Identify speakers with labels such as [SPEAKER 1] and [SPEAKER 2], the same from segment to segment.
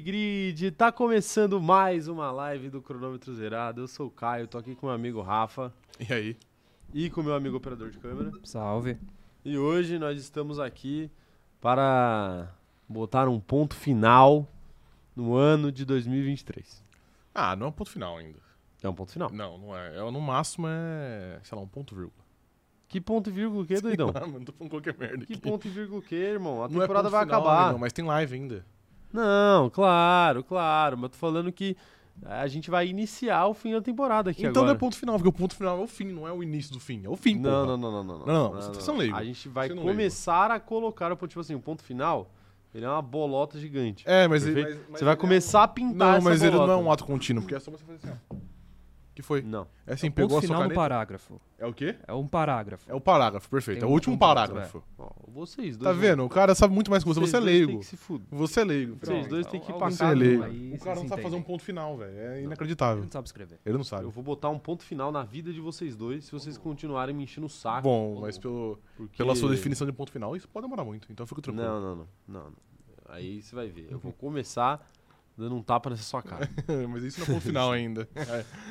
[SPEAKER 1] tarde, tá começando mais uma live do Cronômetro Zerado. Eu sou o Caio, tô aqui com meu amigo Rafa
[SPEAKER 2] E aí?
[SPEAKER 1] e com meu amigo operador de câmera.
[SPEAKER 3] Salve.
[SPEAKER 1] E hoje nós estamos aqui para botar um ponto final no ano de 2023.
[SPEAKER 2] Ah, não é um ponto final ainda.
[SPEAKER 1] É um ponto final.
[SPEAKER 2] Não, não é. É, no máximo é, sei lá, um ponto vírgula.
[SPEAKER 1] Que ponto e vírgula o quê, doidão?
[SPEAKER 2] Ah, mano, tô falando qualquer merda
[SPEAKER 1] Que
[SPEAKER 2] aqui.
[SPEAKER 1] ponto e vírgula o quê, irmão? A
[SPEAKER 2] Não é
[SPEAKER 1] temporada
[SPEAKER 2] ponto
[SPEAKER 1] vai
[SPEAKER 2] final,
[SPEAKER 1] acabar.
[SPEAKER 2] amigão, mas tem live ainda.
[SPEAKER 1] Não, claro, claro. Mas tô falando que a gente vai iniciar o fim da temporada aqui
[SPEAKER 2] então
[SPEAKER 1] agora.
[SPEAKER 2] não é ponto final, porque o ponto final é o fim, não é o início do fim. É o fim,
[SPEAKER 1] Não, não,
[SPEAKER 2] porra.
[SPEAKER 1] não, não, não.
[SPEAKER 2] Não, não, você tá sendo leigo.
[SPEAKER 1] A gente vai
[SPEAKER 2] Você não
[SPEAKER 1] começar a colocar o ponto, tipo assim, o ponto final, ele é uma bolota gigante.
[SPEAKER 2] É, mas, ele,
[SPEAKER 1] perfeito?
[SPEAKER 2] mas, mas
[SPEAKER 1] você vai
[SPEAKER 2] ele é
[SPEAKER 1] começar a
[SPEAKER 2] um-
[SPEAKER 1] pintar
[SPEAKER 2] Não,
[SPEAKER 1] essa
[SPEAKER 2] mas ele não
[SPEAKER 1] bolota.
[SPEAKER 2] é um ato contínuo, porque é só você fazer assim, ó. Que foi?
[SPEAKER 1] Não.
[SPEAKER 2] É assim, pegou
[SPEAKER 3] Ponto
[SPEAKER 2] a sua
[SPEAKER 3] final no
[SPEAKER 2] caneta.
[SPEAKER 3] parágrafo.
[SPEAKER 2] É o quê?
[SPEAKER 3] É um parágrafo.
[SPEAKER 2] É o parágrafo, perfeito.
[SPEAKER 3] Tem
[SPEAKER 2] é o
[SPEAKER 3] um
[SPEAKER 2] último
[SPEAKER 3] ponto,
[SPEAKER 2] parágrafo.
[SPEAKER 1] Ó, vocês dois.
[SPEAKER 2] Tá vendo? O cara sabe muito mais que você.
[SPEAKER 1] Vocês
[SPEAKER 2] Você é
[SPEAKER 1] dois têm
[SPEAKER 2] leigo.
[SPEAKER 1] que se fuder.
[SPEAKER 2] Você é leigo.
[SPEAKER 1] Vocês
[SPEAKER 2] Pronto.
[SPEAKER 1] dois têm que ir pra
[SPEAKER 3] Alguém
[SPEAKER 2] casa,
[SPEAKER 3] lê.
[SPEAKER 2] né?
[SPEAKER 3] Aí
[SPEAKER 2] O
[SPEAKER 3] vocês
[SPEAKER 2] cara não
[SPEAKER 3] se
[SPEAKER 2] sabe fazer um
[SPEAKER 3] entendem.
[SPEAKER 2] ponto final, velho. É
[SPEAKER 3] Ele
[SPEAKER 2] inacreditável.
[SPEAKER 3] não sabe escrever.
[SPEAKER 2] Ele não sabe.
[SPEAKER 1] Eu vou botar um ponto final na vida de vocês dois se vocês continuarem me enchendo o saco.
[SPEAKER 2] Bom, mas pelo,
[SPEAKER 1] porque-
[SPEAKER 2] pela sua definição de ponto final, isso pode demorar muito. Então fica tranquilo.
[SPEAKER 1] Não, não, não, não, não. Aí você vai ver. Eu vou começar dando um tapa nessa sua cara.
[SPEAKER 2] mas isso não é ponto final ainda.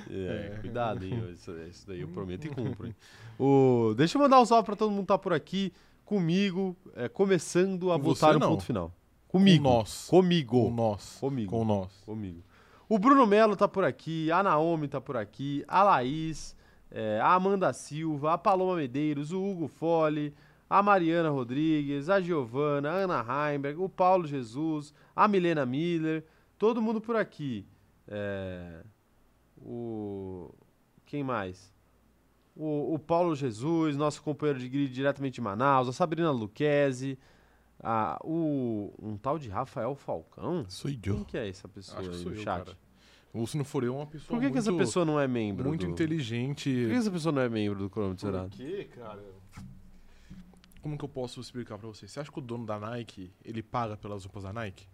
[SPEAKER 1] É, cuidado, hein? Isso, isso daí eu prometo e cumpro, hein? O, deixa eu mandar um salve pra todo mundo que tá por aqui, comigo, é, começando a
[SPEAKER 2] Com
[SPEAKER 1] botar
[SPEAKER 2] você,
[SPEAKER 1] o
[SPEAKER 2] não.
[SPEAKER 1] ponto final. Comigo.
[SPEAKER 2] Com nós. Com
[SPEAKER 1] Comigo.
[SPEAKER 2] nós.
[SPEAKER 1] Comigo.
[SPEAKER 2] Com nós.
[SPEAKER 1] Comigo. O Bruno Melo tá por aqui, a Naomi tá por aqui, a Laís, é, a Amanda Silva, a Paloma Medeiros, o Hugo Fole, a Mariana Rodrigues, a Giovana, a Ana Heimberg, o Paulo Jesus, a Milena Miller, todo mundo por aqui. É, o. Quem mais? O, o Paulo Jesus, nosso companheiro de grid diretamente de Manaus, a Sabrina Luquezzi, a, o, um tal de Rafael Falcão.
[SPEAKER 2] Sou
[SPEAKER 1] Quem
[SPEAKER 2] idiota.
[SPEAKER 1] que é essa pessoa
[SPEAKER 2] Acho que
[SPEAKER 1] aí
[SPEAKER 2] sou
[SPEAKER 1] no
[SPEAKER 2] eu,
[SPEAKER 1] chat?
[SPEAKER 2] cara. Ou se não for eu, é uma pessoa
[SPEAKER 1] Por que, que
[SPEAKER 2] muito,
[SPEAKER 1] essa pessoa não é membro?
[SPEAKER 2] muito
[SPEAKER 1] do... Por que
[SPEAKER 2] inteligente.
[SPEAKER 1] essa pessoa não é membro do cronômetro zerado?
[SPEAKER 2] quê, cara? Como que eu posso explicar pra você? Você acha que o dono da Nike, ele paga pelas roupas da Nike?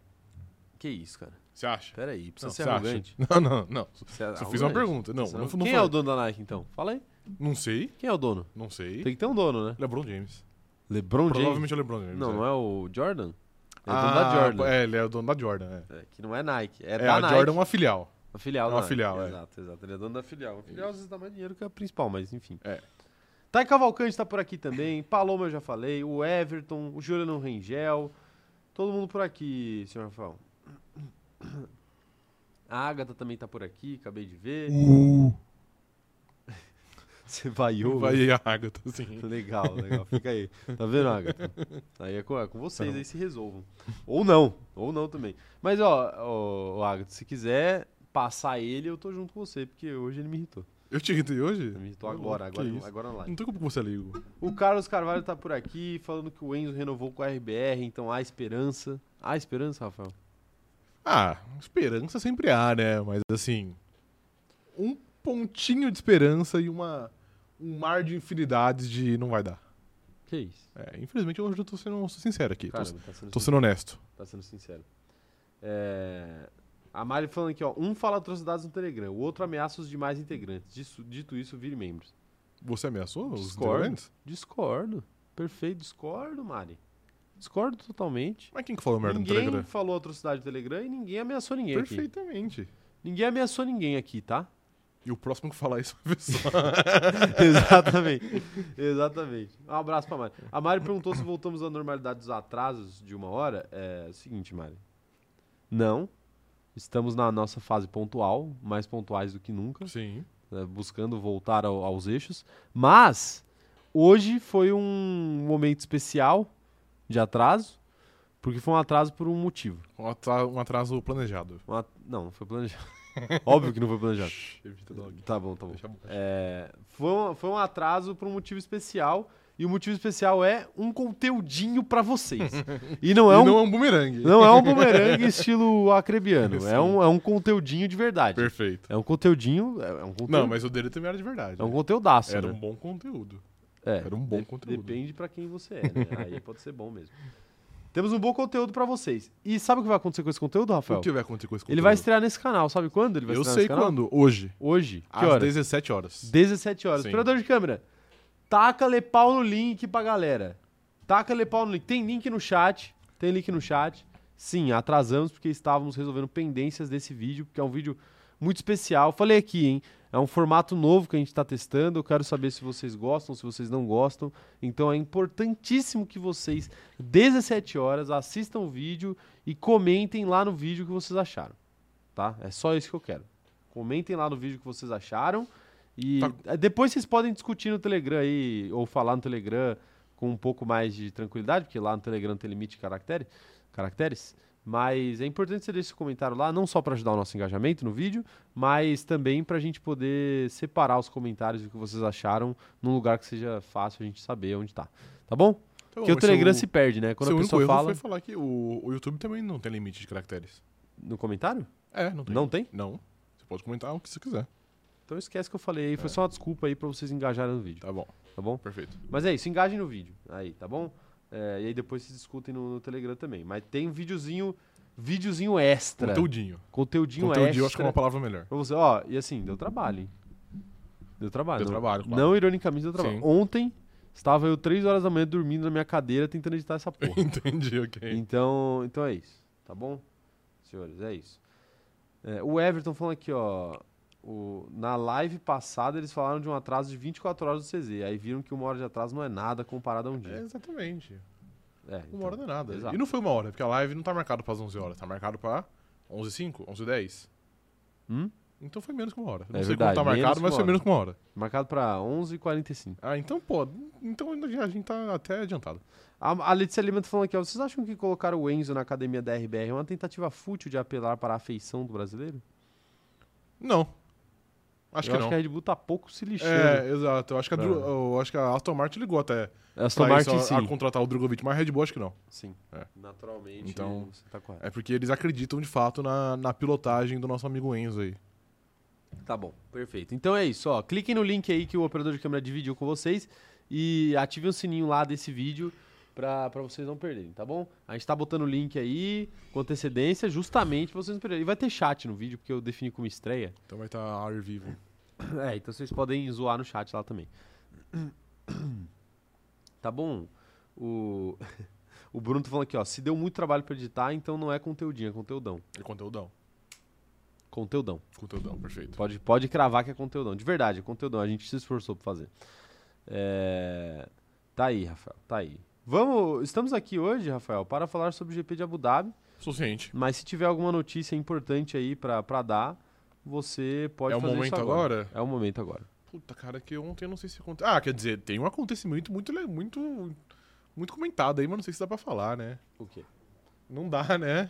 [SPEAKER 1] Que isso, cara?
[SPEAKER 2] Você acha?
[SPEAKER 1] Pera aí, precisa
[SPEAKER 2] Não,
[SPEAKER 1] ser
[SPEAKER 2] você acha?
[SPEAKER 1] é arrogante.
[SPEAKER 2] Não, não, não.
[SPEAKER 1] Você é
[SPEAKER 2] Só fiz uma
[SPEAKER 1] arrogante?
[SPEAKER 2] pergunta. Não,
[SPEAKER 1] Você
[SPEAKER 2] não, não,
[SPEAKER 1] Quem é
[SPEAKER 2] foi-
[SPEAKER 1] o dono da Nike, então? Fala aí.
[SPEAKER 2] Não sei,
[SPEAKER 1] Quem é o dono?
[SPEAKER 2] não sei.
[SPEAKER 1] Tem que ter um dono, né?
[SPEAKER 2] LeBron James.
[SPEAKER 1] LeBron James.
[SPEAKER 2] Provavelmente é LeBron James.
[SPEAKER 1] Não, não é o Jordan? É o dono
[SPEAKER 2] Ah,
[SPEAKER 1] da Jordan.
[SPEAKER 2] É, ele é o dono da Jordan, é.
[SPEAKER 1] É, que não é Nike. É,
[SPEAKER 2] É,
[SPEAKER 1] da
[SPEAKER 2] a
[SPEAKER 1] Nike.
[SPEAKER 2] Jordan é uma filial.
[SPEAKER 1] A filial
[SPEAKER 2] É
[SPEAKER 1] da
[SPEAKER 2] uma
[SPEAKER 1] Nike.
[SPEAKER 2] filial, é.
[SPEAKER 1] Exato, exato. Ele é dono da filial. A filial às vezes dá mais dinheiro que a principal, mas enfim.
[SPEAKER 2] É.
[SPEAKER 1] Thay Cavalcante tá por aqui também. Paloma eu já falei. O Everton, o Juliano Rengel. Todo mundo por aqui, senhor Rafael. A Agatha também tá por aqui, acabei de ver. Você vaiou. né?
[SPEAKER 2] Vai aí a Agatha, assim.
[SPEAKER 1] Legal, legal. Fica aí. Tá vendo, Agatha? Aí é com, é com
[SPEAKER 2] Tá
[SPEAKER 1] vocês, aí se resolvam. Ou não, ou não também. Mas, ó, ó, ó, Agatha, se quiser passar ele, eu tô junto com você, porque hoje ele me irritou.
[SPEAKER 2] Eu te irritei hoje?
[SPEAKER 1] Ele me irritou
[SPEAKER 2] Ô, louco,
[SPEAKER 1] agora,
[SPEAKER 2] que
[SPEAKER 1] agora,
[SPEAKER 2] isso?
[SPEAKER 1] agora na live.
[SPEAKER 2] Não tem como que você ligo.
[SPEAKER 1] O Carlos Carvalho tá por aqui, falando que o Enzo renovou com a RBR, então há esperança. Há esperança, Rafael?
[SPEAKER 2] Ah, esperança sempre há, né? Mas assim, um pontinho de esperança e uma um mar de infinidades de não vai dar.
[SPEAKER 1] Que isso?
[SPEAKER 2] É, infelizmente hoje eu tô sendo sincero aqui. Tô,
[SPEAKER 1] Caramba, tá sendo
[SPEAKER 2] tô sendo honesto.
[SPEAKER 1] Tá sendo sincero. É, A Mari falando aqui, ó. Um fala atrocidades no Telegram, o outro ameaça os demais integrantes. Disso- dito isso, vire membros.
[SPEAKER 2] Você ameaçou os
[SPEAKER 1] Discordo.
[SPEAKER 2] integrantes?
[SPEAKER 1] Discordo. Perfeito, discordo, Mari. Discordo totalmente.
[SPEAKER 2] Mas quem que falou merda
[SPEAKER 1] ninguém
[SPEAKER 2] no Telegram?
[SPEAKER 1] falou atrocidade no Telegram e ninguém ameaçou ninguém aqui.
[SPEAKER 2] Perfeitamente.
[SPEAKER 1] Ninguém ameaçou ninguém aqui, tá?
[SPEAKER 2] E o próximo que falar isso vai ver só.
[SPEAKER 1] Exatamente. Exatamente. Um abraço pra Mari. A Mari perguntou se voltamos à normalidade dos atrasos de uma hora. É o seguinte, Mari. Não. Estamos na nossa fase pontual, mais pontuais do que nunca,
[SPEAKER 2] Sim.
[SPEAKER 1] né, buscando voltar ao- aos eixos. Mas hoje foi um momento especial de atraso, porque foi um atraso por um motivo.
[SPEAKER 2] Um atra- um atraso planejado.
[SPEAKER 1] Um at- Não, não foi planejado. Óbvio que não foi planejado.
[SPEAKER 2] Evita dog.
[SPEAKER 1] Tá bom, tá bom.
[SPEAKER 2] Deixa a boca.
[SPEAKER 1] É, foi, um, foi um atraso por um motivo especial. E o motivo especial é um conteúdinho pra vocês. E não é
[SPEAKER 2] E
[SPEAKER 1] um.
[SPEAKER 2] não é um bumerangue.
[SPEAKER 1] Não é um bumerangue estilo acrebiano.
[SPEAKER 2] Sim.
[SPEAKER 1] É um, é um conteúdinho de verdade.
[SPEAKER 2] Perfeito.
[SPEAKER 1] É um conteúdinho. É é um conteúdo,
[SPEAKER 2] Não, mas o dele também era de verdade.
[SPEAKER 1] é um conteúdaço.
[SPEAKER 2] Era
[SPEAKER 1] né?
[SPEAKER 2] um bom conteúdo.
[SPEAKER 1] É,
[SPEAKER 2] Era um bom
[SPEAKER 1] de-
[SPEAKER 2] conteúdo.
[SPEAKER 1] Depende pra quem você é, né? Aí pode ser bom mesmo. Temos um bom conteúdo pra vocês. E sabe o que vai acontecer com esse conteúdo, Rafael?
[SPEAKER 2] O que vai acontecer com esse conteúdo?
[SPEAKER 1] Ele vai estrear nesse canal. Sabe quando ele vai
[SPEAKER 2] Eu
[SPEAKER 1] estrear
[SPEAKER 2] sei
[SPEAKER 1] nesse canal?
[SPEAKER 2] quando. Hoje.
[SPEAKER 1] Hoje. Que
[SPEAKER 2] às
[SPEAKER 1] horas?
[SPEAKER 2] 17 horas.
[SPEAKER 1] 17 horas.
[SPEAKER 2] Sim.
[SPEAKER 1] Operador de câmera, taca-lhe pau no link pra galera. Taca-lhe pau no link. Tem link no chat. Tem link no chat. Sim, atrasamos porque estávamos resolvendo pendências desse vídeo, porque é um vídeo muito especial. Falei aqui, hein? É um formato novo que a gente está testando. Eu quero saber se vocês gostam, se vocês não gostam. Então é importantíssimo que vocês, 17 horas, assistam o vídeo e comentem lá no vídeo o que vocês acharam. Tá? É só isso que eu quero. Comentem lá no vídeo o que vocês acharam. E
[SPEAKER 2] Tá.
[SPEAKER 1] eh, depois vocês podem discutir no Telegram aí, ou falar no Telegram com um pouco mais de tranquilidade, porque lá no Telegram tem limite de caractere, caracteres. Mas é importante você deixar esse comentário lá, não só para ajudar o nosso engajamento no vídeo, mas também para a gente poder separar os comentários do que vocês acharam num lugar que seja fácil a gente saber onde tá. Tá bom?
[SPEAKER 2] Então,
[SPEAKER 1] Porque o
[SPEAKER 2] mas seu-
[SPEAKER 1] Telegram se perde, né? Quando
[SPEAKER 2] seu
[SPEAKER 1] a
[SPEAKER 2] único
[SPEAKER 1] pessoa
[SPEAKER 2] erro
[SPEAKER 1] fala.
[SPEAKER 2] foi falar que o, o YouTube também não tem limite de caracteres.
[SPEAKER 1] No comentário?
[SPEAKER 2] É, não tem.
[SPEAKER 1] Não tem?
[SPEAKER 2] Não. Você pode comentar o que você quiser.
[SPEAKER 1] Então esquece que eu falei aí, foi só uma desculpa aí para vocês engajarem no vídeo,
[SPEAKER 2] É. Tá bom.
[SPEAKER 1] tá bom?
[SPEAKER 2] Perfeito.
[SPEAKER 1] Mas é isso, engajem no vídeo aí, tá bom? É, e aí depois se discutem no, no Telegram também. Mas tem um videozinho, videozinho extra.
[SPEAKER 2] Conteúdinho.
[SPEAKER 1] Tá. Conteudinho
[SPEAKER 2] Conteúdinho
[SPEAKER 1] extra.
[SPEAKER 2] eu acho que é uma palavra melhor.
[SPEAKER 1] Pra você, ó, e assim, deu trabalho, hein? Deu trabalho.
[SPEAKER 2] Deu
[SPEAKER 1] Ah, não,
[SPEAKER 2] trabalho, claro.
[SPEAKER 1] não ironicamente deu trabalho.
[SPEAKER 2] Sim.
[SPEAKER 1] Ontem estava eu 3 horas da manhã dormindo na minha cadeira tentando editar essa porra.
[SPEAKER 2] Entendi, ok.
[SPEAKER 1] então, então é isso, tá bom? Senhores, é isso. É, o Everton falando aqui, ó. o- na live passada eles falaram de um atraso de 24 horas do CZ. Aí viram que uma hora de atraso não é nada comparado a um
[SPEAKER 2] É,
[SPEAKER 1] dia.
[SPEAKER 2] exatamente.
[SPEAKER 1] É, então.
[SPEAKER 2] Uma hora não é nada.
[SPEAKER 1] exato.
[SPEAKER 2] E não foi uma hora, porque a live não tá marcada pras 11 horas. Tá marcado pra 11 h 5, 11 h 10.
[SPEAKER 1] Hum?
[SPEAKER 2] Então foi menos que uma hora. Não
[SPEAKER 1] É
[SPEAKER 2] sei
[SPEAKER 1] verdade,
[SPEAKER 2] como tá
[SPEAKER 1] menos
[SPEAKER 2] marcado,
[SPEAKER 1] que
[SPEAKER 2] mas
[SPEAKER 1] uma
[SPEAKER 2] foi
[SPEAKER 1] hora.
[SPEAKER 2] menos que uma hora.
[SPEAKER 1] Marcado pra 11h45.
[SPEAKER 2] Ah, então, pô. Então a gente tá até adiantado.
[SPEAKER 1] A, a Letícia Lima tá falando aqui, ó, vocês acham que colocar o Enzo na academia da RBR é uma tentativa fútil de apelar para a afeição do brasileiro?
[SPEAKER 2] Não. Acho
[SPEAKER 1] Eu
[SPEAKER 2] que
[SPEAKER 1] acho
[SPEAKER 2] não.
[SPEAKER 1] que a Red Bull tá pouco se lixando.
[SPEAKER 2] É, exato. Eu acho que a, Dro-
[SPEAKER 1] Pra-
[SPEAKER 2] eu acho que a Aston Martin ligou até
[SPEAKER 1] Aston
[SPEAKER 2] pra
[SPEAKER 1] Martin,
[SPEAKER 2] isso,
[SPEAKER 1] sim.
[SPEAKER 2] a, a contratar o Drogovic, mas a Red Bull acho que não.
[SPEAKER 1] Sim,
[SPEAKER 2] É.
[SPEAKER 1] naturalmente
[SPEAKER 2] Então,
[SPEAKER 1] você tá correto.
[SPEAKER 2] É porque eles acreditam de fato na, na pilotagem do nosso amigo Enzo aí.
[SPEAKER 1] Tá bom, perfeito. Então é isso, ó. Cliquem no link aí que o operador de câmera dividiu com vocês e ativem o sininho lá desse vídeo pra, pra vocês não perderem, tá bom? A gente tá botando o link aí com antecedência justamente pra vocês não perderem. E vai ter chat no vídeo, porque eu defini como estreia.
[SPEAKER 2] Então vai estar tá ar vivo.
[SPEAKER 1] É, então vocês podem zoar no chat lá também. Tá bom? O, o Bruno tá falando aqui, ó. Se deu muito trabalho pra editar, então não é conteúdinho, é conteudão.
[SPEAKER 2] É conteúdão.
[SPEAKER 1] Conteudão.
[SPEAKER 2] Conteúdão, perfeito.
[SPEAKER 1] Pode, pode cravar que é conteúdão. De verdade, é conteúdão. A gente se esforçou pra fazer. É, Tá aí, Rafael. Tá aí. Vamos, estamos aqui hoje, Rafael, para falar sobre o GP de Abu Dhabi.
[SPEAKER 2] Suficiente.
[SPEAKER 1] Mas se tiver alguma notícia importante aí pra pra dar, você pode
[SPEAKER 2] é o
[SPEAKER 1] fazer
[SPEAKER 2] momento
[SPEAKER 1] isso
[SPEAKER 2] agora?
[SPEAKER 1] É o momento agora.
[SPEAKER 2] Puta, cara, que ontem eu não sei se aconteceu. Ah, quer dizer, tem um acontecimento muito, le- muito, muito comentado aí, mas não sei se dá pra falar, né?
[SPEAKER 1] O quê?
[SPEAKER 2] Não dá, né?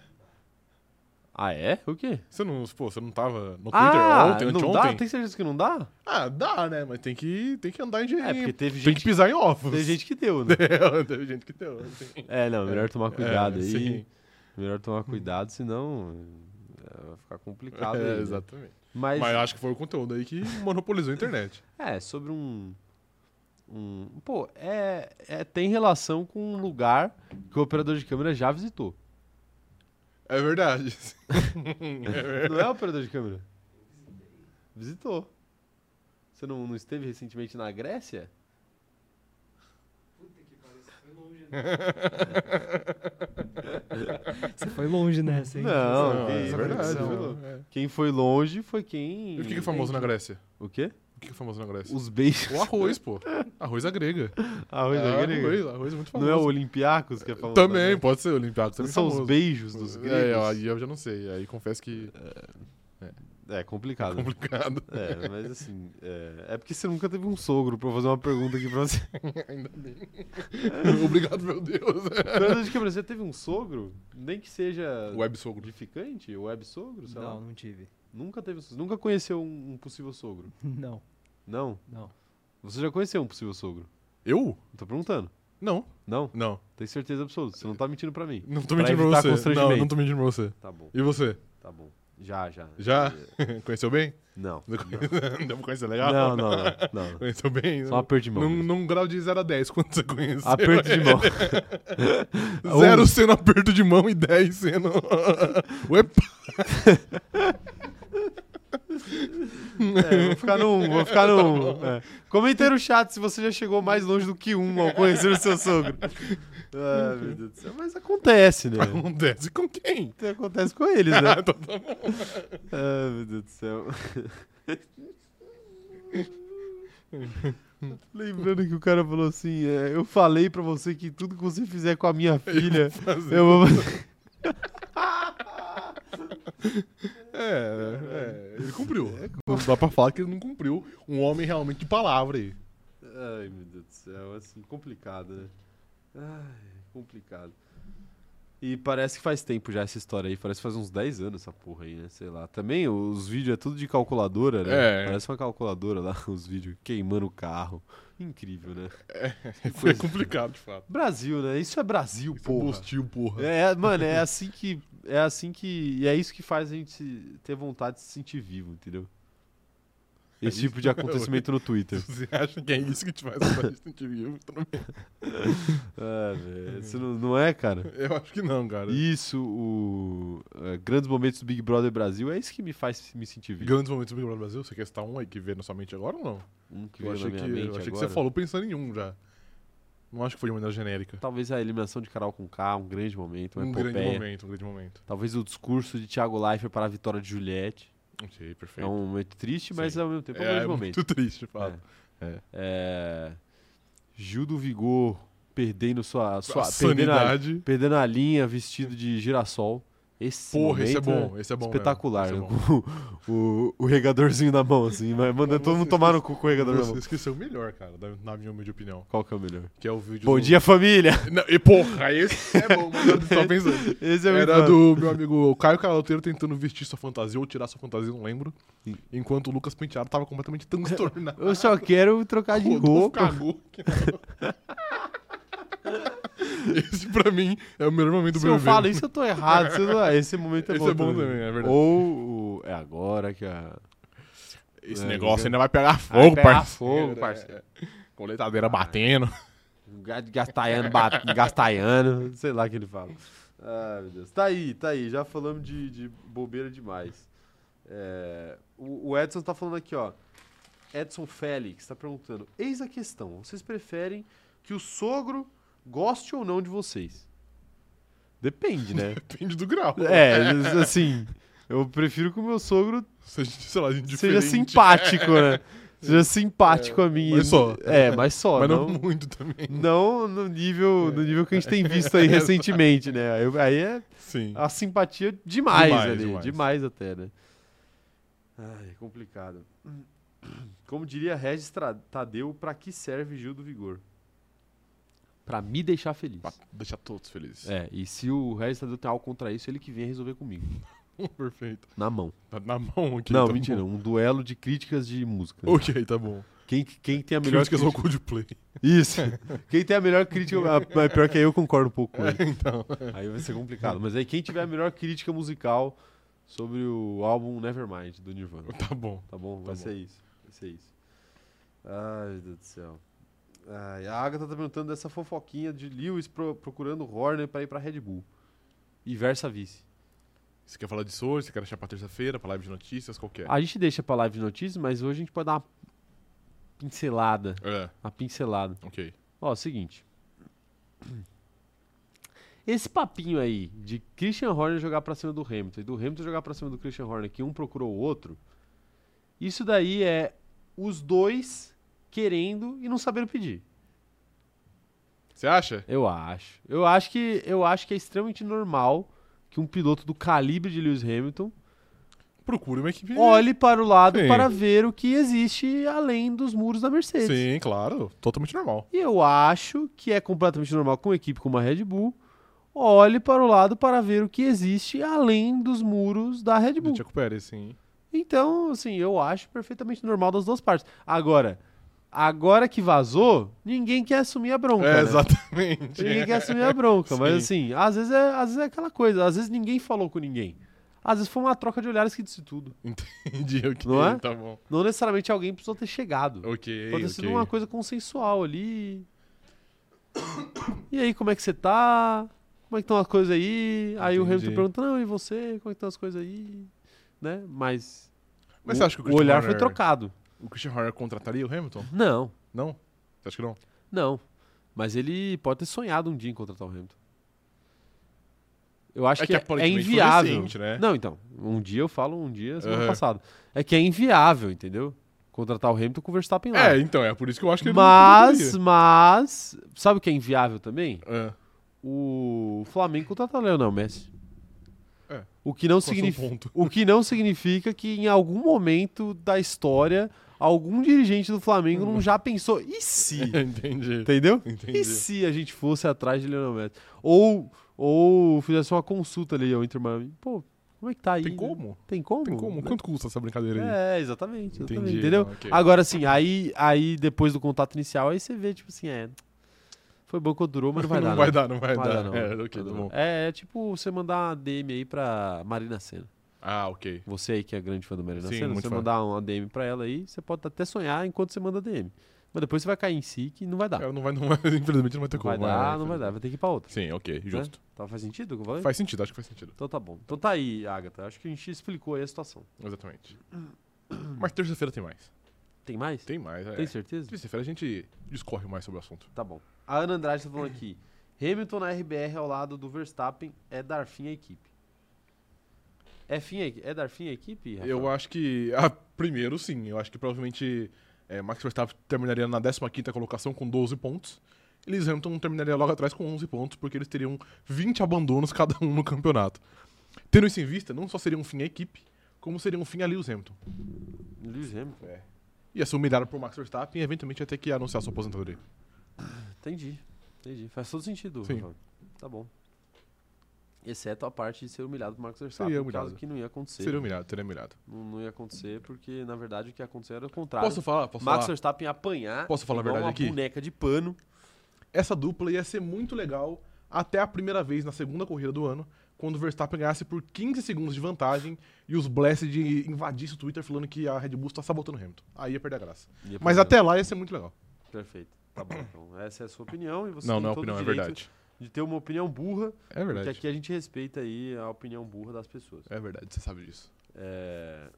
[SPEAKER 1] Ah, é? O quê?
[SPEAKER 2] Você não, pô, você não tava no Twitter
[SPEAKER 1] ah,
[SPEAKER 2] ontem,
[SPEAKER 1] não
[SPEAKER 2] anteontem?
[SPEAKER 1] dá? Tem certeza que não dá?
[SPEAKER 2] Ah, dá, né? Mas tem que, tem que andar em
[SPEAKER 1] É, porque teve
[SPEAKER 2] Tem que
[SPEAKER 1] gente,
[SPEAKER 2] pisar em ovos.
[SPEAKER 1] teve gente que deu, né?
[SPEAKER 2] Teve gente que deu. assim.
[SPEAKER 1] É, não, melhor tomar cuidado
[SPEAKER 2] É,
[SPEAKER 1] aí.
[SPEAKER 2] sim.
[SPEAKER 1] Melhor tomar cuidado, senão é, vai ficar complicado.
[SPEAKER 2] É,
[SPEAKER 1] aí, né?
[SPEAKER 2] exatamente.
[SPEAKER 1] Mas,
[SPEAKER 2] Mas eu acho que foi o conteúdo aí que monopolizou a internet.
[SPEAKER 1] é, sobre um. um- pô, é, é- tem relação com um lugar que o operador de câmera já visitou.
[SPEAKER 2] É verdade. É verdade.
[SPEAKER 1] Não é o operador de câmera? Visitou. Você não, não esteve recentemente na Grécia?
[SPEAKER 3] Você foi longe nessa, hein?
[SPEAKER 1] Não,
[SPEAKER 3] Essa-
[SPEAKER 1] que
[SPEAKER 3] essa
[SPEAKER 1] isso,
[SPEAKER 2] é verdade.
[SPEAKER 3] conexão.
[SPEAKER 1] não.
[SPEAKER 2] é.
[SPEAKER 1] Quem foi longe foi quem.
[SPEAKER 2] E o que que é famoso na Grécia?
[SPEAKER 1] O quê?
[SPEAKER 2] O que que é famoso na Grécia?
[SPEAKER 1] Os beijos.
[SPEAKER 2] O arroz, pô. Arroz à grega.
[SPEAKER 1] Arroz da
[SPEAKER 2] É,
[SPEAKER 1] grega.
[SPEAKER 2] Arroz, arroz é muito famoso.
[SPEAKER 1] Não é o Olympiacos que é famoso?
[SPEAKER 2] Também,
[SPEAKER 1] né?
[SPEAKER 2] pode ser o Olympiacos.
[SPEAKER 1] Não
[SPEAKER 2] Também
[SPEAKER 1] São
[SPEAKER 2] famoso.
[SPEAKER 1] os beijos dos
[SPEAKER 2] É,
[SPEAKER 1] gregos.
[SPEAKER 2] aí eu já não sei. Aí confesso que
[SPEAKER 1] É,
[SPEAKER 2] é
[SPEAKER 1] complicado. né?
[SPEAKER 2] complicado.
[SPEAKER 1] É, mas assim, é, é porque você nunca teve um sogro pra eu fazer uma pergunta aqui pra você.
[SPEAKER 2] Ainda bem. Obrigado, meu Deus.
[SPEAKER 1] Fernando de Quebra, você teve um sogro? Nem que seja
[SPEAKER 2] Web sogro.
[SPEAKER 1] edificante, web sogro, sei
[SPEAKER 3] Não,
[SPEAKER 1] lá.
[SPEAKER 3] não tive.
[SPEAKER 1] Nunca teve um sogro. Nunca conheceu um, um possível sogro.
[SPEAKER 3] Não,
[SPEAKER 1] Não?
[SPEAKER 3] não.
[SPEAKER 1] Você já conheceu um possível sogro?
[SPEAKER 2] Eu?
[SPEAKER 1] Tô perguntando.
[SPEAKER 2] Não.
[SPEAKER 1] Não?
[SPEAKER 2] Não.
[SPEAKER 1] Tenho certeza absoluta. Você não tá mentindo pra mim.
[SPEAKER 2] Não tô
[SPEAKER 1] Pra
[SPEAKER 2] mentindo pra,
[SPEAKER 1] evitar
[SPEAKER 2] você. Não,
[SPEAKER 1] constrangimento.
[SPEAKER 2] não tô mentindo pra você.
[SPEAKER 1] Tá bom,
[SPEAKER 2] E você?
[SPEAKER 1] tá bom. Já, já.
[SPEAKER 2] Já?
[SPEAKER 1] É,
[SPEAKER 2] Conheceu bem?
[SPEAKER 1] Não.
[SPEAKER 2] Deu pra conhecer legal?
[SPEAKER 1] Não, não, não. não.
[SPEAKER 2] Conheceu bem?
[SPEAKER 1] Só uma perda de mão.
[SPEAKER 2] num, num grau de 0 a 10, quanto você conheceu?
[SPEAKER 1] Aperto de mão.
[SPEAKER 2] 0 sendo aperto de mão e 10 sendo. Ué,
[SPEAKER 1] É, vou ficar num, vou ficar num. É. Comenta aí no chat se você já chegou mais longe do que um ao conhecer o seu sogro. Ah, meu Deus do céu. Mas acontece, né?
[SPEAKER 2] Acontece com quem?
[SPEAKER 1] Acontece com eles, né?
[SPEAKER 2] Então tá bom.
[SPEAKER 1] Ah, meu Deus do céu. Lembrando que o cara falou assim: é, Eu falei pra você que tudo que você fizer com a minha filha,
[SPEAKER 2] fazer."
[SPEAKER 1] eu vou fazer.
[SPEAKER 2] É, é, ele cumpriu. Não dá pra falar que ele não cumpriu. Um homem realmente de palavra aí.
[SPEAKER 1] Ai, meu Deus do céu, assim, complicado, né? Ai, complicado. E parece que faz tempo já essa história aí, parece que faz uns 10 anos essa porra aí, né? Sei lá. Também os vídeos é tudo de calculadora, né?
[SPEAKER 2] É.
[SPEAKER 1] Parece uma calculadora lá, os vídeos queimando o carro. Incrível, né?
[SPEAKER 2] Foi É complicado, de fato.
[SPEAKER 1] Brasil, né? Isso é Brasil,
[SPEAKER 2] Isso é
[SPEAKER 1] porra.
[SPEAKER 2] Postil, porra.
[SPEAKER 1] É, mano, é assim que. É assim que. E é isso que faz a gente se- ter vontade de se sentir vivo, entendeu? Esse
[SPEAKER 2] É
[SPEAKER 1] tipo
[SPEAKER 2] isso.
[SPEAKER 1] de acontecimento no Twitter.
[SPEAKER 2] Você acha que é isso que te faz fazer Instant Vivo? Tudo bem.
[SPEAKER 1] Ah, velho. Isso não, não é, cara?
[SPEAKER 2] Eu acho que não, cara.
[SPEAKER 1] Isso, o. é, grandes momentos do Big Brother Brasil, é isso que me faz me sentir vivo.
[SPEAKER 2] Grandes momentos do Big Brother Brasil, você quer citar um aí que veio na sua mente agora ou não?
[SPEAKER 1] Um que
[SPEAKER 2] eu
[SPEAKER 1] veio na
[SPEAKER 2] achei,
[SPEAKER 1] minha
[SPEAKER 2] que,
[SPEAKER 1] mente
[SPEAKER 2] eu achei que
[SPEAKER 1] agora.
[SPEAKER 2] você falou pensando em um já. Não acho que foi de maneira genérica.
[SPEAKER 1] Talvez a eliminação de Carol com K, um grande momento, uma
[SPEAKER 2] um
[SPEAKER 1] epopeia.
[SPEAKER 2] grande momento, um grande momento.
[SPEAKER 1] Talvez o discurso de Thiago Leifert para a vitória de Juliette.
[SPEAKER 2] Ok, perfeito.
[SPEAKER 1] É um momento triste, mas
[SPEAKER 2] Sim.
[SPEAKER 1] ao mesmo tempo é um
[SPEAKER 2] É,
[SPEAKER 1] grande
[SPEAKER 2] é
[SPEAKER 1] momento.
[SPEAKER 2] muito triste, de fato.
[SPEAKER 1] É, Gil do Vigor perdendo sua, sua
[SPEAKER 2] A
[SPEAKER 1] perdendo, a,
[SPEAKER 2] sanidade.
[SPEAKER 1] perdendo a linha vestido de girassol. Esse
[SPEAKER 2] Porra, esse é
[SPEAKER 1] momento
[SPEAKER 2] bom, esse é bom. mesmo.
[SPEAKER 1] espetacular,
[SPEAKER 2] Esse é
[SPEAKER 1] né?
[SPEAKER 2] bom.
[SPEAKER 1] com o, o regadorzinho na mão assim, mas manda
[SPEAKER 2] Mas
[SPEAKER 1] todo mundo
[SPEAKER 2] você
[SPEAKER 1] tomar no cu com o regador na
[SPEAKER 2] Você
[SPEAKER 1] mão.
[SPEAKER 2] esqueceu o melhor, cara, da- na minha humilde opinião.
[SPEAKER 1] Qual que é o melhor?
[SPEAKER 2] Que é o vídeo.
[SPEAKER 1] Bom
[SPEAKER 2] do-
[SPEAKER 1] dia, família.
[SPEAKER 2] Não, e porra, esse é bom, mas eu tava pensando.
[SPEAKER 1] Esse é o
[SPEAKER 2] Era do meu amigo Caio Caloteiro tentando vestir sua fantasia ou tirar sua fantasia, não lembro.
[SPEAKER 1] Sim.
[SPEAKER 2] Enquanto o Lucas Penteado tava completamente transtornado.
[SPEAKER 1] Eu só quero trocar de
[SPEAKER 2] Rodolfo
[SPEAKER 1] roupa.
[SPEAKER 2] cagou. Esse pra mim é o melhor momento do
[SPEAKER 1] Se
[SPEAKER 2] meu
[SPEAKER 1] eu falo isso, eu tô errado. se eu não- Esse momento é
[SPEAKER 2] Esse
[SPEAKER 1] bom,
[SPEAKER 2] é bom também, é verdade.
[SPEAKER 1] Ou o- é agora que a
[SPEAKER 2] Esse
[SPEAKER 1] É,
[SPEAKER 2] negócio
[SPEAKER 1] nunca-
[SPEAKER 2] ainda vai pegar fogo,
[SPEAKER 1] pegar
[SPEAKER 2] parceiro.
[SPEAKER 1] fogo, parceiro.
[SPEAKER 2] É. Coletadeira batendo.
[SPEAKER 1] Gat- Gastaiano, bat- Gastaiano, sei lá o que ele fala. Ah, meu Deus. Tá aí, tá aí. Já falamos de, de bobeira demais. É, o, o Edson tá falando aqui, ó. Edson Félix tá perguntando: Eis a questão. Vocês preferem que o sogro goste ou não de vocês? Depende, né?
[SPEAKER 2] Depende do grau.
[SPEAKER 1] é, assim. Eu prefiro que o meu sogro
[SPEAKER 2] Se a gente, sei lá, gente
[SPEAKER 1] seja simpático, né? Seja simpático a mim.
[SPEAKER 2] mas só.
[SPEAKER 1] É, mas só.
[SPEAKER 2] Mas
[SPEAKER 1] não-
[SPEAKER 2] não muito também.
[SPEAKER 1] Não no nível, no nível que a gente tem visto aí recentemente, né? Aí- Aí é
[SPEAKER 2] Sim.
[SPEAKER 1] a simpatia demais,
[SPEAKER 2] Demais,
[SPEAKER 1] ali, demais.
[SPEAKER 2] demais.
[SPEAKER 1] até, né? Ai, é complicado. Como diria Regis Tra- Tadeu, pra que serve Gil do Vigor? Pra me deixar feliz.
[SPEAKER 2] Pra deixar todos felizes.
[SPEAKER 1] É, e se o Regis Tadeu tem algo contra isso, ele que vem resolver comigo.
[SPEAKER 2] Perfeito.
[SPEAKER 1] Na mão.
[SPEAKER 2] Tá na mão aqui.
[SPEAKER 1] É. não,
[SPEAKER 2] tá
[SPEAKER 1] mentira,
[SPEAKER 2] Bom.
[SPEAKER 1] um duelo de críticas de música.
[SPEAKER 2] Ok, tá bom.
[SPEAKER 1] Quem, quem tem a melhor
[SPEAKER 2] Críticas ao
[SPEAKER 1] crítica...
[SPEAKER 2] Coldplay.
[SPEAKER 1] Isso. Quem tem a melhor crítica... ah, mas Pior que aí eu concordo um pouco com ele.
[SPEAKER 2] então.
[SPEAKER 1] Aí vai ser complicado. Mas aí quem tiver a melhor crítica musical sobre o álbum Nevermind do Nirvana.
[SPEAKER 2] Tá bom.
[SPEAKER 1] Tá bom? Vai
[SPEAKER 2] Tá bom.
[SPEAKER 1] ser isso. Vai ser isso. Ai, meu Deus do céu. Ai, a Agatha tá perguntando dessa fofoquinha de Lewis pro- procurando Horner pra ir pra Red Bull. E versa vice.
[SPEAKER 2] Você quer falar disso hoje? Você quer deixar pra terça-feira, pra live de notícias? Qual que é?
[SPEAKER 1] A gente deixa pra live de notícias, mas hoje a gente pode dar uma pincelada.
[SPEAKER 2] É,
[SPEAKER 1] Uma pincelada.
[SPEAKER 2] ok.
[SPEAKER 1] Ó, é o seguinte. Esse papinho aí de Christian Horner jogar pra cima do Hamilton e do Hamilton jogar pra cima do Christian Horner, que um procurou o outro, isso daí é os dois querendo e não sabendo pedir.
[SPEAKER 2] Você acha?
[SPEAKER 1] Eu acho. Eu acho que eu acho que é extremamente normal que um piloto do calibre de Lewis Hamilton
[SPEAKER 2] Procure uma equipe.
[SPEAKER 1] olhe para o lado
[SPEAKER 2] Sim.
[SPEAKER 1] para ver o que existe além dos muros da Mercedes.
[SPEAKER 2] Sim, claro. Totalmente normal.
[SPEAKER 1] E eu acho que é completamente normal com uma equipe como a Red Bull olhe para o lado para ver o que existe além dos muros da Red
[SPEAKER 2] Do
[SPEAKER 1] Bull.
[SPEAKER 2] Tcheco Pérez, sim.
[SPEAKER 1] Então, assim, eu acho perfeitamente normal das duas partes. Agora, agora que vazou, ninguém quer assumir a bronca.
[SPEAKER 2] É,
[SPEAKER 1] né?
[SPEAKER 2] exatamente.
[SPEAKER 1] Ninguém quer assumir a bronca, mas assim,
[SPEAKER 2] Sim.
[SPEAKER 1] às vezes, é, às vezes é aquela coisa, às vezes ninguém falou com ninguém. Às vezes foi uma troca de olhares que disse tudo.
[SPEAKER 2] Entendi, ok.
[SPEAKER 1] Não é?
[SPEAKER 2] Tá bom.
[SPEAKER 1] Não necessariamente alguém precisou ter chegado.
[SPEAKER 2] Ok,
[SPEAKER 1] Pode ter
[SPEAKER 2] ok.
[SPEAKER 1] sido uma coisa consensual ali. E aí, como é que você tá? Como é que estão as coisas aí? Aí o
[SPEAKER 2] Entendi.
[SPEAKER 1] Hamilton pergunta, não, e você? Como é que estão as coisas aí? Né? Mas
[SPEAKER 2] Mas
[SPEAKER 1] o,
[SPEAKER 2] você acha que o
[SPEAKER 1] o olhar
[SPEAKER 2] Christian
[SPEAKER 1] foi
[SPEAKER 2] Horner-
[SPEAKER 1] trocado?
[SPEAKER 2] O Christian Horner contrataria o Hamilton?
[SPEAKER 1] Não,
[SPEAKER 2] Não? Você acha que não?
[SPEAKER 1] não. Mas ele pode ter sonhado um dia em contratar o Hamilton. Eu acho
[SPEAKER 2] É
[SPEAKER 1] que,
[SPEAKER 2] que
[SPEAKER 1] é- é,
[SPEAKER 2] aparentemente foi
[SPEAKER 1] inviável.
[SPEAKER 2] recente, né?
[SPEAKER 1] Não, então. Um dia eu falo, um dia semana
[SPEAKER 2] Aham.
[SPEAKER 1] passada. É que é inviável, entendeu? Contratar o Hamilton com o Verstappen lá.
[SPEAKER 2] É, então, é por isso que eu acho que ele
[SPEAKER 1] Mas,
[SPEAKER 2] não
[SPEAKER 1] mas, sabe o que é inviável também?
[SPEAKER 2] contrataria. É,
[SPEAKER 1] O Flamengo contratar o Leonel Messi.
[SPEAKER 2] É.
[SPEAKER 1] O que não
[SPEAKER 2] qual é o seu
[SPEAKER 1] significa,
[SPEAKER 2] ponto?
[SPEAKER 1] o que não significa que em algum momento da história algum dirigente do Flamengo não já pensou e se,
[SPEAKER 2] Entendi.
[SPEAKER 1] entendeu?
[SPEAKER 2] Entendi.
[SPEAKER 1] E se a gente fosse atrás de Leonel Messi? Ou ou fizesse uma consulta ali ao Inter Miami. Pô, como é que tá aí?
[SPEAKER 2] Tem
[SPEAKER 1] né?
[SPEAKER 2] como?
[SPEAKER 1] Tem como?
[SPEAKER 2] Tem como? Quanto custa essa brincadeira aí?
[SPEAKER 1] É, exatamente. exatamente,
[SPEAKER 2] Entendi,
[SPEAKER 1] entendeu?
[SPEAKER 2] não, ok.
[SPEAKER 1] Agora, assim, aí, aí depois do contato inicial, aí você vê, tipo assim, é. Foi bom que durou, mas não vai dar.
[SPEAKER 2] não
[SPEAKER 1] não.
[SPEAKER 2] vai dar, não vai
[SPEAKER 1] Não
[SPEAKER 2] dar.
[SPEAKER 1] não,
[SPEAKER 2] É,
[SPEAKER 1] não vai
[SPEAKER 2] ok, tá
[SPEAKER 1] dar, não.
[SPEAKER 2] bom.
[SPEAKER 1] É, é tipo você mandar uma DM aí pra Marina Senna.
[SPEAKER 2] Ah, ok.
[SPEAKER 1] Você aí que é grande fã da Marina
[SPEAKER 2] Sim,
[SPEAKER 1] Senna,
[SPEAKER 2] muito
[SPEAKER 1] você
[SPEAKER 2] fã.
[SPEAKER 1] mandar uma DM pra ela aí, você pode até sonhar enquanto você manda DM. Mas depois você vai cair em si que não vai dar.
[SPEAKER 2] É, não vai, não vai, infelizmente não vai ter
[SPEAKER 1] Tá. Não vai
[SPEAKER 2] como.
[SPEAKER 1] dar,
[SPEAKER 2] é,
[SPEAKER 1] não vai dar, vai ter que ir pra outra.
[SPEAKER 2] Sim, ok,
[SPEAKER 1] né?
[SPEAKER 2] justo.
[SPEAKER 1] Tá, faz sentido o que eu falei?
[SPEAKER 2] Faz sentido, acho que faz sentido.
[SPEAKER 1] Então tá bom. Então tá aí, Agatha. Acho que a gente explicou aí a situação.
[SPEAKER 2] Exatamente.
[SPEAKER 1] Ah.
[SPEAKER 2] Mas terça-feira tem mais.
[SPEAKER 1] Tem mais?
[SPEAKER 2] Tem mais, é.
[SPEAKER 1] Tem certeza?
[SPEAKER 2] Terça-feira a gente discorre mais sobre o assunto.
[SPEAKER 1] Tá bom. A Ana Andrade tá falando aqui. Hamilton na RBR ao lado do Verstappen é dar fim à equipe. É, fim à equi- é dar fim à equipe? Rafael?
[SPEAKER 2] Eu acho que. ah, primeiro, sim. Eu acho que provavelmente é, Max Verstappen terminaria na 15 colocação com 12 pontos. E Lewis Hamilton terminaria logo atrás com 11 pontos, porque eles teriam 20 abandonos cada um no campeonato. Tendo isso em vista, não só seria um fim à equipe, como seria um fim a Lewis Hamilton.
[SPEAKER 1] Lewis Hamilton.
[SPEAKER 2] Ia ser humilhado por Max Verstappen e eventualmente ia ter que anunciar sua aposentadoria.
[SPEAKER 1] Entendi. Entendi. Faz todo sentido.
[SPEAKER 2] Sim.
[SPEAKER 1] Rafael. Tá bom. Exceto a parte de ser humilhado por Max Verstappen.
[SPEAKER 2] Seria
[SPEAKER 1] por causa
[SPEAKER 2] humilhado.
[SPEAKER 1] que não ia acontecer.
[SPEAKER 2] Seria humilhado, teria humilhado.
[SPEAKER 1] Não, não ia acontecer porque, na verdade, o que ia acontecer era o contrário.
[SPEAKER 2] Posso falar? Posso
[SPEAKER 1] Max
[SPEAKER 2] falar?
[SPEAKER 1] Verstappen ia apanhar
[SPEAKER 2] Posso falar a
[SPEAKER 1] igual
[SPEAKER 2] verdade
[SPEAKER 1] uma
[SPEAKER 2] aqui?
[SPEAKER 1] boneca de pano.
[SPEAKER 2] essa dupla ia ser muito legal até a primeira vez na segunda corrida do ano, quando o Verstappen ganhasse por 15 segundos de vantagem e os Blessed invadissem o Twitter falando que a Red Bull está sabotando o Hamilton. Aí ia perder a graça.
[SPEAKER 1] Ia
[SPEAKER 2] Mas
[SPEAKER 1] apanhar.
[SPEAKER 2] até lá ia ser muito legal.
[SPEAKER 1] Perfeito. Tá bom. Então, essa é a sua opinião e você
[SPEAKER 2] não,
[SPEAKER 1] tem
[SPEAKER 2] não é
[SPEAKER 1] todo
[SPEAKER 2] opinião,
[SPEAKER 1] o
[SPEAKER 2] é
[SPEAKER 1] direito
[SPEAKER 2] verdade.
[SPEAKER 1] de ter uma opinião burra
[SPEAKER 2] É
[SPEAKER 1] Porque
[SPEAKER 2] verdade.
[SPEAKER 1] aqui a gente respeita aí a opinião burra das pessoas.
[SPEAKER 2] É verdade, você sabe disso.
[SPEAKER 1] É,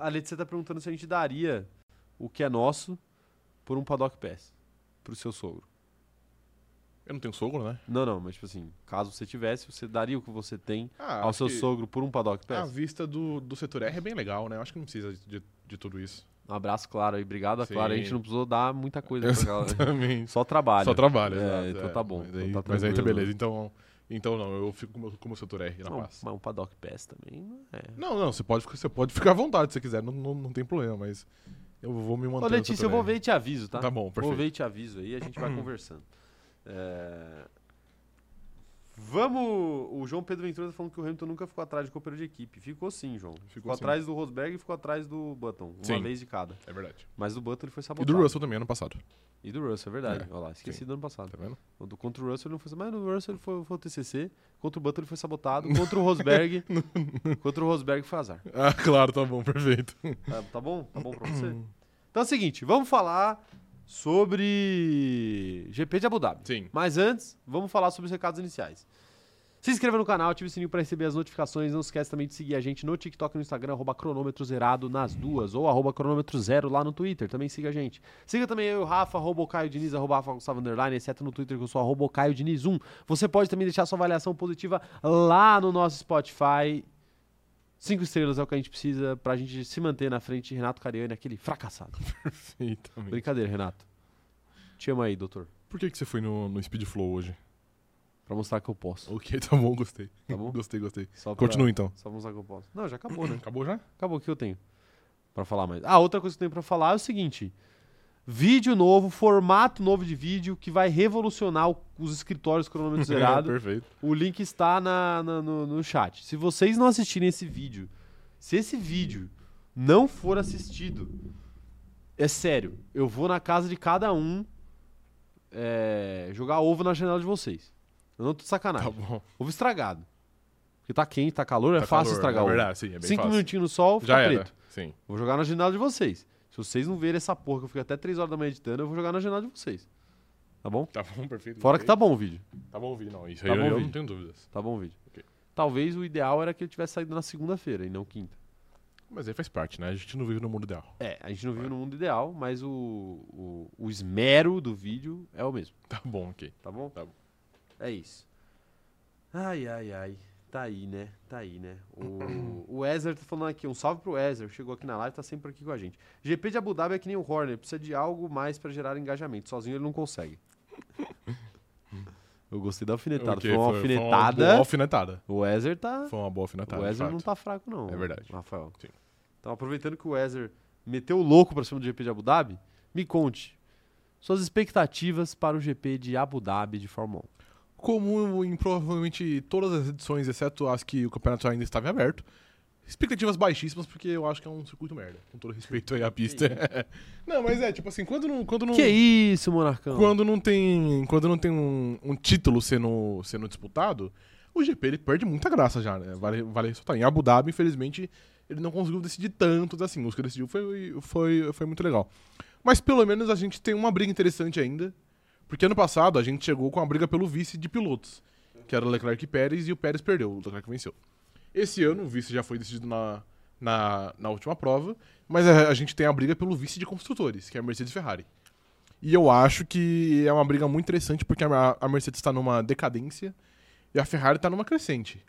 [SPEAKER 1] A Letícia tá perguntando se a gente daria o que é nosso por um paddock pass pro seu sogro.
[SPEAKER 2] Eu não tenho sogro, né?
[SPEAKER 1] Não, não, mas tipo assim, caso você tivesse, você daria o que você tem
[SPEAKER 2] Ah,
[SPEAKER 1] ao
[SPEAKER 2] acho
[SPEAKER 1] seu
[SPEAKER 2] que
[SPEAKER 1] sogro por um paddock
[SPEAKER 2] A
[SPEAKER 1] pass?
[SPEAKER 2] vista do, do setor R é bem legal, né? Eu acho que não precisa de, de, de tudo isso.
[SPEAKER 1] Um abraço, claro, aí. Obrigado, a
[SPEAKER 2] Sim.
[SPEAKER 1] Clara. A gente não precisou dar muita coisa pra galera.
[SPEAKER 2] Exatamente.
[SPEAKER 1] Só trabalho.
[SPEAKER 2] Só trabalha,
[SPEAKER 1] É,
[SPEAKER 2] exato,
[SPEAKER 1] então tá bom,
[SPEAKER 2] Mas
[SPEAKER 1] então
[SPEAKER 2] aí,
[SPEAKER 1] tá
[SPEAKER 2] mas aí tá
[SPEAKER 1] tranquilo.
[SPEAKER 2] beleza. Então, então não, eu fico com o meu- com o meu setor R na
[SPEAKER 1] Não,
[SPEAKER 2] paz.
[SPEAKER 1] mas um paddock pass também é.
[SPEAKER 2] Não, não, você pode, ficar- você pode ficar à vontade se você quiser, não, não, não tem problema, mas eu vou me manter.
[SPEAKER 1] Ô,
[SPEAKER 2] no
[SPEAKER 1] Letícia, eu
[SPEAKER 2] Saturday.
[SPEAKER 1] vou ver e te aviso, tá?
[SPEAKER 2] Tá bom, perfeito.
[SPEAKER 1] Vou ver e te aviso aí, a gente vai conversando. É, Vamos. O João Pedro Ventura tá falando que o Hamilton nunca ficou atrás de companheiro de equipe. Ficou sim, João. Ficou,
[SPEAKER 2] sim.
[SPEAKER 1] atrás do Rosberg e ficou atrás do Button. Uma
[SPEAKER 2] Sim.
[SPEAKER 1] vez de cada.
[SPEAKER 2] É verdade.
[SPEAKER 1] Mas do Button ele foi
[SPEAKER 2] E
[SPEAKER 1] sabotado.
[SPEAKER 2] do Russell também, ano passado.
[SPEAKER 1] E do Russell, é verdade.
[SPEAKER 2] É,
[SPEAKER 1] Olha lá, esqueci
[SPEAKER 2] sim.
[SPEAKER 1] do ano passado.
[SPEAKER 2] Tá vendo?
[SPEAKER 1] O do- Contra o Russell ele não foi Mas no Russell ele foi, foi o TCC. Contra o Button ele foi sabotado. Contra o Rosberg. contra o Rosberg foi azar.
[SPEAKER 2] Ah, claro, tá bom, perfeito.
[SPEAKER 1] Tá, tá bom? Tá bom pra você? Então é o seguinte, vamos falar sobre GP de Abu Dhabi.
[SPEAKER 2] Sim.
[SPEAKER 1] Mas antes, vamos falar sobre os recados iniciais. Se inscreva no canal, ative o sininho para receber as notificações. Não esquece também de seguir a gente no TikTok e no Instagram, arroba cronômetro zerado nas duas, ou arroba cronômetro zero lá no Twitter. Também siga a gente. Siga também eu e o Rafa, arroba o Caio Diniz, arroba Rafa Gustavo Underline, exceto no Twitter que eu sou arroba o Caio Diniz 1. Você pode também deixar sua avaliação positiva lá no nosso Spotify. Cinco estrelas é o que a gente precisa pra gente se manter na frente de Renato Cariani, aquele fracassado.
[SPEAKER 2] Perfeitamente.
[SPEAKER 1] Brincadeira, Renato. Te amo aí, doutor.
[SPEAKER 2] tá Por que, que você foi no, no Speed Flow hoje?
[SPEAKER 1] Pra mostrar que eu posso.
[SPEAKER 2] Ok, tá bom, gostei.
[SPEAKER 1] Tá bom?
[SPEAKER 2] Gostei, gostei.
[SPEAKER 1] Só pra-
[SPEAKER 2] Continua então.
[SPEAKER 1] Só mostrar que eu posso. Não, já acabou, né?
[SPEAKER 2] Acabou já?
[SPEAKER 1] Acabou o que eu tenho pra falar mais. Ah, outra coisa que eu tenho pra falar é o seguinte: vídeo novo, formato novo de vídeo que vai revolucionar o- os escritórios cronômetro zerado.
[SPEAKER 2] É, perfeito.
[SPEAKER 1] O link está na, na- no, no chat. Se vocês não assistirem esse vídeo, se esse vídeo não for assistido, é sério, eu vou na casa de cada um é, jogar ovo na janela de vocês. Eu Ah, não tô de sacanagem.
[SPEAKER 2] Tá bom.
[SPEAKER 1] Ovo estragado. Porque tá quente, tá calor, é
[SPEAKER 2] Tá
[SPEAKER 1] fácil
[SPEAKER 2] calor,
[SPEAKER 1] estragar
[SPEAKER 2] É
[SPEAKER 1] ovo.
[SPEAKER 2] verdade, sim, é bem
[SPEAKER 1] Cinco
[SPEAKER 2] fácil.
[SPEAKER 1] minutinhos no sol, fica
[SPEAKER 2] já era.
[SPEAKER 1] preto.
[SPEAKER 2] Sim.
[SPEAKER 1] Vou jogar na janela de vocês. Se vocês não verem essa porra que eu fico até 3 horas da manhã editando, eu vou jogar na janela de vocês. Tá bom?
[SPEAKER 2] Tá bom, perfeito.
[SPEAKER 1] Fora que tá bom o vídeo.
[SPEAKER 2] Tá bom ouvir, não. Isso
[SPEAKER 1] Tá
[SPEAKER 2] aí eu-
[SPEAKER 1] bom
[SPEAKER 2] eu,
[SPEAKER 1] ouvir.
[SPEAKER 2] não tenho dúvidas.
[SPEAKER 1] Tá bom o vídeo.
[SPEAKER 2] Ok.
[SPEAKER 1] Talvez o ideal era que ele tivesse saído na segunda-feira e não quinta.
[SPEAKER 2] Mas aí faz parte, né? A gente não vive no mundo ideal.
[SPEAKER 1] É, a gente não vive no mundo ideal, mas o, o, o esmero do vídeo é o mesmo,
[SPEAKER 2] Tá bom, ok.
[SPEAKER 1] tá bom?
[SPEAKER 2] Tá bom.
[SPEAKER 1] É isso. Ai, ai, ai. Tá aí, né? Tá aí, né? O, o Ezer tá falando aqui, um salve pro Ezer, chegou aqui na live, tá sempre aqui com a gente. GP de Abu Dhabi é que nem o Horner, precisa de algo mais pra gerar engajamento, sozinho ele não consegue. Eu gostei da alfinetada,
[SPEAKER 2] Ok,
[SPEAKER 1] foi uma
[SPEAKER 2] foi uma
[SPEAKER 1] alfinetada.
[SPEAKER 2] boa alfinetada.
[SPEAKER 1] O Ezer tá...
[SPEAKER 2] Foi uma boa alfinetada.
[SPEAKER 1] o
[SPEAKER 2] de
[SPEAKER 1] Weser
[SPEAKER 2] fato.
[SPEAKER 1] não tá fraco, não.
[SPEAKER 2] É verdade.
[SPEAKER 1] Rafael.
[SPEAKER 2] Sim.
[SPEAKER 1] Então, aproveitando que o Weser meteu o louco pra cima do GP de Abu Dhabi, me conte suas expectativas para o GP de Abu Dhabi de Fórmula um.
[SPEAKER 2] Comum em provavelmente todas as edições, exceto as que o campeonato ainda estava em aberto. Expectativas baixíssimas, porque eu acho que é um circuito merda. Com todo respeito aí à pista. não, mas é, tipo assim, quando não. Quando
[SPEAKER 1] 1.
[SPEAKER 2] não
[SPEAKER 1] Que é isso, Monarcão?
[SPEAKER 2] Quando não tem, quando não tem um, um título sendo, sendo disputado, o GP ele perde muita graça já, né? Vale, vale ressaltar. Em Abu Dhabi, infelizmente, ele não conseguiu decidir tantos assim. Os que ele decidiu foi, foi, foi muito legal. Mas pelo menos a gente tem uma briga interessante ainda. Porque ano passado a gente chegou com a briga pelo vice de pilotos, que era o Leclerc e Pérez, e o Pérez perdeu, o Leclerc venceu. Esse ano o vice já foi decidido na, na, na última prova, mas a, a gente tem a briga pelo vice de construtores, que é a Mercedes e Ferrari. E eu acho que é uma briga muito interessante porque a a Mercedes está numa decadência e a Ferrari está numa crescente.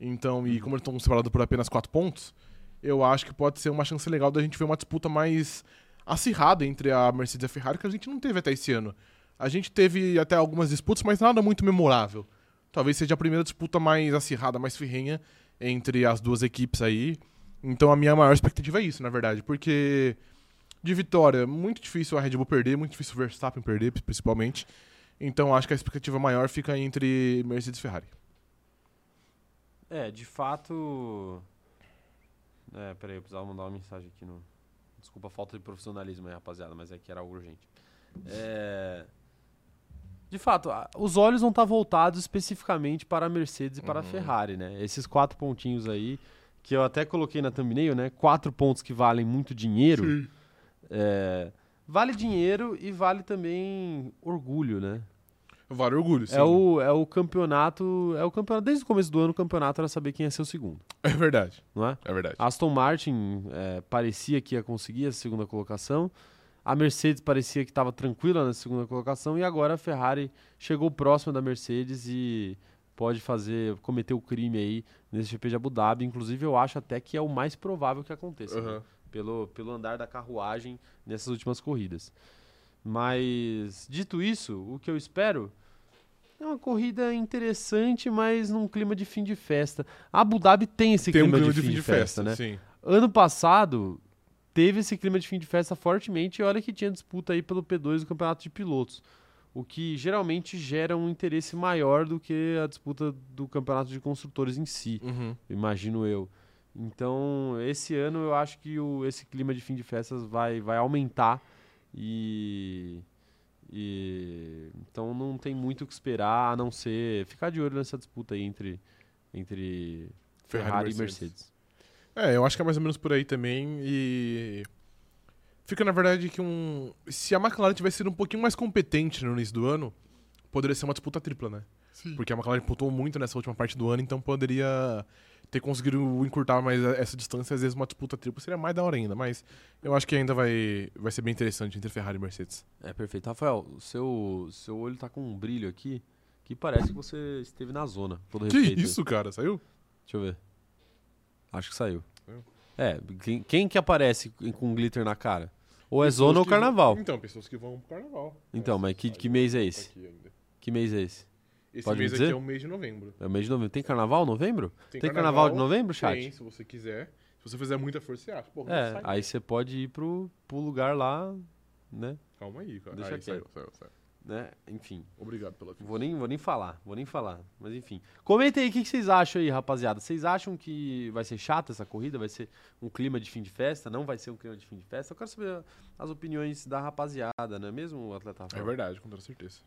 [SPEAKER 2] Então, e como eles estão separados por apenas quatro pontos, eu acho que pode ser uma chance legal da gente ver uma disputa mais acirrada entre a Mercedes e a Ferrari que a gente não teve até esse ano. A gente teve até algumas disputas, mas nada muito memorável. Talvez seja a primeira disputa mais acirrada, mais ferrenha entre as duas equipes aí. Então a minha maior expectativa é isso, na verdade, porque de vitória, muito difícil a Red Bull perder, muito difícil o Verstappen perder, principalmente. Então acho que a expectativa maior fica entre Mercedes e Ferrari.
[SPEAKER 1] É, de fato. É, peraí, eu precisava mandar uma mensagem aqui no. Desculpa a falta de profissionalismo aí, rapaziada, mas é que era algo urgente. É. De fato, a- os olhos não estão voltados especificamente para a Mercedes e para a Ferrari, né? Esses quatro pontinhos aí, que eu até coloquei na thumbnail, né? Quatro pontos que valem muito dinheiro. É, vale dinheiro e vale tambale orgulho, né?
[SPEAKER 2] Vale orgulho, sim.
[SPEAKER 1] É o, é o campeonato. É o campeonato. Desde o começo do ano, o campeonato era saber quem ia ser o segundo,
[SPEAKER 2] É verdade,
[SPEAKER 1] não é?
[SPEAKER 2] é verdade.
[SPEAKER 1] Aston Martin é, parecia que ia conseguir a segunda colocação. A Mercedes parecia que estava tranquila na segunda colocação. E agora a Ferrari chegou próximo da Mercedes e pode fazer, cometer o crime aí nesse GP de Abu Dhabi. Inclusive, eu acho até que é o mais provável que aconteça. né?
[SPEAKER 2] Aham.
[SPEAKER 1] pelo, pelo andar da carruagem nessas últimas corridas. Mas, dito isso, o que eu espero é uma corrida interessante, mas num clima de fim de festa. A Abu Dhabi tem esse
[SPEAKER 2] Tem um
[SPEAKER 1] clima,
[SPEAKER 2] clima de fim de festa,
[SPEAKER 1] né?
[SPEAKER 2] sim.
[SPEAKER 1] Ano passado teve esse clima de fim de festa fortemente e olha que tinha disputa aí pelo P2 do Campeonato de Pilotos, o que geralmente gera um interesse maior do que a disputa do Campeonato de Construtores em si
[SPEAKER 2] Uhum.
[SPEAKER 1] imagino eu. Então, esse ano eu acho que o, esse clima de fim de festas vai, vai aumentar e, e- então não tem muito o que esperar a não ser ficar de olho nessa disputa aí entre entre Ferrari,
[SPEAKER 2] Ferrari e
[SPEAKER 1] e Mercedes.
[SPEAKER 2] É, eu acho que é mais ou menos por aí também. E. Fica, na verdade, que um. Se a McLaren tivesse sido um pouquinho mais competente no início do ano, poderia ser uma disputa tripla, né? Sim. Porque a McLaren pontuou muito nessa última parte do ano, então poderia ter conseguido encurtar mais a- essa distância. Às vezes, uma disputa tripla seria mais da hora ainda, mas eu acho que ainda vai, vai ser bem interessante entre Ferrari e Mercedes.
[SPEAKER 1] É perfeito, Rafael. O seu seu olho tá com um brilho aqui que parece que você esteve na zona. Todo
[SPEAKER 2] Que
[SPEAKER 1] respeito.
[SPEAKER 2] isso, cara? Saiu?
[SPEAKER 1] Deixa eu ver. Acho que saiu.
[SPEAKER 2] Saiu?
[SPEAKER 1] É, quem, quem que aparece com glitter na cara? Ou é zona ou carnaval?
[SPEAKER 2] Então, pessoas que vão pro carnaval. tá
[SPEAKER 1] Então, mas que, que mês é esse?
[SPEAKER 2] Aqui ainda.
[SPEAKER 1] Que mês é esse?
[SPEAKER 2] Esse
[SPEAKER 1] Pode me
[SPEAKER 2] mês aqui
[SPEAKER 1] dizer?
[SPEAKER 2] é o mês de novembro.
[SPEAKER 1] É o mês de novembro. Tem carnaval novembro? Tem, carnaval, de novembro, chat?
[SPEAKER 2] Tem, se você quiser. Se você fizer muita força, você acha. Pô, não
[SPEAKER 1] É,
[SPEAKER 2] sai.
[SPEAKER 1] aí você pode ir pro, pro lugar lá, né?
[SPEAKER 2] Calma aí, cara.
[SPEAKER 1] Deixa
[SPEAKER 2] aí,
[SPEAKER 1] quieto.
[SPEAKER 2] saiu, saiu, saiu.
[SPEAKER 1] né? Enfim,
[SPEAKER 2] Obrigado pela ajuda.
[SPEAKER 1] vou nem, vou nem falar, vou nem falar. Mas enfim. Comentem aí o que que vocês acham aí, rapaziada. Vocês acham que vai ser chata essa corrida? Vai ser um clima de fim de festa? Não vai ser um clima de fim de festa? Eu quero saber as opiniões da rapaziada, não é mesmo, atleta?
[SPEAKER 2] É
[SPEAKER 1] Rafael?
[SPEAKER 2] verdade, com toda certeza.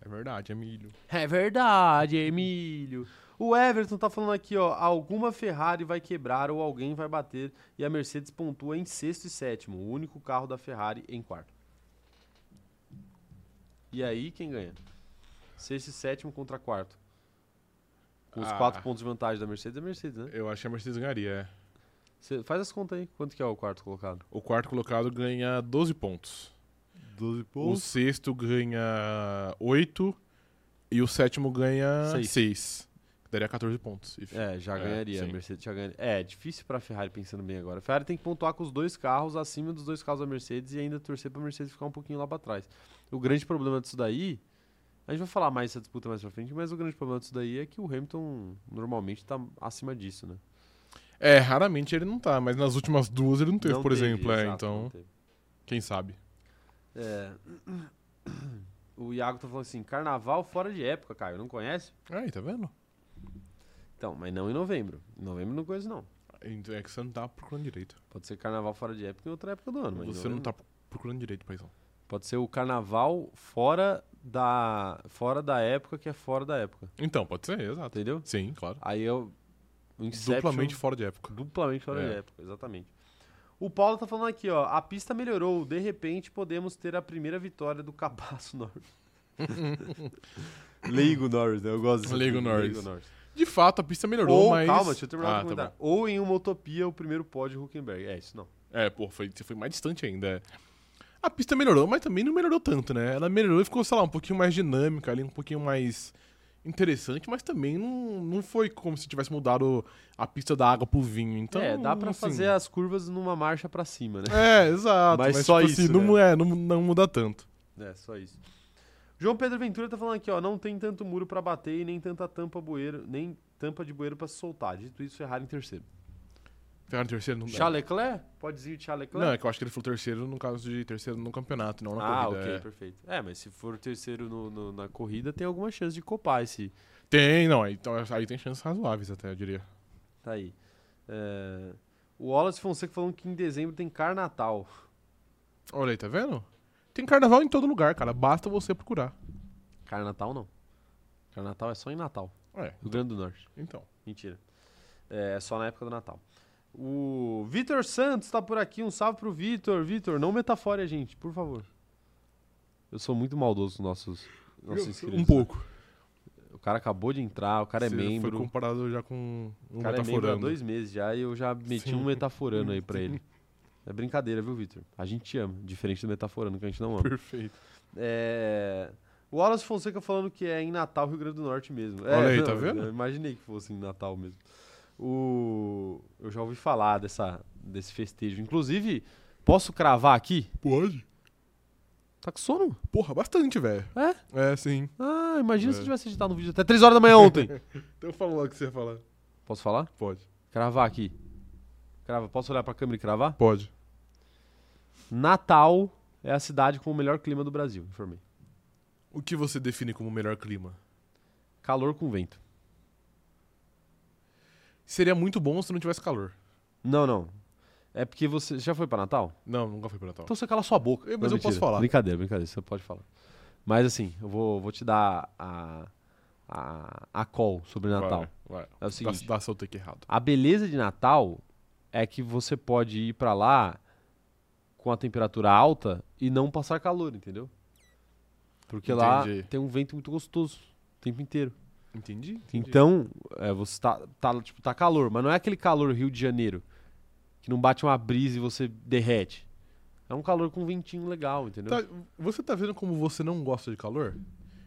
[SPEAKER 2] É verdade, é milho.
[SPEAKER 1] É verdade, Emílio. O Everton tá falando aqui, ó. Alguma Ferrari vai quebrar ou alguém vai bater. E a Mercedes pontua em sexto e sétimo. O único carro da Ferrari em quarto. E aí, quem ganha? Sexto e sétimo contra quarto. Com os
[SPEAKER 2] Ah.
[SPEAKER 1] Ah. quatro pontos de vantagem da Mercedes, é Mercedes, né?
[SPEAKER 2] Eu acho que a Mercedes ganharia, é.
[SPEAKER 1] Cê faz as contas aí. Quanto que é o quarto colocado?
[SPEAKER 2] O quarto colocado ganha 12 pontos.
[SPEAKER 1] 12
[SPEAKER 2] O sexto ganha 8 e o sétimo ganha
[SPEAKER 1] Seis.
[SPEAKER 2] 6. Daria 14 pontos. If-
[SPEAKER 1] É, já
[SPEAKER 2] É,
[SPEAKER 1] ganharia.
[SPEAKER 2] sim.
[SPEAKER 1] A Mercedes já ganharia. É, difícil pra Ferrari pensando bem agora. A Ferrari tem que pontuar com os dois carros acima dos dois carros da Mercedes e ainda torcer pra Mercedes ficar um pouquinho lá pra trás. O grande problema disso daí. A gente vai falar mais dessa disputa mais pra frente, mas o grande problema disso daí é que o Hamilton normalmente tá acima disso, né?
[SPEAKER 2] É, raramente ele não tá, mas nas últimas duas ele não teve,
[SPEAKER 1] Não
[SPEAKER 2] por
[SPEAKER 1] teve,
[SPEAKER 2] exemplo. É,
[SPEAKER 1] exato, não
[SPEAKER 2] então,
[SPEAKER 1] teve.
[SPEAKER 2] quem sabe?
[SPEAKER 1] É, O Iago tá falando assim: carnaval fora de época, Caio. Não conhece?
[SPEAKER 2] Aí, tá vendo?
[SPEAKER 1] Então, mas não em novembro. Em novembro não conheço, não.
[SPEAKER 2] Então É que você não tá procurando direito.
[SPEAKER 1] Pode ser carnaval fora de época em outra época do ano. Mas em
[SPEAKER 2] Você não
[SPEAKER 1] novembro-
[SPEAKER 2] tá procurando direito, paizão.
[SPEAKER 1] Pode ser o carnaval fora da, fora da época que é fora da época.
[SPEAKER 2] Então, pode ser, exato.
[SPEAKER 1] Entendeu?
[SPEAKER 2] Sim, claro.
[SPEAKER 1] Aí eu. o Inception,
[SPEAKER 2] Duplamente fora de época.
[SPEAKER 1] duplamente fora
[SPEAKER 2] É.
[SPEAKER 1] de época, exatamente. O Paulo tá falando aqui, ó. A pista melhorou. De repente podemos ter a primeira vitória do Cabaço Norris. Leigo Norris, né? Eu gosto desse
[SPEAKER 2] Leigo
[SPEAKER 1] apelido,
[SPEAKER 2] Norris. De fato, a pista melhorou,
[SPEAKER 1] Ou,
[SPEAKER 2] mas.
[SPEAKER 1] Oh, calma, deixa eu terminar de
[SPEAKER 2] ah,
[SPEAKER 1] comentar.
[SPEAKER 2] tá bom.
[SPEAKER 1] Ou em uma utopia, o primeiro pódio Huckenberg. É isso, não.
[SPEAKER 2] É, pô, foi, você foi mais distante ainda. é. A pista melhorou, mas também não melhorou tanto, né? Ela melhorou e ficou, sei lá, um pouquinho mais dinâmica ali, um pouquinho mais interessante, mas também não, não foi como se tivesse mudado a pista da água pro vinho. Então,
[SPEAKER 1] é, dá pra
[SPEAKER 2] assim,
[SPEAKER 1] fazer as curvas numa marcha pra cima, né?
[SPEAKER 2] É, exato.
[SPEAKER 1] Mas
[SPEAKER 2] Mas,
[SPEAKER 1] só
[SPEAKER 2] tipo assim,
[SPEAKER 1] isso, né?
[SPEAKER 2] não, mu- é, não, não muda tanto.
[SPEAKER 1] É, só isso. João Pedro Ventura tá falando aqui, ó, não tem tanto muro pra bater e nem tanta tampa bueiro, nem tampa de bueiro pra se soltar. Dito isso, Ferrari em terceiro.
[SPEAKER 2] Ferrari em terceiro não dá.
[SPEAKER 1] Charles Leclerc? Podezinho de Charles
[SPEAKER 2] Não,
[SPEAKER 1] Leclerc?
[SPEAKER 2] é que eu acho que ele foi o terceiro no caso de terceiro no campeonato, não na
[SPEAKER 1] ah,
[SPEAKER 2] corrida.
[SPEAKER 1] ok,
[SPEAKER 2] é.
[SPEAKER 1] perfeito. É, mas se for terceiro no- no- na corrida, tem alguma chance de copar esse.
[SPEAKER 2] Tem, não. aí- Então aí tem chances razoáveis até, eu diria.
[SPEAKER 1] Tá aí. É, O Wallace Fonseca falando que em dezembro tem Carnatal.
[SPEAKER 2] Olha aí, tá vendo? Tem carnaval em todo lugar, cara. Basta você procurar.
[SPEAKER 1] Carnatal não. Carnatal é só em Natal,
[SPEAKER 2] É,
[SPEAKER 1] Rio Grande do Norte.
[SPEAKER 2] então.
[SPEAKER 1] Mentira. É, é só na época do Natal. O Vitor Santos tá por aqui. Um salve pro Vitor. Vitor, não metafore a gente, por favor. Eu sou muito maldoso com nossos, nossos inscritos.
[SPEAKER 2] um pouco.
[SPEAKER 1] O cara acabou de entrar, o cara é
[SPEAKER 2] Você Foi
[SPEAKER 1] membro.
[SPEAKER 2] comparado já com um
[SPEAKER 1] O cara é membro há
[SPEAKER 2] metaforando.
[SPEAKER 1] dois meses já e eu já meti
[SPEAKER 2] Sim.
[SPEAKER 1] um metaforando aí pra ele. É brincadeira, viu, Vitor? A gente te ama, diferente do metaforando, que a gente não ama.
[SPEAKER 2] Perfeito.
[SPEAKER 1] É... O Wallace Fonseca falando que é em Natal, Rio Grande do Norte mesmo. É,
[SPEAKER 2] Olha aí, tá vendo?
[SPEAKER 1] Eu imaginei que fosse em Natal mesmo. O... Eu já ouvi falar dessa, desse festejo. Inclusive, posso cravar aqui?
[SPEAKER 2] Pode?
[SPEAKER 1] Tá com sono?
[SPEAKER 2] Porra, bastante, velho. É? É, sim.
[SPEAKER 1] Ah, imagina se
[SPEAKER 2] É.
[SPEAKER 1] eu tivesse editado um vídeo até 3 horas da manhã ontem.
[SPEAKER 2] Então fala lá o que você ia falar.
[SPEAKER 1] posso falar?
[SPEAKER 2] Pode.
[SPEAKER 1] Cravar aqui. Crava. Posso olhar pra câmera e cravar?
[SPEAKER 2] Pode.
[SPEAKER 1] Natal é a cidade com o melhor clima do Brasil, informei.
[SPEAKER 2] O que você define como o melhor clima?
[SPEAKER 1] Calor com vento.
[SPEAKER 2] Seria muito bom se não tivesse calor.
[SPEAKER 1] Não, não. É porque você. Já foi pra Natal?
[SPEAKER 2] Não, nunca foi pra Natal.
[SPEAKER 1] Então você cala sua boca.
[SPEAKER 2] Eu- mas eu posso falar.
[SPEAKER 1] Brincadeira, brincadeira, você pode falar. Mas assim, eu vou, vou te dar a, a, a call sobre Natal.
[SPEAKER 2] Vai, vai.
[SPEAKER 1] É o seguinte:
[SPEAKER 2] Dá, dá seu take errado.
[SPEAKER 1] a beleza de Natal é que você pode ir pra lá com a temperatura alta e não passar calor, entendeu? Porque lá
[SPEAKER 2] Entendi.
[SPEAKER 1] tem um vento muito gostoso o tempo inteiro.
[SPEAKER 2] Entendi? Entendi.
[SPEAKER 1] Então, é, você tá, tá, tipo, tá calor, mas não é aquele calor Rio de Janeiro que não bate uma brisa e você derrete. É um calor com um ventinho legal, entendeu?
[SPEAKER 2] Tá, você tá vendo como você não gosta de calor?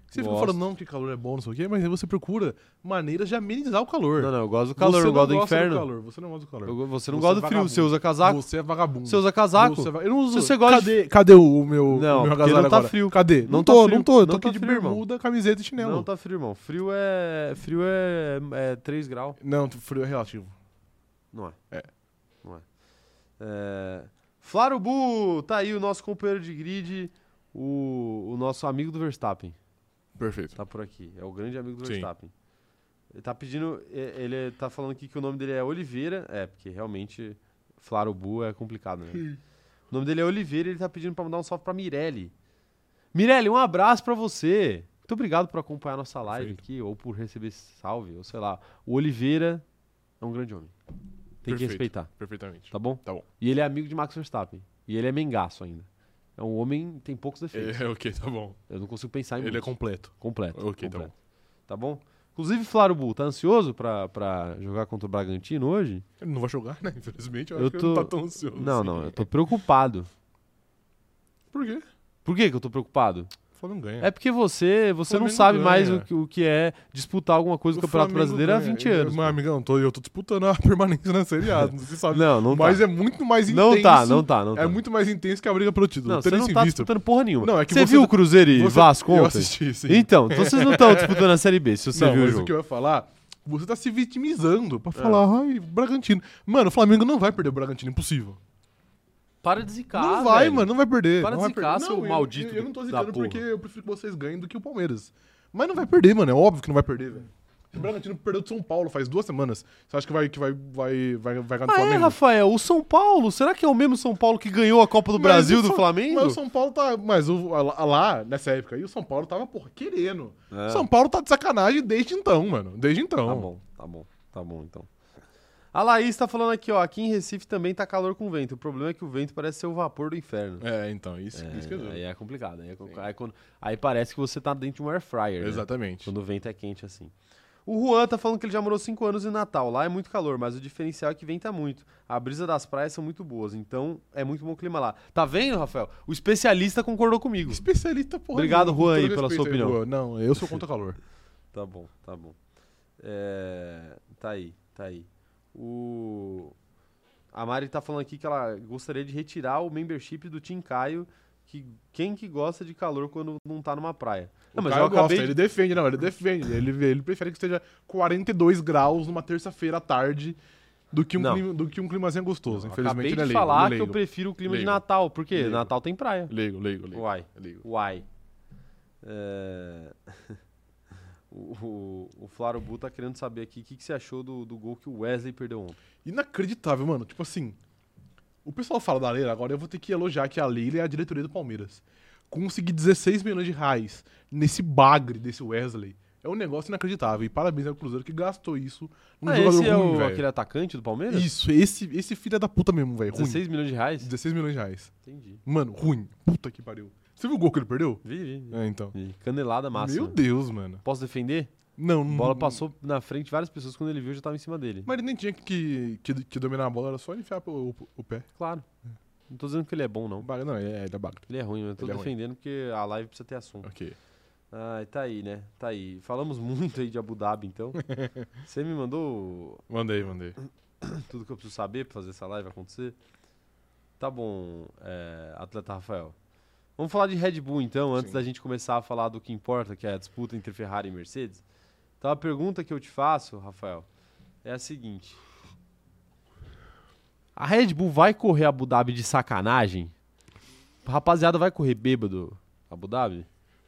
[SPEAKER 2] Você fica
[SPEAKER 1] Gosto.
[SPEAKER 2] falando, não, que calor é bom, não sei o quê, mas aí você procura maneiras de amenizar o calor.
[SPEAKER 1] Não, não, eu gosto do calor, eu
[SPEAKER 2] você
[SPEAKER 1] não gosto do
[SPEAKER 2] gosta
[SPEAKER 1] inferno.
[SPEAKER 2] calor, você não gosta do calor.
[SPEAKER 1] Eu go- você não
[SPEAKER 2] Você
[SPEAKER 1] gosta do
[SPEAKER 2] é
[SPEAKER 1] frio,
[SPEAKER 2] vagabundo.
[SPEAKER 1] você usa casaco?
[SPEAKER 2] Você é vagabundo.
[SPEAKER 1] Você usa casaco?
[SPEAKER 2] Você é va- Eu não uso.
[SPEAKER 1] Se você gosta de-
[SPEAKER 2] cadê, cadê o
[SPEAKER 1] Não,
[SPEAKER 2] meu, o meu
[SPEAKER 1] porque
[SPEAKER 2] agasalho
[SPEAKER 1] não tá
[SPEAKER 2] agora?
[SPEAKER 1] frio.
[SPEAKER 2] Cadê?
[SPEAKER 1] Não
[SPEAKER 2] Não,
[SPEAKER 1] tá
[SPEAKER 2] tô,
[SPEAKER 1] frio.
[SPEAKER 2] não tô. Eu
[SPEAKER 1] Não
[SPEAKER 2] tô
[SPEAKER 1] tá
[SPEAKER 2] aqui de
[SPEAKER 1] frio, irmão.
[SPEAKER 2] bermuda, camiseta e chinelo.
[SPEAKER 1] Não tá frio, irmão. Frio é. Frio é, é 3 graus.
[SPEAKER 2] Não, frio é relativo.
[SPEAKER 1] Não é.
[SPEAKER 2] É.
[SPEAKER 1] Não é. é... Flávio Bu, tá aí o nosso companheiro de grid, o, o nosso amigo do Verstappen.
[SPEAKER 2] Perfeito.
[SPEAKER 1] Tá por aqui. É o grande amigo do
[SPEAKER 2] Sim.
[SPEAKER 1] Verstappen. Ele tá pedindo. e- Ele tá falando aqui que o nome dele é Oliveira. É, porque realmente Flaro Bu é complicado, né? o nome dele é Oliveira e ele tá pedindo pra mandar um salve pra Mirelle. Mirelle, um abraço pra você. Muito obrigado por acompanhar nossa live
[SPEAKER 2] Perfeito.
[SPEAKER 1] aqui, ou por receber esse salve, ou sei lá. O Oliveira é um grande homem. Tem que
[SPEAKER 2] Perfeito.
[SPEAKER 1] respeitar,
[SPEAKER 2] Perfeitamente.
[SPEAKER 1] tá bom?
[SPEAKER 2] Tá bom.
[SPEAKER 1] E ele é amigo de Max Verstappen. E ele é mengaço ainda. É um homem tem poucos defeitos.
[SPEAKER 2] É, ok, tá bom.
[SPEAKER 1] Eu não consigo pensar em
[SPEAKER 2] Ele é
[SPEAKER 1] muitos.
[SPEAKER 2] completo.
[SPEAKER 1] Completo.
[SPEAKER 2] Ok, tá
[SPEAKER 1] completo. Tá bom? Inclusive, Flávio Bull, tá ansioso pra, pra jogar contra o Bragantino hoje?
[SPEAKER 2] Ele não vai jogar, né? Infelizmente, eu,
[SPEAKER 1] Eu
[SPEAKER 2] acho que ele
[SPEAKER 1] tô-
[SPEAKER 2] não tá tão ansioso.
[SPEAKER 1] Não,
[SPEAKER 2] assim.
[SPEAKER 1] não, eu tô preocupado.
[SPEAKER 2] Por quê?
[SPEAKER 1] Por que, que eu tô preocupado?
[SPEAKER 2] O Flamengo ganha.
[SPEAKER 1] É porque você, você não
[SPEAKER 2] Flamengo
[SPEAKER 1] sabe mais o,
[SPEAKER 2] ganha.
[SPEAKER 1] que- o que é disputar alguma coisa do Campeonato
[SPEAKER 2] Flamengo
[SPEAKER 1] Brasileiro há
[SPEAKER 2] ganha.
[SPEAKER 1] 20 anos.
[SPEAKER 2] Mas, amigão, tô- eu tô disputando a permanência na Série A, não sei se você sabe.
[SPEAKER 1] Não, não
[SPEAKER 2] Mas
[SPEAKER 1] tá.
[SPEAKER 2] é muito mais intenso.
[SPEAKER 1] Não tá, não tá, não tá.
[SPEAKER 2] É muito mais intenso que a briga pelo título.
[SPEAKER 1] Não,
[SPEAKER 2] tendo
[SPEAKER 1] você não
[SPEAKER 2] isso em
[SPEAKER 1] tá
[SPEAKER 2] vista.
[SPEAKER 1] disputando porra nenhuma.
[SPEAKER 2] Não, é que
[SPEAKER 1] você
[SPEAKER 2] você-
[SPEAKER 1] viu o Cruzeiro e
[SPEAKER 2] Você-
[SPEAKER 1] Vasco
[SPEAKER 2] Eu
[SPEAKER 1] ontem?
[SPEAKER 2] assisti, sim.
[SPEAKER 1] Então, então vocês não estão disputando a Série B, se você
[SPEAKER 2] não,
[SPEAKER 1] viu o
[SPEAKER 2] mas
[SPEAKER 1] jogo. É.
[SPEAKER 2] o que eu ia falar, você tá se vitimizando pra falar, ai, Bragantino. Mano, o Flamengo não vai perder o Bragantino, impossível.
[SPEAKER 1] Para de zicar,
[SPEAKER 2] não vai,
[SPEAKER 1] velho.
[SPEAKER 2] mano, não vai perder.
[SPEAKER 1] Para
[SPEAKER 2] não
[SPEAKER 1] de
[SPEAKER 2] vai
[SPEAKER 1] zicar,
[SPEAKER 2] perder.
[SPEAKER 1] seu
[SPEAKER 2] eu-
[SPEAKER 1] maldito
[SPEAKER 2] Eu, eu não tô
[SPEAKER 1] da
[SPEAKER 2] zicando
[SPEAKER 1] porra.
[SPEAKER 2] porque eu prefiro que vocês ganhem do que o Palmeiras. Mas não vai perder, mano, é óbvio que não vai perder, velho. O Bragantino perdeu do São Paulo faz duas semanas. Você acha que vai, que vai, vai, vai, vai ganhar do
[SPEAKER 1] Ah, é,
[SPEAKER 2] Flamengo?
[SPEAKER 1] Rafael, o São Paulo, será que é o mesmo São Paulo que ganhou a Copa do
[SPEAKER 2] Mas
[SPEAKER 1] Brasil
[SPEAKER 2] o
[SPEAKER 1] do
[SPEAKER 2] São-
[SPEAKER 1] Flamengo?
[SPEAKER 2] Mas o São Paulo tá. Mas o, a- a- lá, nessa época aí, o São Paulo tava, porra, querendo.
[SPEAKER 1] É.
[SPEAKER 2] São Paulo tá de sacanagem desde então, mano. Desde então.
[SPEAKER 1] Tá bom, tá bom, tá bom então. A Laís tá falando aqui, ó, aqui em Recife também tá calor com vento. O problema é que o vento parece ser o vapor do inferno.
[SPEAKER 2] É, então, isso, isso que eu
[SPEAKER 1] É,
[SPEAKER 2] digo.
[SPEAKER 1] aí é complicado. Aí, é co- aí quando- aí parece que você tá dentro de um air fryer. né?
[SPEAKER 2] Exatamente.
[SPEAKER 1] Quando o vento é quente assim. O Juan tá falando que ele já morou 5 anos em Natal. Lá é muito calor, mas o diferencial é que venta muito. A brisa das praias são muito boas, então é muito bom o clima lá. Tá vendo, Rafael? O especialista concordou comigo.
[SPEAKER 2] Especialista, porra.
[SPEAKER 1] Obrigado,
[SPEAKER 2] nenhuma, com
[SPEAKER 1] Juan, aí,
[SPEAKER 2] todo
[SPEAKER 1] pela sua
[SPEAKER 2] respeito aí,
[SPEAKER 1] opinião.
[SPEAKER 2] Juan. Não, eu sou contra calor.
[SPEAKER 1] Tá bom, tá bom. É, tá aí, tá aí. O... A Mari tá falando aqui que ela gostaria de retirar o membership do Tim Caio, que quem que gosta de calor quando não tá numa praia? Não,
[SPEAKER 2] O
[SPEAKER 1] mas
[SPEAKER 2] cara
[SPEAKER 1] eu acabei
[SPEAKER 2] gosta,
[SPEAKER 1] de-
[SPEAKER 2] ele defende, não, ele defende. Ele, ele prefere que esteja 42 graus numa terça-feira à tarde do que um,
[SPEAKER 1] Não.
[SPEAKER 2] clima, do que um climazinho gostoso.
[SPEAKER 1] eu
[SPEAKER 2] Infelizmente,
[SPEAKER 1] acabei
[SPEAKER 2] ele
[SPEAKER 1] de
[SPEAKER 2] é leigo.
[SPEAKER 1] falar
[SPEAKER 2] ele é
[SPEAKER 1] que eu
[SPEAKER 2] leigo.
[SPEAKER 1] prefiro o clima de
[SPEAKER 2] Leigo.
[SPEAKER 1] Natal, porque
[SPEAKER 2] Leigo.
[SPEAKER 1] Natal tem praia.
[SPEAKER 2] leigo, leigo, leigo.
[SPEAKER 1] Uai.
[SPEAKER 2] leigo.
[SPEAKER 1] Uai. É, o, o, o Flávio Bu tá querendo saber aqui o que, que você achou do, do gol que o Wesley perdeu ontem.
[SPEAKER 2] Inacreditável, mano. Tipo assim, o pessoal fala da Leila, agora eu vou ter que elogiar que a Leila é a diretoria do Palmeiras. Conseguir 16 milhões de reais nesse bagre desse Wesley é um negócio inacreditável. E parabéns ao Cruzeiro que gastou isso num
[SPEAKER 1] Ah,
[SPEAKER 2] Um jogador
[SPEAKER 1] esse é
[SPEAKER 2] ruim,
[SPEAKER 1] o,
[SPEAKER 2] velho.
[SPEAKER 1] aquele atacante do Palmeiras?
[SPEAKER 2] Isso, esse, esse filho é da puta mesmo, velho. Ruim.
[SPEAKER 1] 16 milhões de reais?
[SPEAKER 2] 16 milhões de reais.
[SPEAKER 1] Entendi.
[SPEAKER 2] Mano, ruim. Puta que pariu. Você viu o gol que ele perdeu?
[SPEAKER 1] Vi, vi, vi.
[SPEAKER 2] É, então.
[SPEAKER 1] Vi. Canelada massa.
[SPEAKER 2] Meu Deus, mano.
[SPEAKER 1] Posso defender?
[SPEAKER 2] Não,
[SPEAKER 1] A
[SPEAKER 2] não.
[SPEAKER 1] bola passou na frente de várias pessoas, quando ele viu já tava em cima dele.
[SPEAKER 2] Mas ele nem tinha que, que, que dominar a bola, era só enfiar o, o, o pé.
[SPEAKER 1] Claro. Não tô dizendo que ele é bom, não.
[SPEAKER 2] Bagre, não, é, é da bagre.
[SPEAKER 1] Ele é ruim, mas eu tô
[SPEAKER 2] Ele é ruim.
[SPEAKER 1] defendendo porque a live precisa ter assunto.
[SPEAKER 2] Ok.
[SPEAKER 1] Ai, tá aí, né? Tá aí. Falamos muito aí de Abu Dhabi, então. Você me mandou
[SPEAKER 2] Mandei, mandei.
[SPEAKER 1] tudo que eu preciso saber pra fazer essa live acontecer. Tá bom, é, atleta Rafael. Vamos falar de Red Bull então, antes
[SPEAKER 2] Sim.
[SPEAKER 1] da gente começar a falar do que importa, que é a disputa entre Ferrari e Mercedes. Então a pergunta que eu te faço, Rafael, é a seguinte: A Red Bull vai correr Abu Dhabi de sacanagem? A rapaziada vai correr bêbado Abu Dhabi?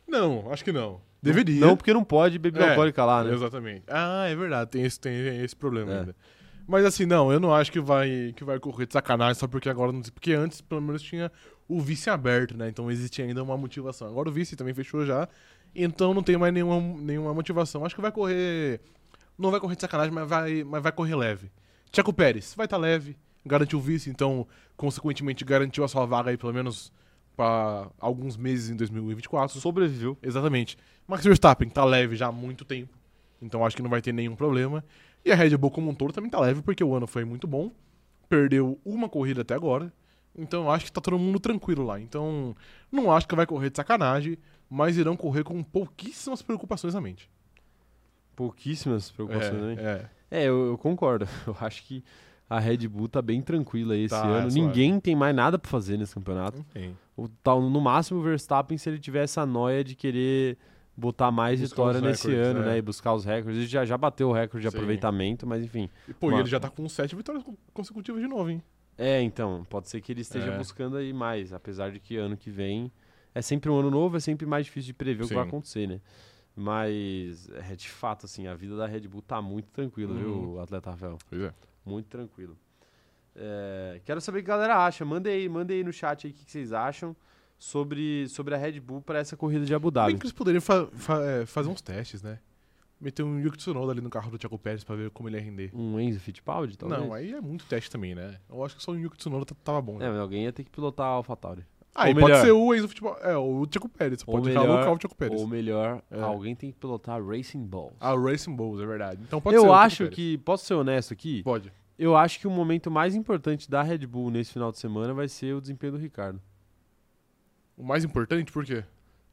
[SPEAKER 2] Não, acho que não. Deveria.
[SPEAKER 1] Não, porque não pode beber
[SPEAKER 2] É,
[SPEAKER 1] alcoólica lá, né?
[SPEAKER 2] Exatamente. Ah, é verdade, tem esse, tem esse problema
[SPEAKER 1] É.
[SPEAKER 2] ainda. Mas assim, não, eu não acho que vai, que vai correr de sacanagem só porque agora não sei. Porque antes, pelo menos, tinha o vice aberto, né? Então existia ainda uma motivação. Agora o vice também fechou já. Então não tem mais nenhuma, nenhuma motivação. Acho que vai correr. Não vai correr de sacanagem, mas vai, mas vai correr leve. Tcheco Pérez, vai estar leve. Garantiu o vice, então, consequentemente, garantiu a sua vaga aí, pelo menos, para alguns meses em 2024.
[SPEAKER 1] Sobreviveu.
[SPEAKER 2] Exatamente. Max Verstappen tá leve já há muito tempo, então acho que não vai ter nenhum problema. E a Red Bull como um todo também tá leve, porque o ano foi muito bom. Perdeu uma corrida até agora. Então eu acho que tá todo mundo tranquilo lá. Então não acho que vai correr de sacanagem, mas irão correr com pouquíssimas preocupações na mente.
[SPEAKER 1] Pouquíssimas preocupações, né?
[SPEAKER 2] é, é.
[SPEAKER 1] É, eu, eu concordo. Eu acho que a Red Bull tá bem tranquila esse
[SPEAKER 2] Tá,
[SPEAKER 1] ano.
[SPEAKER 2] é suave.
[SPEAKER 1] Ninguém tem mais nada pra fazer nesse campeonato.
[SPEAKER 2] Enfim.
[SPEAKER 1] O tal no máximo o Verstappen se ele tiver essa noia de querer botar mais
[SPEAKER 2] Buscar
[SPEAKER 1] vitória
[SPEAKER 2] os
[SPEAKER 1] nesse
[SPEAKER 2] recordes,
[SPEAKER 1] ano,
[SPEAKER 2] é.
[SPEAKER 1] né, e buscar os recordes. Ele já já bateu o recorde de
[SPEAKER 2] Sim.
[SPEAKER 1] aproveitamento, mas enfim.
[SPEAKER 2] E, pô,
[SPEAKER 1] Mas-
[SPEAKER 2] e ele já tá com sete vitórias co- consecutivas de novo, hein?
[SPEAKER 1] É, então, pode ser que ele esteja
[SPEAKER 2] É.
[SPEAKER 1] buscando aí mais, apesar de que ano que vem é sempre um ano novo, é sempre mais difícil de prever o que vai
[SPEAKER 2] Sim.
[SPEAKER 1] acontecer, né? Mas é de fato assim, a vida da Red Bull tá muito tranquila,
[SPEAKER 2] Uhum.
[SPEAKER 1] viu, atleta Rafael?
[SPEAKER 2] Pois é.
[SPEAKER 1] Muito tranquilo. É, quero saber o que a galera acha. Mandei aí, manda aí no chat aí o que que vocês acham sobre, sobre a Red Bull para essa corrida de Abu
[SPEAKER 2] Bem
[SPEAKER 1] Dhabi.
[SPEAKER 2] é que eles poderiam fa- fa- é, fazer uns testes, né? Meter um Yuki Tsunoda ali no carro do Thiago Pérez pra ver como ele ia render.
[SPEAKER 1] Um Enzo Fittipaldi, talvez?
[SPEAKER 2] Não, aí é muito teste também, né? Eu acho que só o Yuki Tsunoda t- tava bom.
[SPEAKER 1] É,
[SPEAKER 2] né?
[SPEAKER 1] mas alguém ia ter que pilotar a AlphaTauri.
[SPEAKER 2] Ah, e
[SPEAKER 1] Ou
[SPEAKER 2] pode
[SPEAKER 1] melhor.
[SPEAKER 2] ser o ex do futebol. É, o Tico Pérez.
[SPEAKER 1] Ou
[SPEAKER 2] Pode
[SPEAKER 1] melhor,
[SPEAKER 2] colocar o Tico Pérez.
[SPEAKER 1] ou melhor
[SPEAKER 2] É.
[SPEAKER 1] alguém tem que pilotar Racing Balls.
[SPEAKER 2] Ah, o Racing Bulls, é verdade. Então pode ser o
[SPEAKER 1] eu
[SPEAKER 2] Tico
[SPEAKER 1] acho
[SPEAKER 2] Pérez.
[SPEAKER 1] que, posso ser honesto aqui,
[SPEAKER 2] Pode.
[SPEAKER 1] eu acho que o momento mais importante da Red Bull nesse final de semana vai ser o desempenho do Ricardo.
[SPEAKER 2] O mais importante, por quê?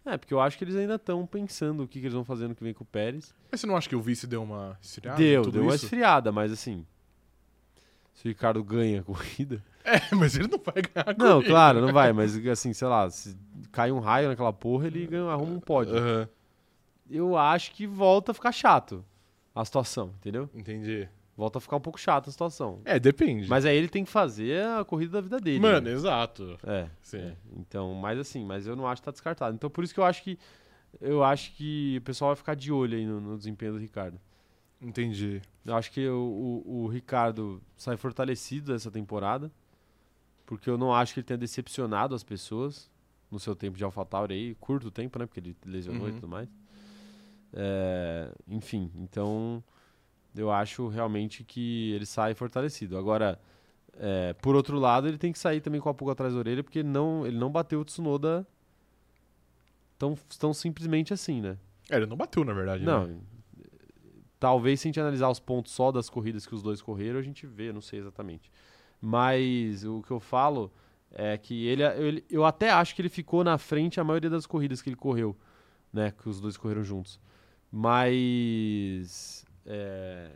[SPEAKER 1] É, porque eu acho que eles ainda estão pensando o que, que eles vão fazer no que vem com o Pérez.
[SPEAKER 2] Mas você não acha que o vice deu uma esfriada? em
[SPEAKER 1] deu,
[SPEAKER 2] tudo
[SPEAKER 1] deu uma
[SPEAKER 2] isso?
[SPEAKER 1] esfriada, mas assim. Se o Ricardo ganha a corrida.
[SPEAKER 2] É, mas ele não vai ganhar a
[SPEAKER 1] Não,
[SPEAKER 2] corrida.
[SPEAKER 1] claro, não vai, mas assim, sei lá, se cai um raio naquela porra, ele ganha, arruma um pódio.
[SPEAKER 2] Aham,
[SPEAKER 1] Eu acho que volta a ficar chato a situação, entendeu?
[SPEAKER 2] entendi.
[SPEAKER 1] Volta a ficar um pouco chato a situação.
[SPEAKER 2] É, depende.
[SPEAKER 1] Mas aí ele tem que fazer a corrida da vida dele. né?
[SPEAKER 2] Mano, exato.
[SPEAKER 1] É.
[SPEAKER 2] Sim.
[SPEAKER 1] é. Então, mas assim, mas eu não acho que tá descartado. Então por isso que eu acho que eu acho que o pessoal vai ficar de olho aí no, no desempenho do Ricardo.
[SPEAKER 2] Entendi.
[SPEAKER 1] Eu acho que o, o- o Ricardo sai fortalecido dessa temporada, porque eu não acho que ele tenha decepcionado as pessoas no seu tempo de AlphaTauri aí, curto tempo, né? Porque ele lesionou e
[SPEAKER 2] Uhum.
[SPEAKER 1] tudo mais. É, enfim, então eu acho realmente que ele sai fortalecido. Agora, é, por outro lado, ele tem que sair também com a pulga atrás da orelha, porque não, ele não bateu o Tsunoda tão, tão simplesmente assim, né?
[SPEAKER 2] É, ele não bateu, na verdade. né?
[SPEAKER 1] Não. Talvez se a gente analisar os pontos só das corridas que os dois correram, a gente vê, não sei exatamente. Mas o que eu falo é que ele, ele- eu até acho que ele ficou na frente a maioria das corridas que ele correu, né? Que os dois correram juntos. Mas é,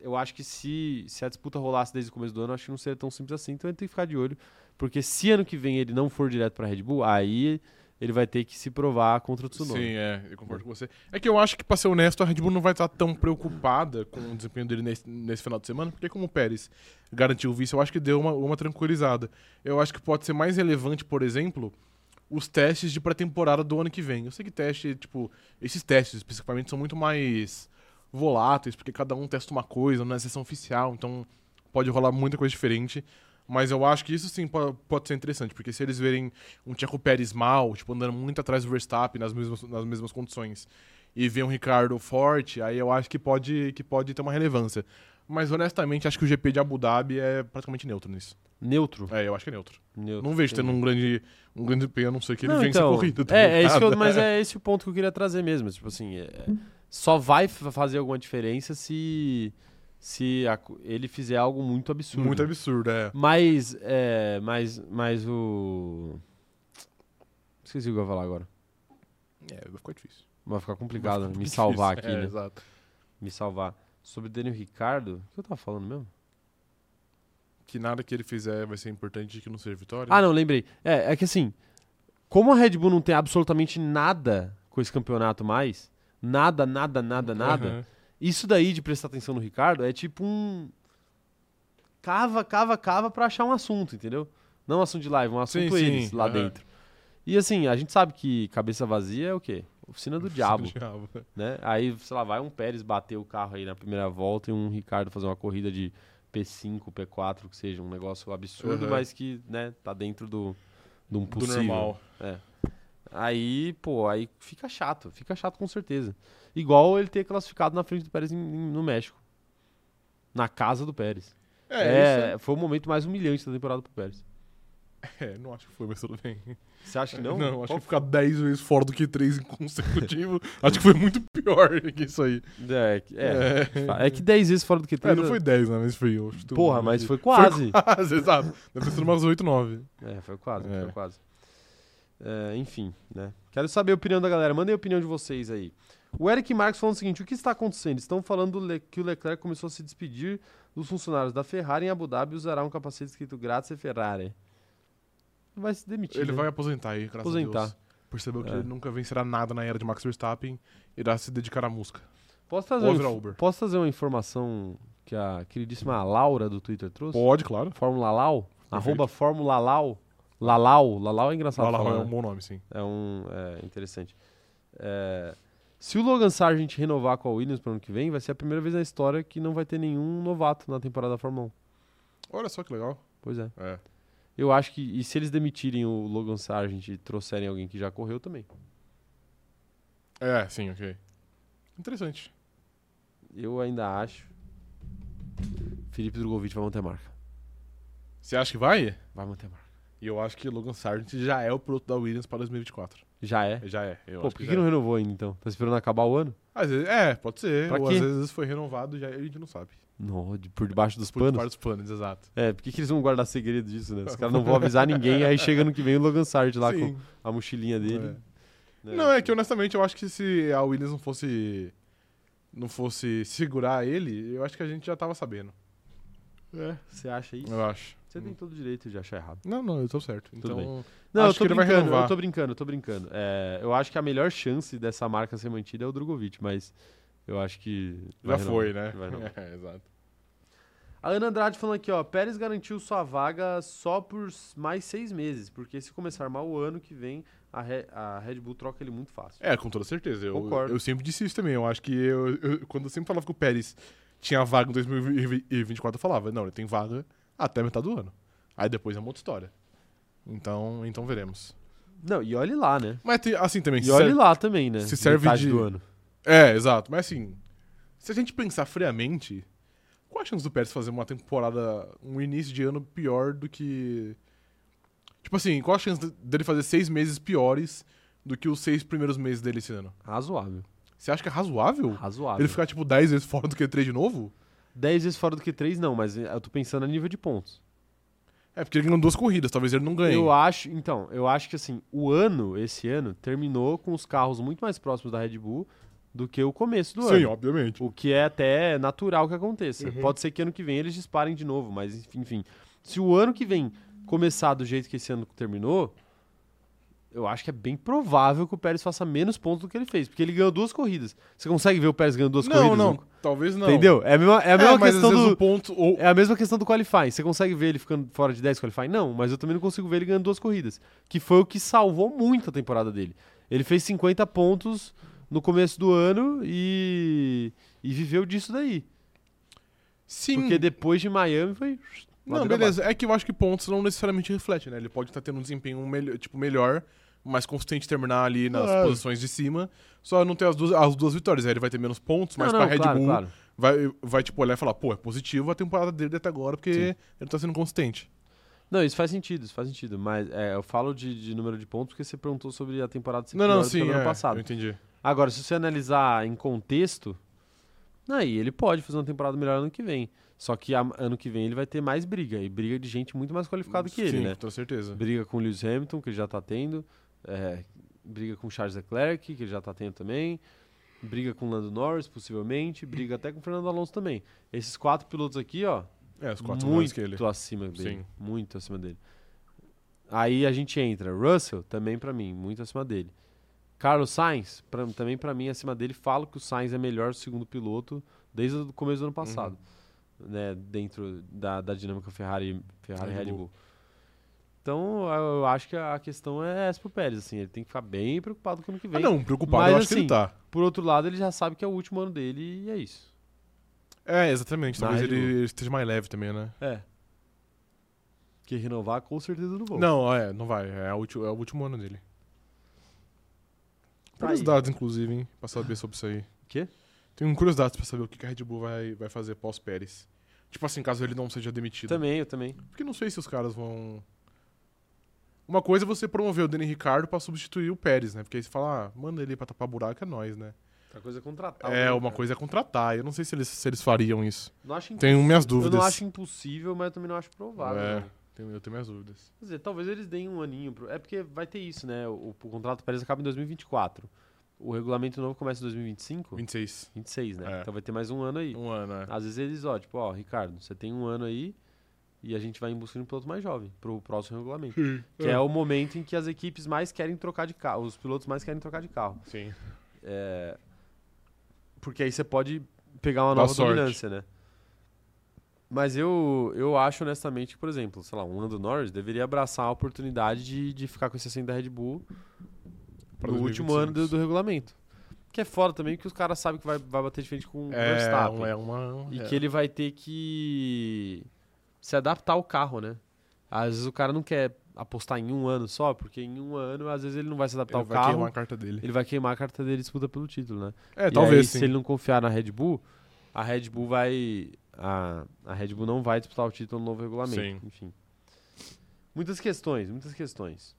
[SPEAKER 1] eu acho que se, se a disputa rolasse desde o começo do ano, eu acho que não seria tão simples assim. Então ele tem que ficar de olho, porque se ano que vem ele não for direto para Red Bull, aí ele vai ter que se provar contra o Tsunoda.
[SPEAKER 2] Sim, é, eu concordo com você. É que eu acho que, pra ser honesto, a Red Bull não vai estar tão preocupada com o desempenho dele nesse, nesse final de semana, porque como o Pérez garantiu o vice, eu acho que deu uma, uma tranquilizada. Eu acho que pode ser mais relevante, por exemplo, os testes de pré-temporada do ano que vem. Eu sei que teste, tipo, esses testes especificamente são muito mais voláteis, porque cada um testa uma coisa, não é sessão oficial, então pode rolar muita coisa diferente. Mas eu acho que isso sim po- pode ser interessante, porque se eles verem um Checo Pérez mal, tipo, andando muito atrás do Verstappen nas mesmas, nas mesmas condições, e ver um Ricardo forte, aí eu acho que pode, que pode ter uma relevância. Mas honestamente, acho que o GP de Abu Dhabi é praticamente neutro nisso.
[SPEAKER 1] Neutro.
[SPEAKER 2] É, eu acho que é neutro.
[SPEAKER 1] Neutro,
[SPEAKER 2] não vejo
[SPEAKER 1] entendi.
[SPEAKER 2] tendo um grande, um grande desempenho, a não ser que ele
[SPEAKER 1] Não,
[SPEAKER 2] vença
[SPEAKER 1] então,
[SPEAKER 2] a corrida. tá
[SPEAKER 1] É, é isso que eu-
[SPEAKER 2] ligado?
[SPEAKER 1] mas é esse o ponto que eu queria trazer mesmo. Tipo assim, é- é- só vai fa- fazer alguma diferença se, se a co- ele fizer algo muito absurdo.
[SPEAKER 2] Muito absurdo, é.
[SPEAKER 1] Mas, é, mas, mas o. Esqueci o que eu ia falar agora.
[SPEAKER 2] É, vai ficar difícil.
[SPEAKER 1] Vai ficar complicado
[SPEAKER 2] Vai ficar
[SPEAKER 1] me
[SPEAKER 2] difícil.
[SPEAKER 1] salvar aqui,
[SPEAKER 2] É,
[SPEAKER 1] né?
[SPEAKER 2] Exato.
[SPEAKER 1] Me salvar. Sobre o Daniel Ricardo, o que eu tava falando mesmo?
[SPEAKER 2] Que nada que ele fizer vai ser importante que não seja vitória.
[SPEAKER 1] Ah, não, lembrei. É, é que assim, como a Red Bull não tem absolutamente nada com esse campeonato mais, nada, nada, nada, nada,
[SPEAKER 2] Aham.
[SPEAKER 1] Isso daí de prestar atenção no Ricardo é tipo um. Cava, cava, cava pra achar um assunto, entendeu? Não um assunto de live, um assunto
[SPEAKER 2] Sim, sim,
[SPEAKER 1] eles lá
[SPEAKER 2] aham.
[SPEAKER 1] dentro. E assim, a gente sabe que cabeça vazia é o quê? Oficina do diabo, né? Aí, sei lá, vai um Pérez bater o carro aí na primeira volta e um Ricardo fazer uma corrida de P5, P4, que seja um negócio absurdo,
[SPEAKER 2] Aham.
[SPEAKER 1] mas que, né, tá dentro do, do um
[SPEAKER 2] Do
[SPEAKER 1] possível.
[SPEAKER 2] normal.
[SPEAKER 1] Aí, pô, aí fica chato, fica chato com certeza. Igual ele ter classificado na frente do Pérez em- em- no México. Na casa do Pérez. É,
[SPEAKER 2] É,
[SPEAKER 1] foi o momento mais humilhante da temporada pro Pérez.
[SPEAKER 2] isso. É, não acho que foi, mas tudo bem.
[SPEAKER 1] Você acha que É, não?
[SPEAKER 2] Não, acho que ficar 10 vezes fora do que 3 em consecutivo, acho que foi muito pior que isso aí.
[SPEAKER 1] que... É, que- é,
[SPEAKER 2] É,
[SPEAKER 1] é que 10 vezes fora do que
[SPEAKER 2] É,
[SPEAKER 1] três,
[SPEAKER 2] não foi 10, né? Mas foi. eu acho que
[SPEAKER 1] Porra,
[SPEAKER 2] eu-
[SPEAKER 1] mas foi quase.
[SPEAKER 2] Foi quase, exato. Deve ter sido umas 8, 9.
[SPEAKER 1] É, foi quase,
[SPEAKER 2] É.
[SPEAKER 1] foi quase. É, enfim, né? Quero saber a opinião da galera. Mandem a opinião de vocês aí. O Eric Marques falando o seguinte: o que está acontecendo? Estão falando do Le- que o Leclerc começou a se despedir dos funcionários da Ferrari em Abu Dhabi e usará um capacete escrito Grazie Ferrari. Vai se demitir.
[SPEAKER 2] Ele
[SPEAKER 1] né?
[SPEAKER 2] vai aposentar aí, graças a
[SPEAKER 1] Aposentar.
[SPEAKER 2] Deus. Percebeu que
[SPEAKER 1] É.
[SPEAKER 2] ele nunca vencerá nada na era de Max Verstappen, irá se dedicar à música.
[SPEAKER 1] Posso trazer,
[SPEAKER 2] Ou
[SPEAKER 1] uma,
[SPEAKER 2] virar
[SPEAKER 1] inf-
[SPEAKER 2] Uber.
[SPEAKER 1] posso trazer uma informação que a queridíssima Laura do Twitter trouxe?
[SPEAKER 2] Pode, claro.
[SPEAKER 1] Fórmula Lau? Arroba Fórmula Lau. Lalau. Lalau é engraçado.
[SPEAKER 2] Lala
[SPEAKER 1] falar,
[SPEAKER 2] Roy é
[SPEAKER 1] né?
[SPEAKER 2] um bom nome, sim.
[SPEAKER 1] É um. É interessante. É, se o Logan Sargent renovar com a Williams para ano que vem, vai ser a primeira vez na história que não vai ter nenhum novato na temporada da Fórmula 1.
[SPEAKER 2] Olha só que legal.
[SPEAKER 1] Pois é.
[SPEAKER 2] É.
[SPEAKER 1] Eu acho que. E se eles demitirem o Logan Sargent e trouxerem alguém que já correu também?
[SPEAKER 2] É, sim, ok. Interessante.
[SPEAKER 1] Eu ainda acho. Felipe Drogovic vai manter a marca.
[SPEAKER 2] Você acha que vai?
[SPEAKER 1] Vai manter a marca.
[SPEAKER 2] E eu acho que Logan Sargent já é o piloto da Williams para 2024.
[SPEAKER 1] Já é.
[SPEAKER 2] Já é. Eu
[SPEAKER 1] Pô,
[SPEAKER 2] acho
[SPEAKER 1] por que,
[SPEAKER 2] que
[SPEAKER 1] que
[SPEAKER 2] já
[SPEAKER 1] não
[SPEAKER 2] é.
[SPEAKER 1] renovou ainda então? Tá esperando acabar o ano?
[SPEAKER 2] Às vezes, é, pode ser.
[SPEAKER 1] Pra
[SPEAKER 2] ou
[SPEAKER 1] quê?
[SPEAKER 2] às vezes foi renovado e já a gente não sabe.
[SPEAKER 1] Não, de- por debaixo dos
[SPEAKER 2] Por
[SPEAKER 1] panos.
[SPEAKER 2] vários planos, exato.
[SPEAKER 1] É, por que, que eles vão guardar segredo disso, né? Os caras não vão avisar ninguém, aí chega ano que vem o Logan Sargent lá
[SPEAKER 2] Sim.
[SPEAKER 1] com a mochilinha dele.
[SPEAKER 2] É.
[SPEAKER 1] né?
[SPEAKER 2] Não, é que honestamente eu acho que se a Williams não fosse. Não fosse segurar ele, eu acho que a gente já tava sabendo. É.
[SPEAKER 1] Você acha isso?
[SPEAKER 2] Eu acho.
[SPEAKER 1] Você tem todo o direito de achar errado.
[SPEAKER 2] Não, não, eu tô certo.
[SPEAKER 1] Tudo
[SPEAKER 2] Então,
[SPEAKER 1] Não,
[SPEAKER 2] Acho
[SPEAKER 1] eu tô
[SPEAKER 2] que ele vai
[SPEAKER 1] brincando, eu
[SPEAKER 2] renovar.
[SPEAKER 1] tô brincando, eu tô brincando. É, eu acho que a melhor chance dessa marca ser mantida é o Drogovic, mas eu acho que. vai
[SPEAKER 2] já
[SPEAKER 1] renovar.
[SPEAKER 2] foi, né?
[SPEAKER 1] Vai renovar.
[SPEAKER 2] É, exato.
[SPEAKER 1] A Ana Andrade falando aqui, ó. Pérez garantiu sua vaga só por s- mais seis meses, porque se começar mal o ano que vem, a, Re- a Red Bull troca ele muito fácil.
[SPEAKER 2] É, com toda certeza. Eu,
[SPEAKER 1] Concordo.
[SPEAKER 2] eu sempre disse isso também. Eu acho que eu, eu- quando eu sempre falava que o Pérez tinha vaga em 2024, eu falava, não, ele tem vaga até metade do ano. Aí depois é uma outra história. Então, então veremos.
[SPEAKER 1] Não, e olhe lá, né?
[SPEAKER 2] Mas tem- assim também.
[SPEAKER 1] E
[SPEAKER 2] se
[SPEAKER 1] olhe
[SPEAKER 2] serve-
[SPEAKER 1] lá também, né?
[SPEAKER 2] se serve
[SPEAKER 1] Metade
[SPEAKER 2] de-
[SPEAKER 1] do ano.
[SPEAKER 2] É, exato. Mas assim, se a gente pensar friamente, qual a chance do Pérez fazer uma temporada, um início de ano pior do que. Tipo assim, qual a chance de- dele fazer seis meses piores do que os seis primeiros meses dele esse ano?
[SPEAKER 1] Razoável.
[SPEAKER 2] Você acha que é razoável?
[SPEAKER 1] Razoável.
[SPEAKER 2] Ele ficar, tipo, 10 vezes fora do Q3 de novo?
[SPEAKER 1] 10 vezes fora do que 3, não, mas é, eu tô pensando a nível de pontos.
[SPEAKER 2] É, porque ele ganhou duas corridas, talvez ele não ganhe.
[SPEAKER 1] Eu acho, então, eu acho que assim, o ano, esse ano, terminou com os carros muito mais próximos da Red Bull do que o começo do
[SPEAKER 2] Sim,
[SPEAKER 1] ano.
[SPEAKER 2] obviamente.
[SPEAKER 1] O que é até natural que aconteça.
[SPEAKER 2] Uhum.
[SPEAKER 1] Pode ser que ano que vem eles disparem de novo, mas enfim, enfim. Se o ano que vem começar do jeito que esse ano terminou, eu acho que é bem provável que o Pérez faça menos pontos do que ele fez, porque ele ganhou duas corridas. Você consegue ver o Pérez ganhando duas
[SPEAKER 2] não,
[SPEAKER 1] corridas?
[SPEAKER 2] não,
[SPEAKER 1] Nico?
[SPEAKER 2] talvez não.
[SPEAKER 1] Entendeu? É a mesma, é a mesma
[SPEAKER 2] mas
[SPEAKER 1] questão
[SPEAKER 2] às vezes
[SPEAKER 1] do,
[SPEAKER 2] o ponto... Ou...
[SPEAKER 1] É a mesma questão do qualifying. Você consegue ver ele ficando fora de 10 qualifying? Não, mas eu também não consigo ver ele ganhando duas corridas. Que foi o que salvou muito a temporada dele. Ele fez 50 pontos no começo do ano e, e viveu disso daí.
[SPEAKER 2] Sim,
[SPEAKER 1] Porque depois de Miami foi.
[SPEAKER 2] não,
[SPEAKER 1] ladeira
[SPEAKER 2] beleza. É que eu acho que pontos não necessariamente refletem, né? Ele pode estar tendo um desempenho melhor, tipo, melhor, mais consistente terminar ali nas
[SPEAKER 1] Claro.
[SPEAKER 2] posições de cima, só não ter as duas, as duas vitórias. Aí ele vai ter menos pontos,
[SPEAKER 1] Não,
[SPEAKER 2] mas
[SPEAKER 1] Ah, não,
[SPEAKER 2] pra Red
[SPEAKER 1] claro,
[SPEAKER 2] Bull
[SPEAKER 1] claro.
[SPEAKER 2] vai, vai, tipo, olhar e falar, pô, é positivo a temporada dele até agora, porque
[SPEAKER 1] Sim.
[SPEAKER 2] ele não tá sendo consistente.
[SPEAKER 1] Não, isso faz sentido, isso faz sentido. Mas é, eu falo de, de número de pontos porque você perguntou sobre a temporada ser
[SPEAKER 2] Não,
[SPEAKER 1] pior
[SPEAKER 2] não,
[SPEAKER 1] do que
[SPEAKER 2] sim,
[SPEAKER 1] o do
[SPEAKER 2] é,
[SPEAKER 1] ano
[SPEAKER 2] eu
[SPEAKER 1] passado.
[SPEAKER 2] entendi.
[SPEAKER 1] Agora, se você analisar em contexto, aí ele pode fazer uma temporada melhor ano que vem. Só que a- ano que vem ele vai ter mais briga. E briga de gente muito mais qualificada que ele,
[SPEAKER 2] Sim,
[SPEAKER 1] né?
[SPEAKER 2] com toda certeza.
[SPEAKER 1] Briga com o Lewis Hamilton, que ele já tá tendo. é, briga com o Charles Leclerc, que ele já tá tendo também. Briga com o Lando Norris, possivelmente. Briga até com o Fernando Alonso também. Esses quatro pilotos aqui, ó,
[SPEAKER 2] É, os quatro
[SPEAKER 1] muito
[SPEAKER 2] muito que ele.
[SPEAKER 1] acima dele.
[SPEAKER 2] Sim.
[SPEAKER 1] Muito acima dele. Aí a gente entra. Russell, também pra mim, muito acima dele. Carlos Sainz, pra- também pra mim, acima dele. Falo que o Sainz é melhor segundo piloto desde o começo do ano passado. Né, dentro da, da dinâmica Ferrari, Ferrari e
[SPEAKER 2] Uhum. Red
[SPEAKER 1] Red
[SPEAKER 2] Bull.
[SPEAKER 1] Bull. Então, eu eu acho que a a questão é essa pro Pérez, assim, ele tem que ficar bem preocupado com o ano que
[SPEAKER 2] Ah,
[SPEAKER 1] vem.
[SPEAKER 2] não, preocupado
[SPEAKER 1] Mas,
[SPEAKER 2] eu acho que
[SPEAKER 1] assim,
[SPEAKER 2] ele tá.
[SPEAKER 1] Por outro lado, ele já sabe que é o último ano dele e é isso.
[SPEAKER 2] É, exatamente.
[SPEAKER 1] na
[SPEAKER 2] Talvez
[SPEAKER 1] Red
[SPEAKER 2] ele esteja mais leve também, né?
[SPEAKER 1] É. Que renovar com certeza não vou.
[SPEAKER 2] Não, é, não vai. É, a ulti- é o último ano dele.
[SPEAKER 1] Tá
[SPEAKER 2] Curiosidades, inclusive, hein? Pra saber sobre isso aí.
[SPEAKER 1] Quê?
[SPEAKER 2] Tenho curiosidades pra saber o que que a Red Bull vai, vai fazer pós-Pérez. Tipo assim, caso ele não seja demitido.
[SPEAKER 1] Também, eu também.
[SPEAKER 2] Porque não sei se os caras vão. Uma coisa é você promover o Danny Ricardo pra substituir o Pérez, né? Porque aí você fala, ah, manda ele pra tapar buraco, é nós, né?
[SPEAKER 1] Outra coisa é contratar.
[SPEAKER 2] é,
[SPEAKER 1] alguém,
[SPEAKER 2] uma
[SPEAKER 1] cara.
[SPEAKER 2] coisa é contratar. Eu não sei se eles, se eles fariam isso.
[SPEAKER 1] Não acho imp-
[SPEAKER 2] Tenho minhas
[SPEAKER 1] Eu
[SPEAKER 2] dúvidas.
[SPEAKER 1] não acho impossível, mas eu também não acho provável.
[SPEAKER 2] É.
[SPEAKER 1] né?
[SPEAKER 2] Tenho- eu tenho minhas dúvidas.
[SPEAKER 1] Quer dizer, talvez eles deem um aninho. Pro... É porque vai ter isso, né? O, o contrato do Pérez acaba em 2024. O regulamento novo começa em 2025?
[SPEAKER 2] 26.
[SPEAKER 1] 26, né?
[SPEAKER 2] É.
[SPEAKER 1] Então vai ter mais um ano aí.
[SPEAKER 2] Um ano, é.
[SPEAKER 1] Às vezes eles, ó, tipo, ó, Ricardo, você tem um ano aí e a gente vai em busca de um piloto mais jovem pro próximo regulamento. Que é.
[SPEAKER 2] É.
[SPEAKER 1] o momento em que as equipes mais querem trocar de carro, os pilotos mais querem trocar de carro.
[SPEAKER 2] Sim.
[SPEAKER 1] É, Porque aí você pode pegar uma
[SPEAKER 2] Dá
[SPEAKER 1] nova
[SPEAKER 2] sorte.
[SPEAKER 1] dominância, né? Mas eu, eu acho honestamente que, por exemplo, sei lá, um Lando Norris deveria abraçar a oportunidade de, de ficar com esse assento da Red Bull
[SPEAKER 2] Pra
[SPEAKER 1] no
[SPEAKER 2] 2025.
[SPEAKER 1] último ano do, do regulamento. Que é foda também, porque os caras sabem que vai, vai bater de frente com o
[SPEAKER 2] É,
[SPEAKER 1] Verstappen.
[SPEAKER 2] um- é uma.
[SPEAKER 1] E
[SPEAKER 2] é.
[SPEAKER 1] que ele vai ter que se adaptar ao carro, né? Às vezes o cara não quer apostar em um ano só, porque em um ano, às vezes ele não vai se adaptar
[SPEAKER 2] Ele
[SPEAKER 1] ao
[SPEAKER 2] vai
[SPEAKER 1] tá carro,
[SPEAKER 2] queimar a carta dele.
[SPEAKER 1] ele vai queimar a carta dele e disputa pelo título, né?
[SPEAKER 2] É,
[SPEAKER 1] E
[SPEAKER 2] talvez
[SPEAKER 1] aí,
[SPEAKER 2] sim.
[SPEAKER 1] se ele não confiar na Red Bull, a Red Bull vai... A, a Red Bull não vai disputar o título no novo regulamento.
[SPEAKER 2] Sim.
[SPEAKER 1] Enfim. Muitas questões, muitas questões.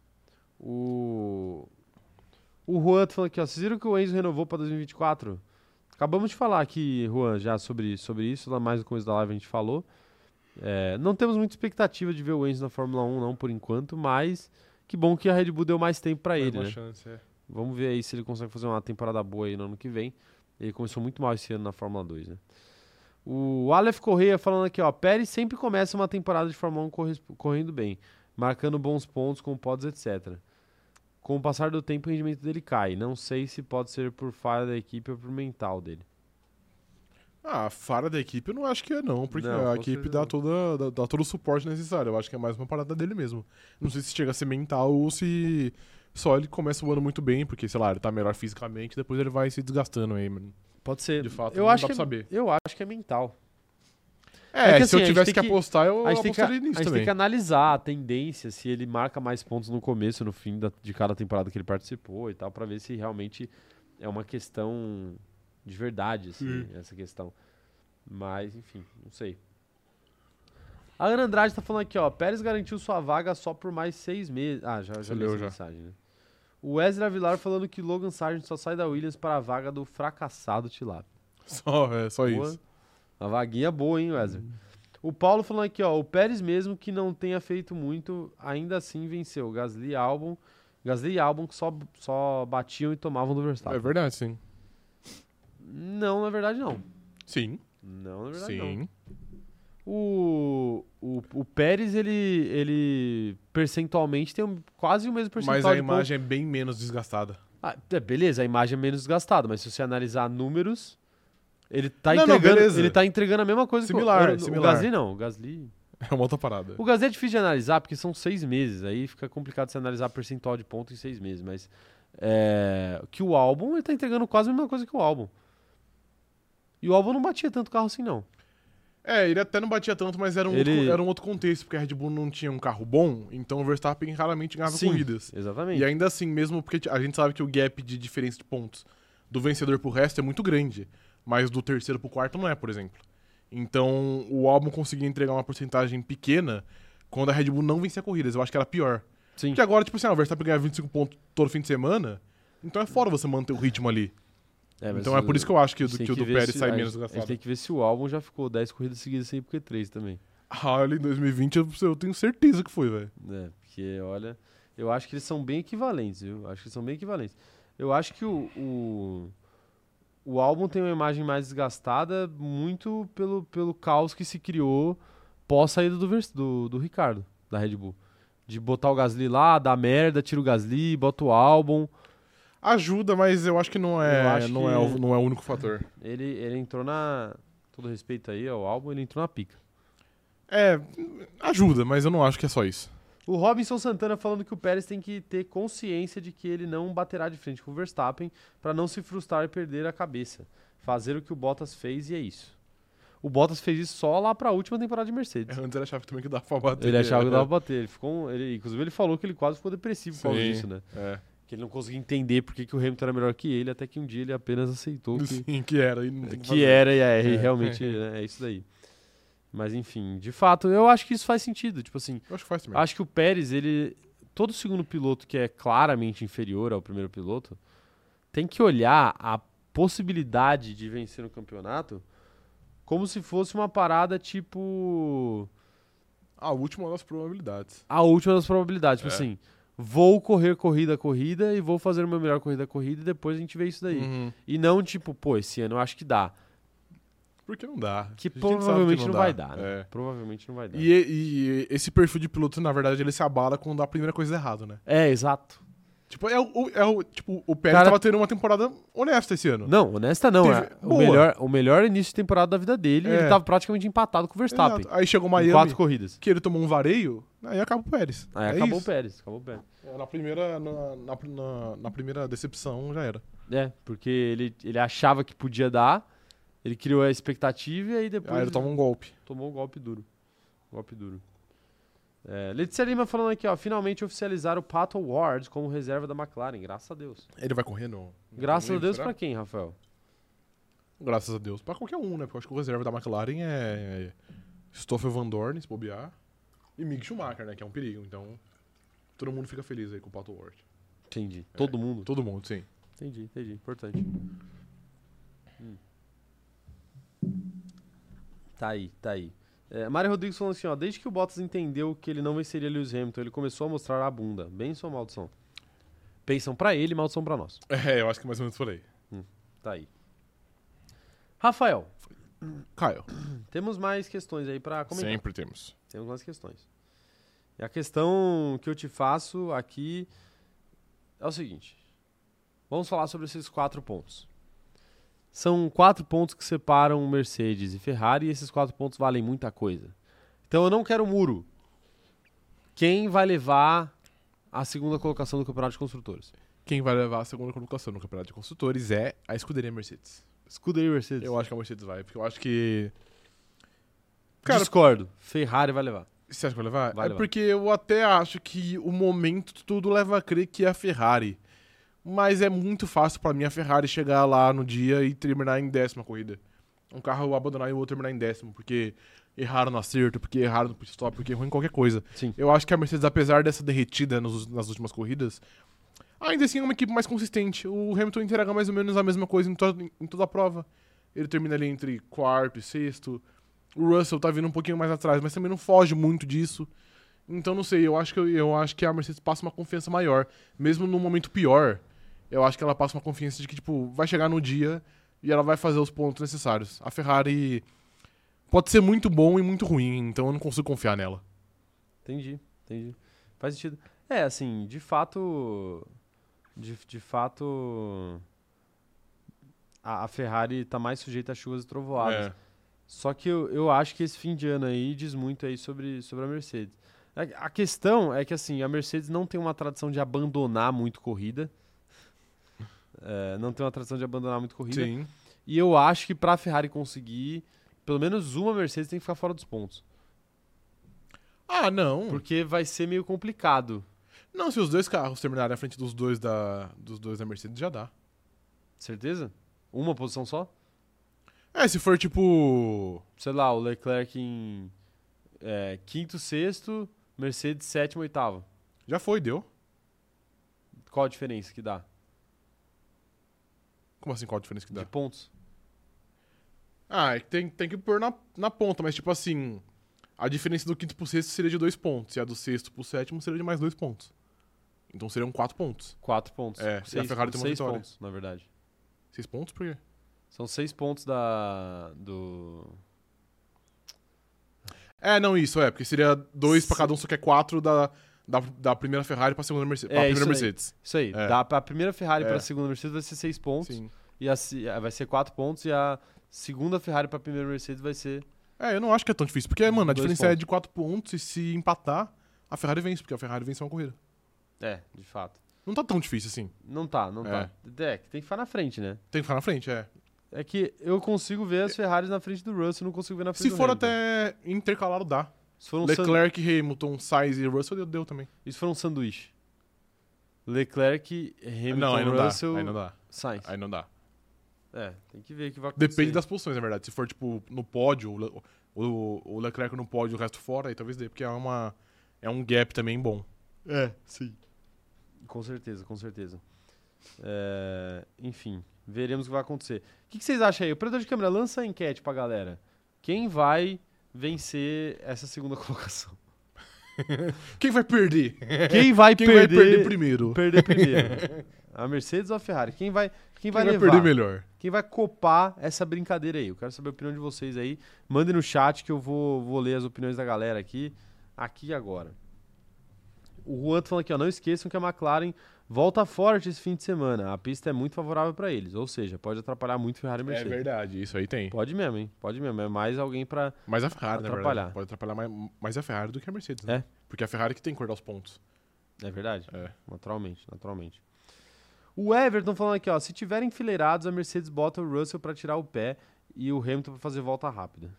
[SPEAKER 1] O. O Juan tá falando aqui, ó. Vocês viram que o Enzo renovou pra 2024? Acabamos de falar aqui, Juan, já sobre, sobre isso, lá mais no começo da live a gente falou. É, não temos muita expectativa de ver o Enzo na Fórmula 1, não, por enquanto, mas que bom que a Red Bull deu mais tempo pra
[SPEAKER 2] Foi
[SPEAKER 1] ele,
[SPEAKER 2] uma
[SPEAKER 1] né?
[SPEAKER 2] chance, é.
[SPEAKER 1] Vamos ver aí se ele consegue fazer uma temporada boa aí no ano que vem. Ele começou muito mal esse ano na Fórmula 2, né? O Aleph Correia falando aqui, ó. Pérez sempre começa uma temporada de Fórmula 1 corres- correndo bem, marcando bons pontos com pods, etc. Com o passar do tempo, o rendimento dele cai. Não sei se pode ser por falha da equipe ou por mental dele.
[SPEAKER 2] Ah, fora da equipe eu não acho que é não, porque
[SPEAKER 1] Não,
[SPEAKER 2] a
[SPEAKER 1] com
[SPEAKER 2] equipe
[SPEAKER 1] certeza
[SPEAKER 2] dá,
[SPEAKER 1] não.
[SPEAKER 2] toda, dá, dá todo o suporte necessário. Eu acho que é mais uma parada dele mesmo. Não sei se chega a ser mental ou se só ele começa o ano muito bem, porque, sei lá, ele tá melhor fisicamente, depois ele vai se desgastando aí, mano.
[SPEAKER 1] Pode ser.
[SPEAKER 2] De fato,
[SPEAKER 1] eu
[SPEAKER 2] não
[SPEAKER 1] acho
[SPEAKER 2] dá
[SPEAKER 1] que
[SPEAKER 2] pra
[SPEAKER 1] é-
[SPEAKER 2] saber.
[SPEAKER 1] Eu acho que é mental. É
[SPEAKER 2] É,
[SPEAKER 1] que
[SPEAKER 2] se
[SPEAKER 1] assim, a
[SPEAKER 2] eu
[SPEAKER 1] gente
[SPEAKER 2] tivesse
[SPEAKER 1] tem
[SPEAKER 2] que
[SPEAKER 1] que-
[SPEAKER 2] apostaria, eu
[SPEAKER 1] a gente, tem que,
[SPEAKER 2] apostaria
[SPEAKER 1] a
[SPEAKER 2] nisso
[SPEAKER 1] gente tem
[SPEAKER 2] também.
[SPEAKER 1] que analisar a tendência, se ele marca mais pontos no começo, no fim da- de cada temporada que ele participou e tal, pra ver se realmente é uma questão de verdade, assim, essa questão. Mas, enfim, não sei. A Ana Andrade tá falando aqui, ó. Pérez garantiu sua vaga só por mais seis meses. Ah, já,
[SPEAKER 2] Você
[SPEAKER 1] já li
[SPEAKER 2] leu
[SPEAKER 1] essa
[SPEAKER 2] já.
[SPEAKER 1] mensagem, né? O Wesley Avilar falando que Logan Sargent só sai da Williams para a vaga do fracassado Tilap.
[SPEAKER 2] Só, é, só
[SPEAKER 1] Boa.
[SPEAKER 2] isso.
[SPEAKER 1] Uma vaguinha boa, hein, Wesley?
[SPEAKER 2] Uhum.
[SPEAKER 1] O Paulo falando aqui, ó. O Pérez, mesmo que não tenha feito muito, ainda assim venceu. Gasly e Albon. Gasly e Albon que só, só batiam e tomavam do
[SPEAKER 2] É
[SPEAKER 1] Verstappen.
[SPEAKER 2] verdade, sim.
[SPEAKER 1] Não, na verdade, não.
[SPEAKER 2] Sim,
[SPEAKER 1] Não, na verdade, não.
[SPEAKER 2] sim.
[SPEAKER 1] O, o, o Pérez, ele, ele percentualmente tem um- quase o mesmo percentual
[SPEAKER 2] Mas a
[SPEAKER 1] de pontos.
[SPEAKER 2] imagem é bem menos desgastada.
[SPEAKER 1] Ah, é, beleza, a imagem é menos desgastada, mas se você analisar números, ele tá,
[SPEAKER 2] Não, não,
[SPEAKER 1] entregando,
[SPEAKER 2] beleza.
[SPEAKER 1] ele tá entregando a mesma coisa
[SPEAKER 2] Similar,
[SPEAKER 1] que o, o, o
[SPEAKER 2] similar.
[SPEAKER 1] Gasly não. O Gasly...
[SPEAKER 2] É uma outra parada.
[SPEAKER 1] O Gasly é difícil de analisar, porque são seis meses. Aí fica complicado você analisar percentual de ponto em seis meses. Mas é, que o álbum, ele tá entregando quase a mesma coisa que o álbum. E o álbum não batia tanto carro assim, não.
[SPEAKER 2] É, ele até não batia tanto, mas era um,
[SPEAKER 1] Ele-
[SPEAKER 2] outro, era um outro contexto, porque a Red Bull não tinha um carro bom, então o Verstappen raramente ganhava
[SPEAKER 1] Sim,
[SPEAKER 2] corridas.
[SPEAKER 1] Exatamente.
[SPEAKER 2] E ainda assim, mesmo porque a gente sabe que o gap de diferença de pontos do vencedor pro resto é muito grande, mas do terceiro pro quarto não é, por exemplo. Então, o álbum conseguia entregar uma porcentagem pequena quando a Red Bull não vencia corridas, eu acho que era pior.
[SPEAKER 1] Sim.
[SPEAKER 2] Porque agora, tipo assim, ah, o Verstappen ganha 25 pontos todo fim de semana, então é fora você manter o ritmo ali.
[SPEAKER 1] É, mas
[SPEAKER 2] então é por isso que eu acho que, o
[SPEAKER 1] a gente
[SPEAKER 2] do-
[SPEAKER 1] tem
[SPEAKER 2] que o do
[SPEAKER 1] ver
[SPEAKER 2] Pérez
[SPEAKER 1] se-
[SPEAKER 2] sai
[SPEAKER 1] a
[SPEAKER 2] menos
[SPEAKER 1] gente- A gente
[SPEAKER 2] gastado.
[SPEAKER 1] tem que ver se o álbum já ficou 10 corridas seguidas sem Q3 também.
[SPEAKER 2] Ah, ele em 2020 eu- eu tenho certeza que foi, velho.
[SPEAKER 1] né? Porque, olha, eu acho que eles são bem equivalentes, viu? Acho que eles são bem equivalentes. Eu acho que o, o, o álbum tem uma imagem mais desgastada muito pelo, pelo caos que se criou pós saída do, Vers- do, do Ricardo, da Red Bull. De botar o Gasly lá, dar merda, tira o Gasly, bota o álbum.
[SPEAKER 2] Ajuda, mas eu acho que não
[SPEAKER 1] Eu
[SPEAKER 2] é,
[SPEAKER 1] acho
[SPEAKER 2] não,
[SPEAKER 1] que-
[SPEAKER 2] é o, não é o único fator.
[SPEAKER 1] Ele, ele entrou na. Todo respeito aí ao álbum, ele entrou na pica.
[SPEAKER 2] É, ajuda, mas eu não acho que é só isso.
[SPEAKER 1] O Robinson Santana falando que o Pérez tem que ter consciência de que ele não baterá de frente com o Verstappen para não se frustrar e perder a cabeça. Fazer o que o Bottas fez e é isso. O Bottas fez isso só lá para a última temporada de Mercedes.
[SPEAKER 2] É, Antes ele achava também que dava pra bater. né?
[SPEAKER 1] Ele achava que dava pra bater. Ele ficou, um- ele, inclusive, ele falou que ele quase ficou depressivo por causa
[SPEAKER 2] Sim.
[SPEAKER 1] disso, né?
[SPEAKER 2] É,
[SPEAKER 1] Que ele não conseguia entender por que que o Hamilton era melhor que ele, até que um dia ele apenas aceitou que,
[SPEAKER 2] sim, que era. e não tem
[SPEAKER 1] que,
[SPEAKER 2] o fazer.
[SPEAKER 1] era e é, e
[SPEAKER 2] É.
[SPEAKER 1] realmente né, é isso daí. Mas enfim, de fato, eu acho que isso faz sentido. Tipo assim,
[SPEAKER 2] Eu acho que faz também.
[SPEAKER 1] Acho que o Pérez, ele. Todo segundo piloto que é claramente inferior ao primeiro piloto, tem que olhar a possibilidade de vencer no campeonato como se fosse uma parada tipo.
[SPEAKER 2] A última é das probabilidades.
[SPEAKER 1] A última das probabilidades. Tipo
[SPEAKER 2] É.
[SPEAKER 1] assim, vou correr corrida a corrida e vou fazer o meu melhor corrida a corrida e depois a gente vê isso daí.
[SPEAKER 2] Uhum.
[SPEAKER 1] E não tipo, pô, esse ano eu acho que dá.
[SPEAKER 2] Porque não dá.
[SPEAKER 1] Que
[SPEAKER 2] A gente sabe
[SPEAKER 1] provavelmente não,
[SPEAKER 2] dá.
[SPEAKER 1] vai dar, né?
[SPEAKER 2] É.
[SPEAKER 1] Provavelmente não vai dar.
[SPEAKER 2] E, e esse perfil de piloto, na verdade, ele se abala quando dá a primeira coisa errada, né?
[SPEAKER 1] É, exato.
[SPEAKER 2] Tipo, é o, o- é o, tipo, o Pérez
[SPEAKER 1] Cara-
[SPEAKER 2] tava tendo uma temporada honesta esse ano.
[SPEAKER 1] Não, honesta não.
[SPEAKER 2] Teve-
[SPEAKER 1] é o,
[SPEAKER 2] Boa.
[SPEAKER 1] melhor, o melhor início de temporada da vida dele.
[SPEAKER 2] É.
[SPEAKER 1] Ele tava praticamente empatado com o Verstappen.
[SPEAKER 2] Exato. Aí chegou
[SPEAKER 1] Em
[SPEAKER 2] Miami,
[SPEAKER 1] quatro corridas.
[SPEAKER 2] que ele tomou um vareio, aí acaba o Pérez.
[SPEAKER 1] Aí
[SPEAKER 2] é
[SPEAKER 1] acabou
[SPEAKER 2] isso.
[SPEAKER 1] o Pérez, acabou o Pérez.
[SPEAKER 2] É, Na primeira, na, na, na- na primeira decepção já era.
[SPEAKER 1] É, porque ele, ele achava que podia dar, ele criou a expectativa e aí depois
[SPEAKER 2] Aí ele toma um golpe.
[SPEAKER 1] tomou um golpe duro. Golpe duro. É, Letícia Lima falando aqui, ó. Finalmente oficializaram o Pato Ward como reserva da McLaren, graças a Deus.
[SPEAKER 2] Ele vai correndo.
[SPEAKER 1] Graças a Deus pra quem, Rafael?
[SPEAKER 2] Graças a Deus. Pra qualquer um, né? Porque eu acho que o reserva da McLaren é. Stoffel Van Dorn, se bobear. E Mick Schumacher, né? Que é um perigo. Então, todo mundo fica feliz aí com o Pato Ward.
[SPEAKER 1] Entendi.
[SPEAKER 2] É.
[SPEAKER 1] Todo mundo?
[SPEAKER 2] Todo mundo, sim.
[SPEAKER 1] Entendi, entendi. Importante. Hum. Tá aí, tá aí. É, Mário Rodrigues falando assim, ó, desde que o Bottas entendeu que ele não venceria Lewis Hamilton, ele começou a mostrar a bunda. Benção ou maldição? Benção pra ele, maldição pra nós.
[SPEAKER 2] É, eu acho que mais ou menos por aí.
[SPEAKER 1] Tá aí. Rafael,
[SPEAKER 2] Caio,
[SPEAKER 1] temos mais questões aí pra comentar.
[SPEAKER 2] sempre temos.
[SPEAKER 1] Temos mais questões. E a questão que eu te faço aqui é o seguinte. Vamos falar sobre esses quatro pontos. São quatro pontos que separam um Mercedes e Ferrari, e esses quatro pontos valem muita coisa. Então eu não quero muro. Quem vai levar a segunda colocação do Campeonato de Construtores?
[SPEAKER 2] Quem vai levar a segunda colocação no Campeonato de Construtores é a escuderia Mercedes.
[SPEAKER 1] Scuderia e Mercedes.
[SPEAKER 2] Eu acho que a Mercedes vai, porque eu acho que. Cara,
[SPEAKER 1] Discordo. Ferrari vai levar.
[SPEAKER 2] Você acha que vai levar?
[SPEAKER 1] Vai
[SPEAKER 2] é
[SPEAKER 1] levar.
[SPEAKER 2] porque eu até acho que o momento tudo leva a crer que é a Ferrari. Mas é muito fácil pra mim a Ferrari chegar lá no dia e terminar em décima corrida. Um carro abandonar e o outro terminar em décimo, porque erraram no acerto, porque erraram no pit stop, porque errou em qualquer coisa.
[SPEAKER 1] Sim.
[SPEAKER 2] Eu acho que a Mercedes, apesar dessa derretida nos- nas últimas corridas, ainda assim é uma equipe mais consistente. O Hamilton entrega mais ou menos a mesma coisa em, to- em toda a prova. Ele termina ali entre quarto e sexto. O Russell tá vindo um pouquinho mais atrás, mas também não foge muito disso. Então não sei, eu acho que, eu acho que a Mercedes passa uma confiança maior. Mesmo no momento pior, eu acho que ela passa uma confiança de que, tipo, vai chegar no dia e ela vai fazer os pontos necessários. A Ferrari pode ser muito bom e muito ruim, então eu não consigo confiar nela.
[SPEAKER 1] Entendi, entendi. Faz sentido. É, assim, de fato. De, de fato. A, a Ferrari tá mais sujeita a chuvas e trovoadas.
[SPEAKER 2] É.
[SPEAKER 1] Só que eu, eu acho que esse fim de ano aí diz muito aí sobre, sobre a Mercedes. A, a questão é que, assim, a Mercedes não tem uma tradição de abandonar muito corrida. É, não tem uma tradição de abandonar muito corrida.
[SPEAKER 2] Sim.
[SPEAKER 1] E eu acho que pra Ferrari conseguir, pelo menos uma Mercedes tem que ficar fora dos pontos.
[SPEAKER 2] Ah, não.
[SPEAKER 1] Porque vai ser meio complicado.
[SPEAKER 2] Não, se os dois carros terminarem à frente dos dois da, dos dois da Mercedes, já dá.
[SPEAKER 1] Certeza? Uma posição só?
[SPEAKER 2] É, se for tipo.
[SPEAKER 1] Sei lá, o Leclerc em é, quinto, sexto, Mercedes sétimo, oitavo.
[SPEAKER 2] Já foi, deu.
[SPEAKER 1] Qual a diferença que dá?
[SPEAKER 2] Como assim, qual a diferença que dá?
[SPEAKER 1] De pontos?
[SPEAKER 2] Ah, é que tem, tem que pôr na, na ponta, mas tipo assim. A diferença do quinto pro sexto seria de dois pontos, e a do sexto pro sétimo seria de mais dois pontos. Então seriam quatro pontos.
[SPEAKER 1] Quatro pontos.
[SPEAKER 2] É, e a
[SPEAKER 1] seis,
[SPEAKER 2] Ferrari tem uma
[SPEAKER 1] seis
[SPEAKER 2] vitória.
[SPEAKER 1] pontos, na verdade.
[SPEAKER 2] Seis pontos por quê?
[SPEAKER 1] São seis pontos da. do.
[SPEAKER 2] É, não, isso, é, porque seria dois pra cada um, só que é quatro da, da, da primeira Ferrari pra segunda Mercedes.
[SPEAKER 1] É,
[SPEAKER 2] pra
[SPEAKER 1] isso
[SPEAKER 2] primeira
[SPEAKER 1] aí.
[SPEAKER 2] Mercedes.
[SPEAKER 1] Isso aí.
[SPEAKER 2] É.
[SPEAKER 1] Dá pra primeira Ferrari
[SPEAKER 2] É.
[SPEAKER 1] pra segunda Mercedes vai ser seis pontos.
[SPEAKER 2] Sim.
[SPEAKER 1] E a, se- a- vai ser quatro pontos. E a segunda Ferrari pra primeira Mercedes vai ser.
[SPEAKER 2] É, eu não acho que é tão difícil, porque, mano, a
[SPEAKER 1] Dois
[SPEAKER 2] diferença é
[SPEAKER 1] pontos.
[SPEAKER 2] de quatro pontos, e se empatar, a Ferrari vence, porque a Ferrari vence uma corrida.
[SPEAKER 1] É, de fato.
[SPEAKER 2] Não tá tão difícil assim.
[SPEAKER 1] Não tá, não
[SPEAKER 2] É.
[SPEAKER 1] tá. É, que tem que ficar na frente, né?
[SPEAKER 2] Tem que ficar na frente, é.
[SPEAKER 1] É que eu consigo ver as Ferraris na frente do Russell, não consigo ver na frente
[SPEAKER 2] Se
[SPEAKER 1] do
[SPEAKER 2] for
[SPEAKER 1] Hamilton.
[SPEAKER 2] até intercalado, dá.
[SPEAKER 1] Isso for um san-
[SPEAKER 2] Leclerc, Hamilton, Sainz e Russell deu, deu também.
[SPEAKER 1] Isso for um sanduíche. Leclerc, Hamilton,
[SPEAKER 2] não, aí não
[SPEAKER 1] Russell,
[SPEAKER 2] dá. Aí não dá.
[SPEAKER 1] Sainz.
[SPEAKER 2] Aí não dá.
[SPEAKER 1] É, tem que ver o que vai acontecer.
[SPEAKER 2] Depende das posições, na verdade. Se for, tipo, no pódio, o Le- o, o Leclerc no pódio e o resto fora, aí talvez dê, porque é, uma, é um gap também bom.
[SPEAKER 1] É, sim. Com certeza, com certeza. É, enfim, veremos o que vai acontecer. O que, que vocês acham aí? O Predador de Câmera lança a enquete pra galera. Quem vai vencer essa segunda colocação?
[SPEAKER 2] Quem vai perder?
[SPEAKER 1] Quem vai
[SPEAKER 2] Quem
[SPEAKER 1] perder,
[SPEAKER 2] vai perder primeiro?
[SPEAKER 1] perder primeiro? a Mercedes ou a Ferrari? Quem vai, quem vai levar?
[SPEAKER 2] perder melhor?
[SPEAKER 1] Quem vai copar essa brincadeira aí? Eu quero saber a opinião de vocês aí. Mandem no chat que eu vou, vou ler as opiniões da galera aqui, aqui e agora. O Juan tá falando aqui, ó, não esqueçam que a McLaren volta forte esse fim de semana. A pista é muito favorável para eles, ou seja, pode atrapalhar muito Ferrari e
[SPEAKER 2] É
[SPEAKER 1] Mercedes.
[SPEAKER 2] verdade, isso aí tem.
[SPEAKER 1] pode mesmo, hein? Pode mesmo. É mais alguém para
[SPEAKER 2] Mas a Ferrari, na
[SPEAKER 1] Atrapalhar.
[SPEAKER 2] verdade. Pode atrapalhar mais, mais a Ferrari do que a Mercedes, né?
[SPEAKER 1] É.
[SPEAKER 2] Porque a Ferrari que tem que cortar os pontos.
[SPEAKER 1] É verdade.
[SPEAKER 2] É.
[SPEAKER 1] Naturalmente, naturalmente. O Everton falando aqui, ó, se tiverem enfileirados, a Mercedes bota o Russell para tirar o pé e o Hamilton para fazer volta rápida.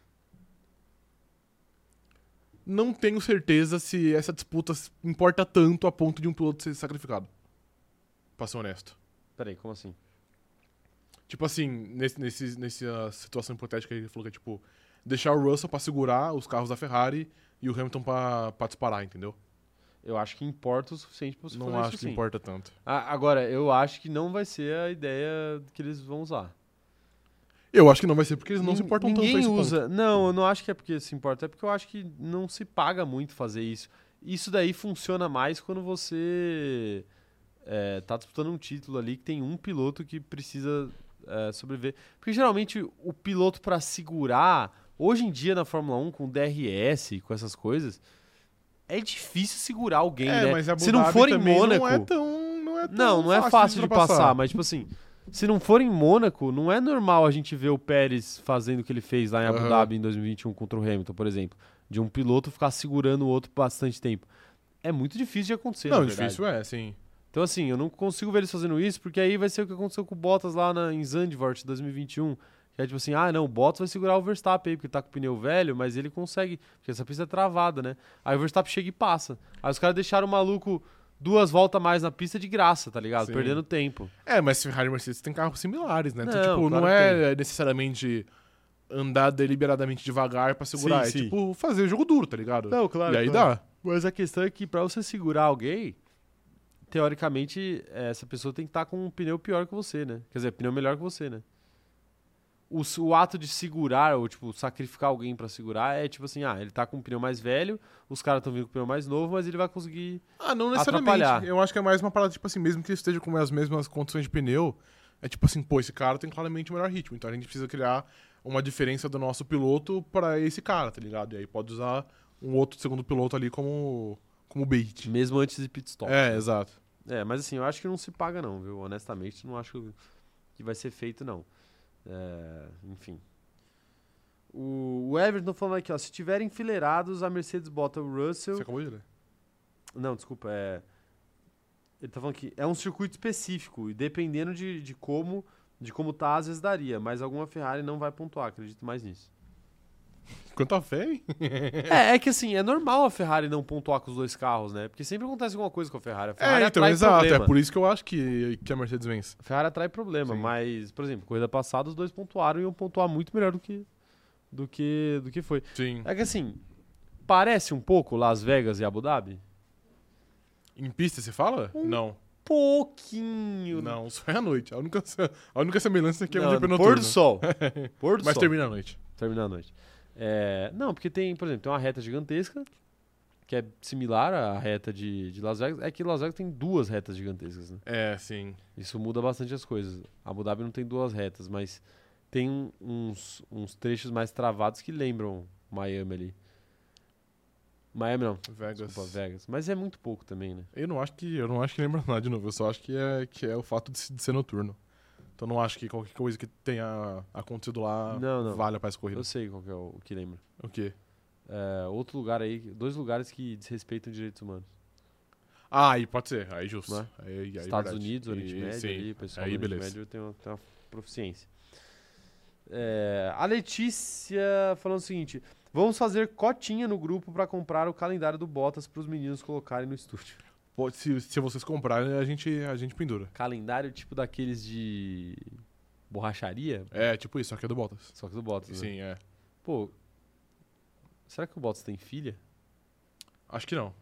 [SPEAKER 2] Não tenho certeza se essa disputa s- importa tanto a ponto de um piloto ser sacrificado. Pra ser honesto.
[SPEAKER 1] Peraí, como assim?
[SPEAKER 2] Tipo assim, nesse, nesse, nessa situação hipotética que ele falou que é tipo deixar o Russell pra segurar os carros da Ferrari e o Hamilton pra, pra disparar, entendeu?
[SPEAKER 1] Eu acho que importa o suficiente pra você
[SPEAKER 2] não
[SPEAKER 1] fazer
[SPEAKER 2] acho
[SPEAKER 1] isso
[SPEAKER 2] que
[SPEAKER 1] sim.
[SPEAKER 2] importa tanto.
[SPEAKER 1] A- Agora, eu acho que não vai ser a ideia que eles vão usar.
[SPEAKER 2] Eu acho que não vai ser porque eles não se
[SPEAKER 1] Nin-
[SPEAKER 2] importam tanto a
[SPEAKER 1] Ninguém
[SPEAKER 2] esse ponto.
[SPEAKER 1] usa. Não, eu não acho que é porque se importa. É porque eu acho que não se paga muito fazer isso. Isso daí funciona mais quando você é, tá disputando um título ali que tem um piloto que precisa é, sobreviver. Porque geralmente o piloto para segurar, hoje em dia na Fórmula 1, com DRS, com essas coisas, é difícil segurar alguém,
[SPEAKER 2] É,
[SPEAKER 1] né?
[SPEAKER 2] mas a Abu
[SPEAKER 1] se não
[SPEAKER 2] Dhabi
[SPEAKER 1] for em
[SPEAKER 2] também
[SPEAKER 1] Mônaco.
[SPEAKER 2] Não é tão. Não, é tão
[SPEAKER 1] Não, não é
[SPEAKER 2] fácil,
[SPEAKER 1] fácil de
[SPEAKER 2] ultrapassar.
[SPEAKER 1] passar, mas tipo assim, se não for em Mônaco, não é normal a gente ver o Pérez fazendo o que ele fez lá em Abu
[SPEAKER 2] Aham.
[SPEAKER 1] Dhabi em 2021 contra o Hamilton, por exemplo. De um piloto ficar segurando o outro bastante tempo. É muito difícil de acontecer, na
[SPEAKER 2] Não,
[SPEAKER 1] verdade.
[SPEAKER 2] difícil é, sim.
[SPEAKER 1] Então, assim, eu não consigo ver eles fazendo isso, porque aí vai ser o que aconteceu com o Bottas lá na, em Zandvoort 2021. Que é tipo assim, ah, não, o Bottas vai segurar o Verstappen aí, porque tá com o pneu velho, mas ele consegue, porque essa pista é travada, né? Aí o Verstappen chega e passa. Aí os caras deixaram o maluco duas voltas a mais na pista de graça, tá ligado?
[SPEAKER 2] Sim.
[SPEAKER 1] Perdendo tempo.
[SPEAKER 2] É, mas Ferrari e Mercedes tem carros similares, né? Então,
[SPEAKER 1] Não,
[SPEAKER 2] tipo,
[SPEAKER 1] claro
[SPEAKER 2] não é necessariamente andar deliberadamente devagar pra segurar.
[SPEAKER 1] Sim,
[SPEAKER 2] é
[SPEAKER 1] sim.
[SPEAKER 2] tipo fazer jogo duro, tá ligado?
[SPEAKER 1] Não, claro,
[SPEAKER 2] E aí
[SPEAKER 1] claro.
[SPEAKER 2] dá.
[SPEAKER 1] Mas a questão é que pra você segurar alguém, teoricamente, eh, essa pessoa tem que estar com um pneu pior que você, né? Quer dizer, pneu melhor que você, né? O, s- o ato de segurar, ou tipo, sacrificar alguém pra segurar, é tipo assim, ah, ele tá com um pneu mais velho, os caras estão vindo com um pneu mais novo, mas ele vai conseguir.
[SPEAKER 2] Ah, não necessariamente.
[SPEAKER 1] necessariamente. Atrapalhar.
[SPEAKER 2] Eu acho que é mais uma parada, tipo assim, mesmo que ele esteja com as mesmas condições de pneu, é tipo assim, pô, esse cara tem claramente o melhor ritmo, então a gente precisa criar uma diferença do nosso piloto pra esse cara, tá ligado? E aí pode usar um outro segundo piloto ali como, como bait.
[SPEAKER 1] Mesmo antes de pit stop.
[SPEAKER 2] É, exato.
[SPEAKER 1] É, mas assim, eu acho que não se paga não, viu? Honestamente, não acho que vai ser feito não. É, enfim. O, o Everton falando aqui, ó, se tiverem enfileirados, a Mercedes bota o Russell...
[SPEAKER 2] Você acabou de ler?
[SPEAKER 1] Não, desculpa, é... Ele tá falando que é um circuito específico e dependendo de, de como de como tá, às vezes daria, mas alguma Ferrari não vai pontuar, acredito mais nisso.
[SPEAKER 2] Quanto a fé, hein?
[SPEAKER 1] É, é que assim, é normal a Ferrari não pontuar com os dois carros, né? Porque sempre acontece alguma coisa com a Ferrari. A Ferrari
[SPEAKER 2] É, então,
[SPEAKER 1] atrai
[SPEAKER 2] exato.
[SPEAKER 1] problema.
[SPEAKER 2] É por isso que eu acho que, que a Mercedes vence.
[SPEAKER 1] Ferrari atrai problema,
[SPEAKER 2] Sim.
[SPEAKER 1] mas, por exemplo, corrida passada os dois pontuaram e iam pontuar muito melhor do que do que do que foi.
[SPEAKER 2] Sim.
[SPEAKER 1] É que assim, parece um pouco Las Vegas e Abu Dhabi?
[SPEAKER 2] Em pista, você fala?
[SPEAKER 1] Um
[SPEAKER 2] Não.
[SPEAKER 1] Pouquinho.
[SPEAKER 2] Não, só é à noite. A única, a única semelhança é que é um
[SPEAKER 1] Não,
[SPEAKER 2] GP
[SPEAKER 1] no
[SPEAKER 2] noturno.
[SPEAKER 1] pôr do sol. pôr do
[SPEAKER 2] Mas
[SPEAKER 1] sol.
[SPEAKER 2] termina à noite.
[SPEAKER 1] Termina a noite. É, não, porque tem, por exemplo, tem uma reta gigantesca que é similar à reta de, de Las Vegas. É que Las Vegas tem duas retas gigantescas, né?
[SPEAKER 2] É, sim.
[SPEAKER 1] Isso muda bastante as coisas. Abu Dhabi não tem duas retas, mas tem um- uns, uns trechos mais travados que lembram Miami ali. Miami não,
[SPEAKER 2] Vegas.
[SPEAKER 1] desculpa, Vegas. Mas é muito pouco também, né?
[SPEAKER 2] Eu não acho que eu não acho que lembra nada de novo, eu só acho que é, que é o fato de, se- de ser noturno. Então não acho que qualquer coisa que tenha acontecido lá
[SPEAKER 1] Não, não.
[SPEAKER 2] valha pra essa corrida.
[SPEAKER 1] Eu sei qual que é o, o que lembra.
[SPEAKER 2] O quê?
[SPEAKER 1] É, outro lugar aí, dois lugares que desrespeitam direitos humanos.
[SPEAKER 2] Ah, aí pode ser, aí justo.
[SPEAKER 1] Não é?
[SPEAKER 2] Aí- aí é
[SPEAKER 1] Estados
[SPEAKER 2] verdade.
[SPEAKER 1] Unidos, Oriente
[SPEAKER 2] E-
[SPEAKER 1] Médio,
[SPEAKER 2] sim.
[SPEAKER 1] ali, pessoal
[SPEAKER 2] Aí,
[SPEAKER 1] do Oriente
[SPEAKER 2] beleza.
[SPEAKER 1] Médio tem uma, tem uma proficiência. É, a Letícia falando o seguinte: vamos fazer cotinha no grupo para comprar o calendário do Bottas para os meninos colocarem no estúdio.
[SPEAKER 2] Pode- se, se vocês comprarem, a gente, a gente pendura.
[SPEAKER 1] Calendário tipo daqueles de borracharia,
[SPEAKER 2] É, tipo isso, só que é do Bottas.
[SPEAKER 1] só que do Bottas. Né?
[SPEAKER 2] Sim, é.
[SPEAKER 1] Pô, será que o Bottas tem filha?
[SPEAKER 2] Acho que não.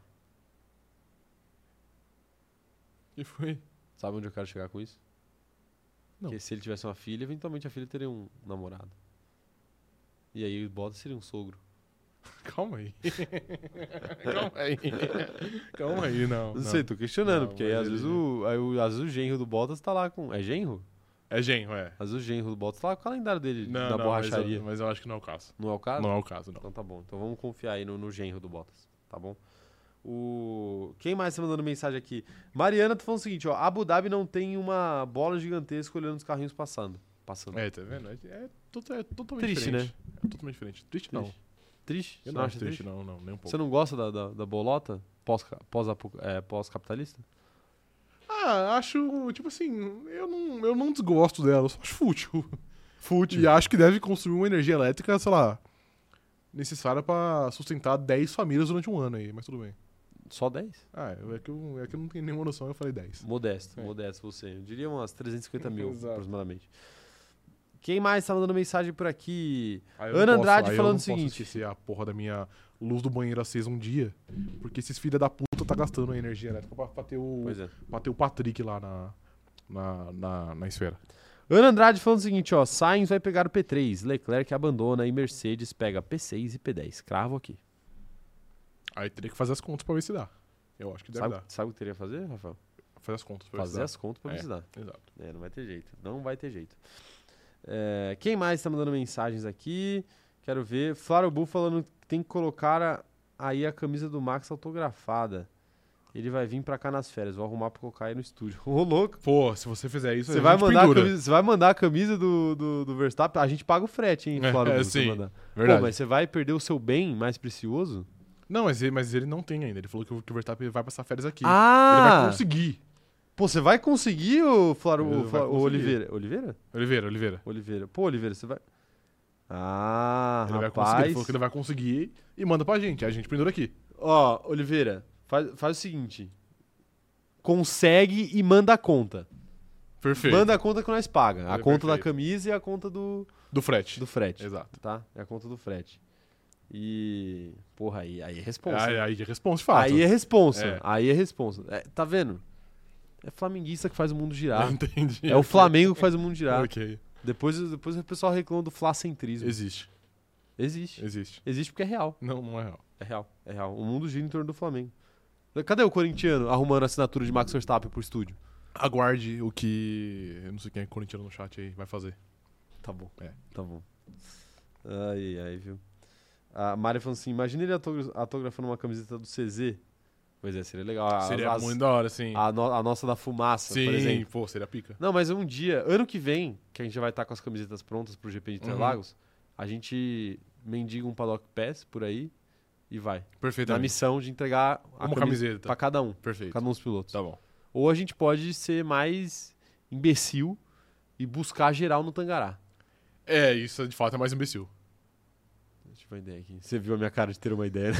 [SPEAKER 2] E foi.
[SPEAKER 1] Sabe onde eu quero chegar com isso?
[SPEAKER 2] Não.
[SPEAKER 1] Porque se ele tivesse uma filha, eventualmente a filha teria um namorado. E aí o Bottas seria um sogro.
[SPEAKER 2] Calma aí. Calma aí. Calma aí, não.
[SPEAKER 1] Não, sei, tô questionando,
[SPEAKER 2] Não,
[SPEAKER 1] porque aí,
[SPEAKER 2] mas
[SPEAKER 1] às,
[SPEAKER 2] ele-
[SPEAKER 1] vezes o, aí o- às vezes o genro do Bottas tá lá com. É genro?
[SPEAKER 2] É genro, é.
[SPEAKER 1] Às vezes o genro do Bottas tá lá com o calendário dele
[SPEAKER 2] Não,
[SPEAKER 1] da
[SPEAKER 2] não, mas eu-
[SPEAKER 1] borracharia.
[SPEAKER 2] Mas eu acho que não é o caso.
[SPEAKER 1] Não é o caso?
[SPEAKER 2] Não é o caso, não.
[SPEAKER 1] Então tá bom. Então vamos confiar aí no, no genro do Bottas, tá bom? O... Quem mais tá mandando mensagem aqui? Mariana tá falando o seguinte, ó. Abu Dhabi não tem uma bola gigantesca olhando os carrinhos passando. Passando.
[SPEAKER 2] É, tá vendo? É, é to- é totalmente
[SPEAKER 1] Triste,
[SPEAKER 2] diferente. É totalmente diferente. Triste,
[SPEAKER 1] Triste.
[SPEAKER 2] não.
[SPEAKER 1] Triste?
[SPEAKER 2] Eu
[SPEAKER 1] Você
[SPEAKER 2] não acho
[SPEAKER 1] acha
[SPEAKER 2] triste, não, não, nem um pouco.
[SPEAKER 1] Você não gosta da, da, da bolota pós-capitalista? Pós, apo- é, pós-capitalista?
[SPEAKER 2] Ah, acho, tipo assim, eu não, eu não desgosto dela, eu só acho fútil.
[SPEAKER 1] Fútil.
[SPEAKER 2] E acho que deve consumir uma energia elétrica, sei lá, necessária pra sustentar 10 famílias durante um ano aí, mas tudo bem.
[SPEAKER 1] Só 10?
[SPEAKER 2] Ah, é que eu, é que eu não tenho nenhuma noção, eu falei 10.
[SPEAKER 1] Modesto,
[SPEAKER 2] É.
[SPEAKER 1] modesto você. Eu diria umas 350 mil,
[SPEAKER 2] Exato.
[SPEAKER 1] aproximadamente. Quem mais tá mandando mensagem por aqui?
[SPEAKER 2] Ah, eu não
[SPEAKER 1] Ana
[SPEAKER 2] posso,
[SPEAKER 1] Andrade
[SPEAKER 2] ah,
[SPEAKER 1] falando o
[SPEAKER 2] Eu não posso
[SPEAKER 1] seguinte.
[SPEAKER 2] esquecer a porra da minha luz do banheiro acesa um dia, porque esses filha da puta tá gastando a energia elétrica pra, pra ter, o,
[SPEAKER 1] Pois é.
[SPEAKER 2] pra ter o Patrick lá na, na, na, na esfera.
[SPEAKER 1] Ana Andrade falando o seguinte, ó. Sainz vai pegar o P3, Leclerc abandona e Mercedes pega P6 e P10. Cravo aqui.
[SPEAKER 2] Aí teria que fazer as contas pra ver se dá. Eu acho que deve
[SPEAKER 1] Sabe,
[SPEAKER 2] dar.
[SPEAKER 1] sabe o que teria que fazer, Rafael?
[SPEAKER 2] Fazer as contas pra ver se
[SPEAKER 1] Fazer
[SPEAKER 2] dá.
[SPEAKER 1] as contas pra
[SPEAKER 2] É.
[SPEAKER 1] precisar.
[SPEAKER 2] Exato.
[SPEAKER 1] É, não vai ter jeito. Não vai ter jeito. É, quem mais tá mandando mensagens aqui? Quero ver. Flávio Bull falando que tem que colocar a- aí a camisa do Max autografada. Ele vai vir pra cá nas férias. Vou arrumar pra colocar aí no estúdio. Ô, louco.
[SPEAKER 2] Pô, se você fizer isso,
[SPEAKER 1] Você
[SPEAKER 2] a
[SPEAKER 1] vai,
[SPEAKER 2] gente
[SPEAKER 1] mandar a
[SPEAKER 2] pendura.
[SPEAKER 1] camisa, você vai mandar a camisa do, do, do Verstappen? A gente paga o frete, hein,
[SPEAKER 2] É,
[SPEAKER 1] Flávio Bull? se
[SPEAKER 2] sim.
[SPEAKER 1] mandar.
[SPEAKER 2] Verdade.
[SPEAKER 1] Pô, mas você vai perder o seu bem mais precioso?
[SPEAKER 2] Não, mas ele, mas ele não tem ainda. Ele falou que o, que o Verstappen vai passar férias aqui. Ele vai
[SPEAKER 1] Ah!
[SPEAKER 2] conseguir.
[SPEAKER 1] Pô, você vai conseguir, o Flávio,
[SPEAKER 2] Ele
[SPEAKER 1] o,
[SPEAKER 2] vai
[SPEAKER 1] Flá- o
[SPEAKER 2] conseguir.
[SPEAKER 1] Oliveira. Oliveira?
[SPEAKER 2] Oliveira, Oliveira.
[SPEAKER 1] Oliveira. Pô, Oliveira, você vai. Ah,
[SPEAKER 2] Ele vai conseguir. Ele
[SPEAKER 1] rapaz.
[SPEAKER 2] falou que ele vai conseguir e manda pra gente. Aí a gente pendura aqui.
[SPEAKER 1] Ó, Oliveira, faz, faz o seguinte. Consegue e manda a conta.
[SPEAKER 2] Perfeito.
[SPEAKER 1] Manda a conta que nós paga. A
[SPEAKER 2] É
[SPEAKER 1] conta da
[SPEAKER 2] perfeito.
[SPEAKER 1] camisa e a conta do,
[SPEAKER 2] Do frete.
[SPEAKER 1] do frete.
[SPEAKER 2] Exato.
[SPEAKER 1] Tá? É a conta do frete. E. Porra, aí, aí é responsa.
[SPEAKER 2] Aí,
[SPEAKER 1] né?
[SPEAKER 2] aí responde fácil.
[SPEAKER 1] Aí é responsa.
[SPEAKER 2] É.
[SPEAKER 1] Aí é responsa. É, tá vendo? É flamenguista que faz o mundo girar.
[SPEAKER 2] Entendi.
[SPEAKER 1] É o Flamengo que faz o mundo girar.
[SPEAKER 2] Ok.
[SPEAKER 1] Depois, depois o pessoal reclama do flacentrismo.
[SPEAKER 2] Existe.
[SPEAKER 1] Existe.
[SPEAKER 2] Existe.
[SPEAKER 1] Existe porque é real.
[SPEAKER 2] Não, não é real.
[SPEAKER 1] É real, é real. O mundo gira em torno do Flamengo. Cadê o corintiano arrumando a assinatura de Max Verstappen pro estúdio?
[SPEAKER 2] Aguarde o que. Eu não sei quem é corintiano no chat aí vai fazer.
[SPEAKER 1] Tá bom.
[SPEAKER 2] É.
[SPEAKER 1] Tá bom. Ai, ai, viu? A Mari falando assim: imagina ele autogra- autografando uma camiseta do CZ. Pois é, seria legal. A,
[SPEAKER 2] seria
[SPEAKER 1] as-
[SPEAKER 2] muito da hora, sim.
[SPEAKER 1] a, no- a nossa da fumaça, por
[SPEAKER 2] sim,
[SPEAKER 1] exemplo.
[SPEAKER 2] pô, seria pica.
[SPEAKER 1] Não, mas um dia, ano que vem, que a gente já vai estar com as camisetas prontas pro GP de
[SPEAKER 2] Uhum.
[SPEAKER 1] Interlagos, a gente mendiga um paddock pass por aí e vai. Na
[SPEAKER 2] Perfeitamente.
[SPEAKER 1] missão de entregar a
[SPEAKER 2] Uma
[SPEAKER 1] camiseta
[SPEAKER 2] camiseta.
[SPEAKER 1] pra cada um,
[SPEAKER 2] Perfeito.
[SPEAKER 1] cada um dos pilotos.
[SPEAKER 2] Tá bom.
[SPEAKER 1] Ou a gente pode ser mais imbecil e buscar geral no Tangará.
[SPEAKER 2] É, isso de fato é mais imbecil.
[SPEAKER 1] Deixa eu ver uma ideia aqui. Você viu a minha cara de ter uma ideia, né?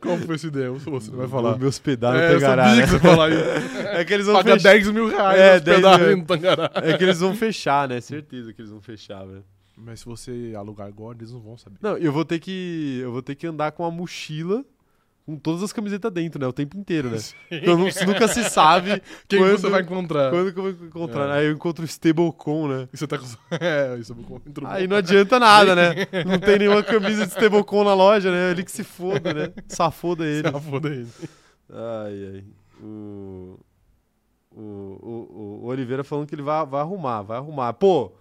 [SPEAKER 2] Qual foi essa ideia? Você não vai
[SPEAKER 1] Vou
[SPEAKER 2] falar.
[SPEAKER 1] Me hospedar no
[SPEAKER 2] é, eu
[SPEAKER 1] Tangará.
[SPEAKER 2] sabia que
[SPEAKER 1] né?
[SPEAKER 2] você ia falar isso.
[SPEAKER 1] É que eles vão
[SPEAKER 2] Paga
[SPEAKER 1] fechar.
[SPEAKER 2] 10 mil reais
[SPEAKER 1] É,
[SPEAKER 2] é,
[SPEAKER 1] 10 mil.
[SPEAKER 2] no Tangará.
[SPEAKER 1] É que eles vão fechar, né? Certeza que eles vão fechar, velho.
[SPEAKER 2] Mas se você alugar agora, eles não vão saber.
[SPEAKER 1] Não, eu vou ter que. Eu vou ter que andar com a mochila com todas as camisetas dentro, né? O tempo inteiro, né? Então nu- nunca se sabe
[SPEAKER 2] Quem
[SPEAKER 1] quando,
[SPEAKER 2] você vai encontrar?
[SPEAKER 1] quando que eu vou encontrar.
[SPEAKER 2] É.
[SPEAKER 1] né? Aí eu encontro o Stablecoin, né?
[SPEAKER 2] E você tá com. É, isso eu vou encontrar.
[SPEAKER 1] Aí não adianta nada, né? Não tem nenhuma camisa de Stablecoin na loja, né? Ele que se foda, né? Safoda ele.
[SPEAKER 2] Ah, foda ele.
[SPEAKER 1] Ai, ai. O, o, o, o Oliveira falando que ele vai, vai arrumar, vai arrumar. Pô,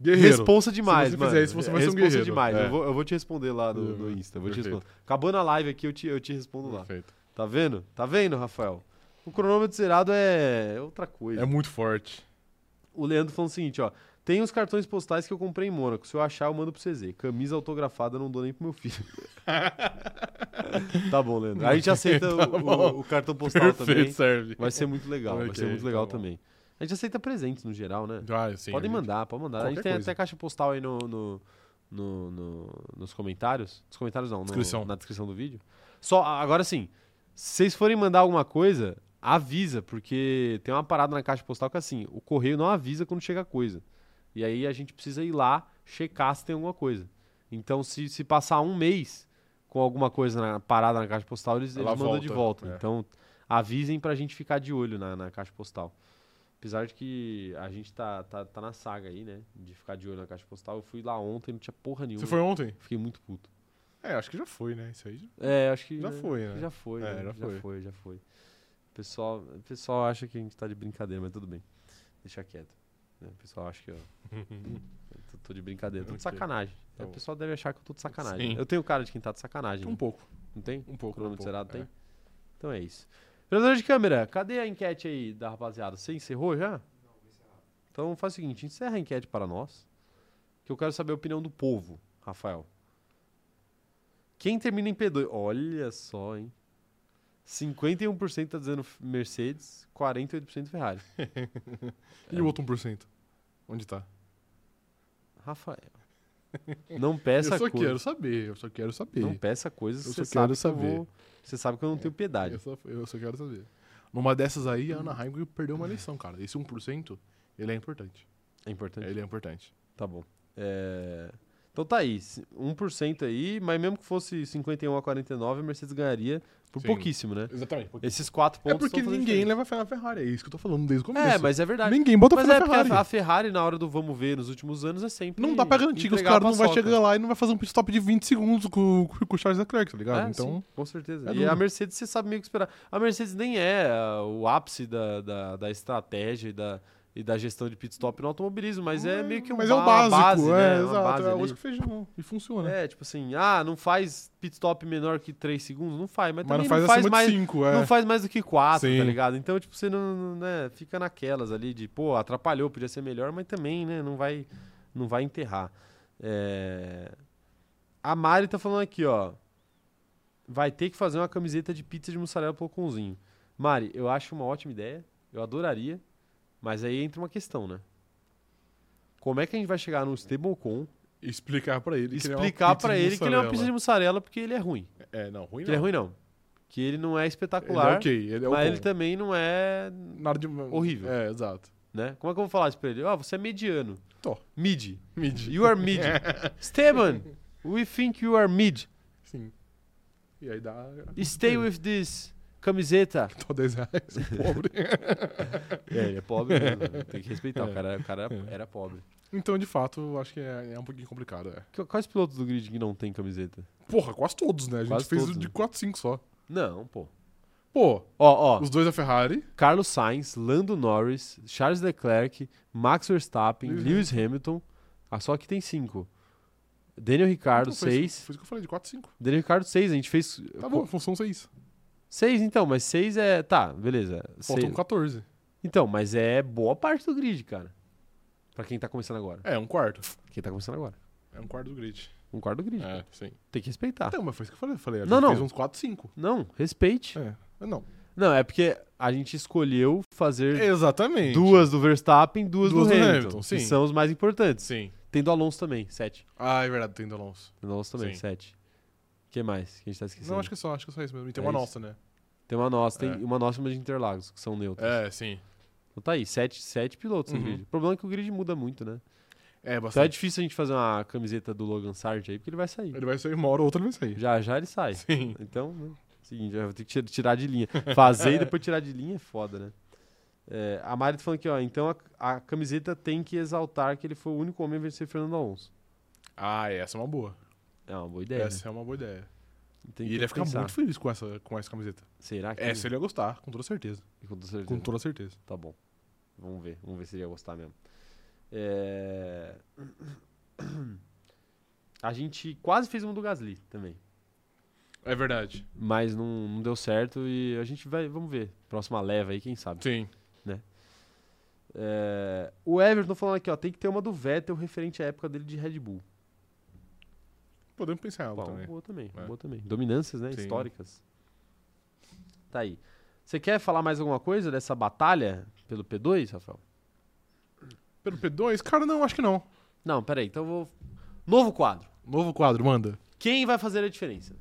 [SPEAKER 2] Guerreiro.
[SPEAKER 1] responsa demais,
[SPEAKER 2] você
[SPEAKER 1] mano.
[SPEAKER 2] fizer isso, você vai ser um
[SPEAKER 1] Responsa
[SPEAKER 2] guerreiro.
[SPEAKER 1] demais.
[SPEAKER 2] É.
[SPEAKER 1] Eu, vou, eu vou te responder lá no, no Insta. Vou te
[SPEAKER 2] Perfeito.
[SPEAKER 1] responder. Acabando a live aqui, eu te, eu te respondo lá.
[SPEAKER 2] Perfeito.
[SPEAKER 1] Tá vendo? Tá vendo, Rafael? O cronômetro zerado é outra coisa.
[SPEAKER 2] É muito forte.
[SPEAKER 1] O Leandro falando o seguinte, ó. Tem uns cartões postais que eu comprei em Mônaco. Se eu achar, eu mando pro CZ. Camisa autografada eu não dou nem pro meu filho. tá bom, Leandro. A gente aceita o-
[SPEAKER 2] Tá bom.
[SPEAKER 1] o, o cartão postal
[SPEAKER 2] Perfeito,
[SPEAKER 1] também.
[SPEAKER 2] serve.
[SPEAKER 1] Vai ser muito legal, vai ser
[SPEAKER 2] Ok,
[SPEAKER 1] muito legal
[SPEAKER 2] tá bom.
[SPEAKER 1] também. A gente aceita presentes no geral, né?
[SPEAKER 2] Ah, sim,
[SPEAKER 1] Podem
[SPEAKER 2] a gente-
[SPEAKER 1] mandar, pode mandar. a gente
[SPEAKER 2] Qualquer
[SPEAKER 1] tem
[SPEAKER 2] coisa.
[SPEAKER 1] até caixa postal aí no, no- no- no- nos comentários. Nos comentários não, no-
[SPEAKER 2] Descrição.
[SPEAKER 1] na descrição do vídeo. Só, agora sim, se vocês forem mandar alguma coisa, avisa, porque tem uma parada na caixa postal que é assim, o correio não avisa quando chega coisa. E aí a gente precisa ir lá checar se tem alguma coisa. Então, se, se passar um mês com alguma coisa na, parada na caixa postal, eles, eles
[SPEAKER 2] Ela
[SPEAKER 1] mandam de
[SPEAKER 2] volta,
[SPEAKER 1] volta.
[SPEAKER 2] é.
[SPEAKER 1] Então, avisem pra gente ficar de olho na, na caixa postal. Apesar de que a gente tá, tá, tá na saga aí, né? De ficar de olho na caixa postal. Eu fui lá ontem, não tinha porra nenhuma.
[SPEAKER 2] Você foi ontem?
[SPEAKER 1] Fiquei muito puto.
[SPEAKER 2] É, acho que já foi, né? Isso aí
[SPEAKER 1] É, acho que.
[SPEAKER 2] já
[SPEAKER 1] né,
[SPEAKER 2] foi, né?
[SPEAKER 1] Já foi,
[SPEAKER 2] É,
[SPEAKER 1] né? já,
[SPEAKER 2] já foi.
[SPEAKER 1] foi. já foi. O pessoal, o pessoal acha que a gente tá de brincadeira, mas tudo bem. Deixa quieto. né? O pessoal acha que eu. eu tô, tô de brincadeira, tô de
[SPEAKER 2] Ok.
[SPEAKER 1] sacanagem.
[SPEAKER 2] Tá
[SPEAKER 1] o
[SPEAKER 2] bom.
[SPEAKER 1] pessoal deve achar que eu tô de sacanagem.
[SPEAKER 2] Sim.
[SPEAKER 1] Eu tenho cara de quem tá de sacanagem,
[SPEAKER 2] Um
[SPEAKER 1] né?
[SPEAKER 2] pouco,
[SPEAKER 1] não tem?
[SPEAKER 2] um
[SPEAKER 1] O
[SPEAKER 2] pouco. um
[SPEAKER 1] cronômetro
[SPEAKER 2] pouco,
[SPEAKER 1] zerado tem?
[SPEAKER 2] é.
[SPEAKER 1] Então é isso. Operador de câmera, cadê a enquete aí da rapaziada? Você encerrou já? Não, vou encerrar. Então faz o seguinte, encerra a enquete para nós, que eu quero saber a opinião do povo, Rafael. Quem termina em P2? Olha só, hein? 51% tá dizendo Mercedes, 48% Ferrari.
[SPEAKER 2] E o outro 1%? Onde tá?
[SPEAKER 1] Rafael. Não peça
[SPEAKER 2] eu só
[SPEAKER 1] coisa-
[SPEAKER 2] quero saber, eu só quero saber.
[SPEAKER 1] Não peça coisas
[SPEAKER 2] Eu
[SPEAKER 1] que você
[SPEAKER 2] só quero
[SPEAKER 1] sabe que
[SPEAKER 2] saber. É,
[SPEAKER 1] eu vou- Você sabe que eu não tenho
[SPEAKER 2] eu,
[SPEAKER 1] piedade.
[SPEAKER 2] só, eu só quero saber. Numa dessas aí, a Ana Anaheim perdeu uma eleição, cara. Esse 1%, ele é importante.
[SPEAKER 1] É importante.
[SPEAKER 2] Ele é importante.
[SPEAKER 1] Tá bom. É, Então tá aí, c- 1% aí, mas mesmo que fosse 51 a 49, a Mercedes ganharia por
[SPEAKER 2] Sim.
[SPEAKER 1] pouquíssimo, né?
[SPEAKER 2] Exatamente.
[SPEAKER 1] Esses 4
[SPEAKER 2] É
[SPEAKER 1] pontos
[SPEAKER 2] porque
[SPEAKER 1] estão fazendo
[SPEAKER 2] ninguém
[SPEAKER 1] diferença.
[SPEAKER 2] leva fé na Ferrari, é isso que eu tô falando desde o começo.
[SPEAKER 1] É, mas é verdade.
[SPEAKER 2] Ninguém bota
[SPEAKER 1] Mas
[SPEAKER 2] fé
[SPEAKER 1] é
[SPEAKER 2] na
[SPEAKER 1] porque
[SPEAKER 2] Ferrari.
[SPEAKER 1] a- a Ferrari, na hora do vamos ver nos últimos anos, é sempre.
[SPEAKER 2] Não dá pra garantir que os
[SPEAKER 1] entregar a
[SPEAKER 2] caras não vão
[SPEAKER 1] paçoca.
[SPEAKER 2] chegar lá e não vai fazer um pit stop de 20 segundos com, com o Charles Leclerc, tá ligado?
[SPEAKER 1] É,
[SPEAKER 2] então,
[SPEAKER 1] sim, com certeza.
[SPEAKER 2] é
[SPEAKER 1] e
[SPEAKER 2] duro.
[SPEAKER 1] a Mercedes, você sabe meio que esperar. A Mercedes nem é ah, o ápice da, da, da estratégia e da, e da gestão de pit stop no automobilismo, mas é meio que um
[SPEAKER 2] Mas é o
[SPEAKER 1] ba- uma
[SPEAKER 2] básico,
[SPEAKER 1] base,
[SPEAKER 2] é,
[SPEAKER 1] né? Uma
[SPEAKER 2] exato.
[SPEAKER 1] base
[SPEAKER 2] é
[SPEAKER 1] ali.
[SPEAKER 2] arroz com feijão. E funciona.
[SPEAKER 1] É, tipo assim, ah, não faz pit stop menor que 3 segundos? Não faz, mas,
[SPEAKER 2] mas não
[SPEAKER 1] também
[SPEAKER 2] faz, acima
[SPEAKER 1] mais.
[SPEAKER 2] de 5, é.
[SPEAKER 1] Não faz mais do que 4,
[SPEAKER 2] Sim.
[SPEAKER 1] tá ligado? Então, tipo, você não, não, né, fica naquelas ali de, pô, atrapalhou, podia ser melhor, mas também, né, não vai, não vai enterrar. É, A Mari tá falando aqui, ó. Vai ter que fazer uma camiseta de pizza de mussarela pocãozinho. Mari, eu acho uma ótima ideia, eu adoraria, mas aí entra uma questão, né? Como é que a gente vai chegar no Stablecon
[SPEAKER 2] Explicar pra ele. que ele é uma
[SPEAKER 1] explicar
[SPEAKER 2] pizza
[SPEAKER 1] pra
[SPEAKER 2] de
[SPEAKER 1] ele que ele é uma pizza de
[SPEAKER 2] mussarela.
[SPEAKER 1] mussarela porque ele é ruim.
[SPEAKER 2] É, não, ruim
[SPEAKER 1] Que
[SPEAKER 2] não.
[SPEAKER 1] ele é ruim não. Que ele não é
[SPEAKER 2] Ele é
[SPEAKER 1] espetacular,
[SPEAKER 2] ok, ele é o
[SPEAKER 1] mas
[SPEAKER 2] bom.
[SPEAKER 1] ele também não é,
[SPEAKER 2] Nada de...
[SPEAKER 1] horrível.
[SPEAKER 2] É, exato.
[SPEAKER 1] né? Como é que eu vou falar isso pra ele? Ó, você é mediano.
[SPEAKER 2] Tô.
[SPEAKER 1] Mid.
[SPEAKER 2] Mid.
[SPEAKER 1] You are mid. Esteban, we think you are mid.
[SPEAKER 2] Sim. E aí dá...
[SPEAKER 1] Stay with this camiseta.
[SPEAKER 2] Tô 10 reais, pobre.
[SPEAKER 1] É, ele é pobre mesmo. Tem que respeitar. O
[SPEAKER 2] É.
[SPEAKER 1] cara, o cara era pobre.
[SPEAKER 2] então, de fato, eu acho que é, é um pouquinho complicado, é.
[SPEAKER 1] Qu- Quais pilotos do grid que não tem camiseta?
[SPEAKER 2] Porra, quase todos, né? A gente
[SPEAKER 1] Quase
[SPEAKER 2] fez
[SPEAKER 1] todos,
[SPEAKER 2] de
[SPEAKER 1] né?
[SPEAKER 2] 4, 5 só.
[SPEAKER 1] Não, pô.
[SPEAKER 2] Pô,
[SPEAKER 1] Ó, ó.
[SPEAKER 2] os dois da Ferrari.
[SPEAKER 1] Carlos Sainz, Lando Norris, Charles Leclerc, Max Verstappen,
[SPEAKER 2] Lewis
[SPEAKER 1] Lewis Hamilton. Ah, só que tem cinco. Daniel Ricciardo,
[SPEAKER 2] Então, foi isso-
[SPEAKER 1] seis.
[SPEAKER 2] Foi isso que eu falei, de 4, 5.
[SPEAKER 1] Daniel Ricciardo, seis. A gente fez.
[SPEAKER 2] Tá bom, função 6.
[SPEAKER 1] Seis, então, mas seis é. Tá, beleza.
[SPEAKER 2] Faltam
[SPEAKER 1] Seis.
[SPEAKER 2] 14.
[SPEAKER 1] Então, mas é boa parte do grid, cara. Pra quem tá começando agora.
[SPEAKER 2] É, um quarto.
[SPEAKER 1] Quem tá começando agora.
[SPEAKER 2] É um quarto do grid.
[SPEAKER 1] Um quarto do grid.
[SPEAKER 2] É, sim.
[SPEAKER 1] Tem que respeitar.
[SPEAKER 2] Então, mas foi isso que eu falei. Eu falei, a gente
[SPEAKER 1] Não, não.
[SPEAKER 2] fez uns 4, 5.
[SPEAKER 1] Não, respeite.
[SPEAKER 2] É. Não.
[SPEAKER 1] Não, é porque a gente escolheu fazer
[SPEAKER 2] Exatamente.
[SPEAKER 1] duas do Verstappen, duas,
[SPEAKER 2] Duas
[SPEAKER 1] do,
[SPEAKER 2] do
[SPEAKER 1] Hamilton.
[SPEAKER 2] Hamilton, sim.
[SPEAKER 1] Que são os mais importantes.
[SPEAKER 2] Sim.
[SPEAKER 1] Tendo Alonso também, sete.
[SPEAKER 2] Ah, é verdade, tem do Alonso.
[SPEAKER 1] Nossa também,
[SPEAKER 2] Sim.
[SPEAKER 1] sete. O que mais que a gente tá esquecendo?
[SPEAKER 2] Não, acho que é só, acho que é só isso mesmo. E tem
[SPEAKER 1] É
[SPEAKER 2] uma
[SPEAKER 1] isso?
[SPEAKER 2] nossa, né?
[SPEAKER 1] Tem uma nossa, tem
[SPEAKER 2] É.
[SPEAKER 1] uma nossa e uma de Interlagos, que são neutras.
[SPEAKER 2] É, sim.
[SPEAKER 1] Então tá aí, sete, sete pilotos no
[SPEAKER 2] Uhum.
[SPEAKER 1] grid. O problema é que o grid muda muito, né?
[SPEAKER 2] É,
[SPEAKER 1] Então é
[SPEAKER 2] bastante.
[SPEAKER 1] difícil a gente fazer uma camiseta do Logan Sargent aí, porque ele vai sair.
[SPEAKER 2] Ele vai sair uma hora ou outra, ele vai sair.
[SPEAKER 1] Já já ele sai.
[SPEAKER 2] Sim.
[SPEAKER 1] Então, né? Seguinte, eu vou ter que tira- tirar de linha. Fazer e depois tirar de linha é foda, né? É, a Mari tá falando aqui, ó. Então a, a camiseta tem que exaltar que ele foi o único homem a vencer Fernando Alonso.
[SPEAKER 2] Ah, essa é uma boa.
[SPEAKER 1] É uma boa ideia. né?
[SPEAKER 2] essa é uma boa ideia.
[SPEAKER 1] Tem
[SPEAKER 2] e
[SPEAKER 1] que
[SPEAKER 2] ele ia ficar
[SPEAKER 1] pensar.
[SPEAKER 2] muito feliz com essa, com essa camiseta.
[SPEAKER 1] Será que.
[SPEAKER 2] Essa ele ia gostar, com toda certeza.
[SPEAKER 1] Com toda certeza.
[SPEAKER 2] Com toda certeza.
[SPEAKER 1] Tá bom. Vamos ver. Vamos ver se ele ia gostar mesmo. É, A gente quase fez um do Gasly também.
[SPEAKER 2] É verdade.
[SPEAKER 1] Mas não, não deu certo e a gente vai. Vamos ver. Próxima leva aí, quem sabe.
[SPEAKER 2] Sim.
[SPEAKER 1] É, O Everton falando aqui, ó. Tem que ter uma do Vettel referente à época dele de Red Bull.
[SPEAKER 2] Podemos pensar em algo
[SPEAKER 1] Bom,
[SPEAKER 2] também.
[SPEAKER 1] Boa também.
[SPEAKER 2] É.
[SPEAKER 1] Boa também. Dominâncias, né?
[SPEAKER 2] Sim.
[SPEAKER 1] Históricas. Tá aí. Você quer falar mais alguma coisa dessa batalha pelo P2, Rafael?
[SPEAKER 2] Pelo P2? Cara, não, acho que não.
[SPEAKER 1] Não, peraí. Então eu vou. Novo quadro.
[SPEAKER 2] Novo quadro, manda.
[SPEAKER 1] Quem vai fazer a diferença?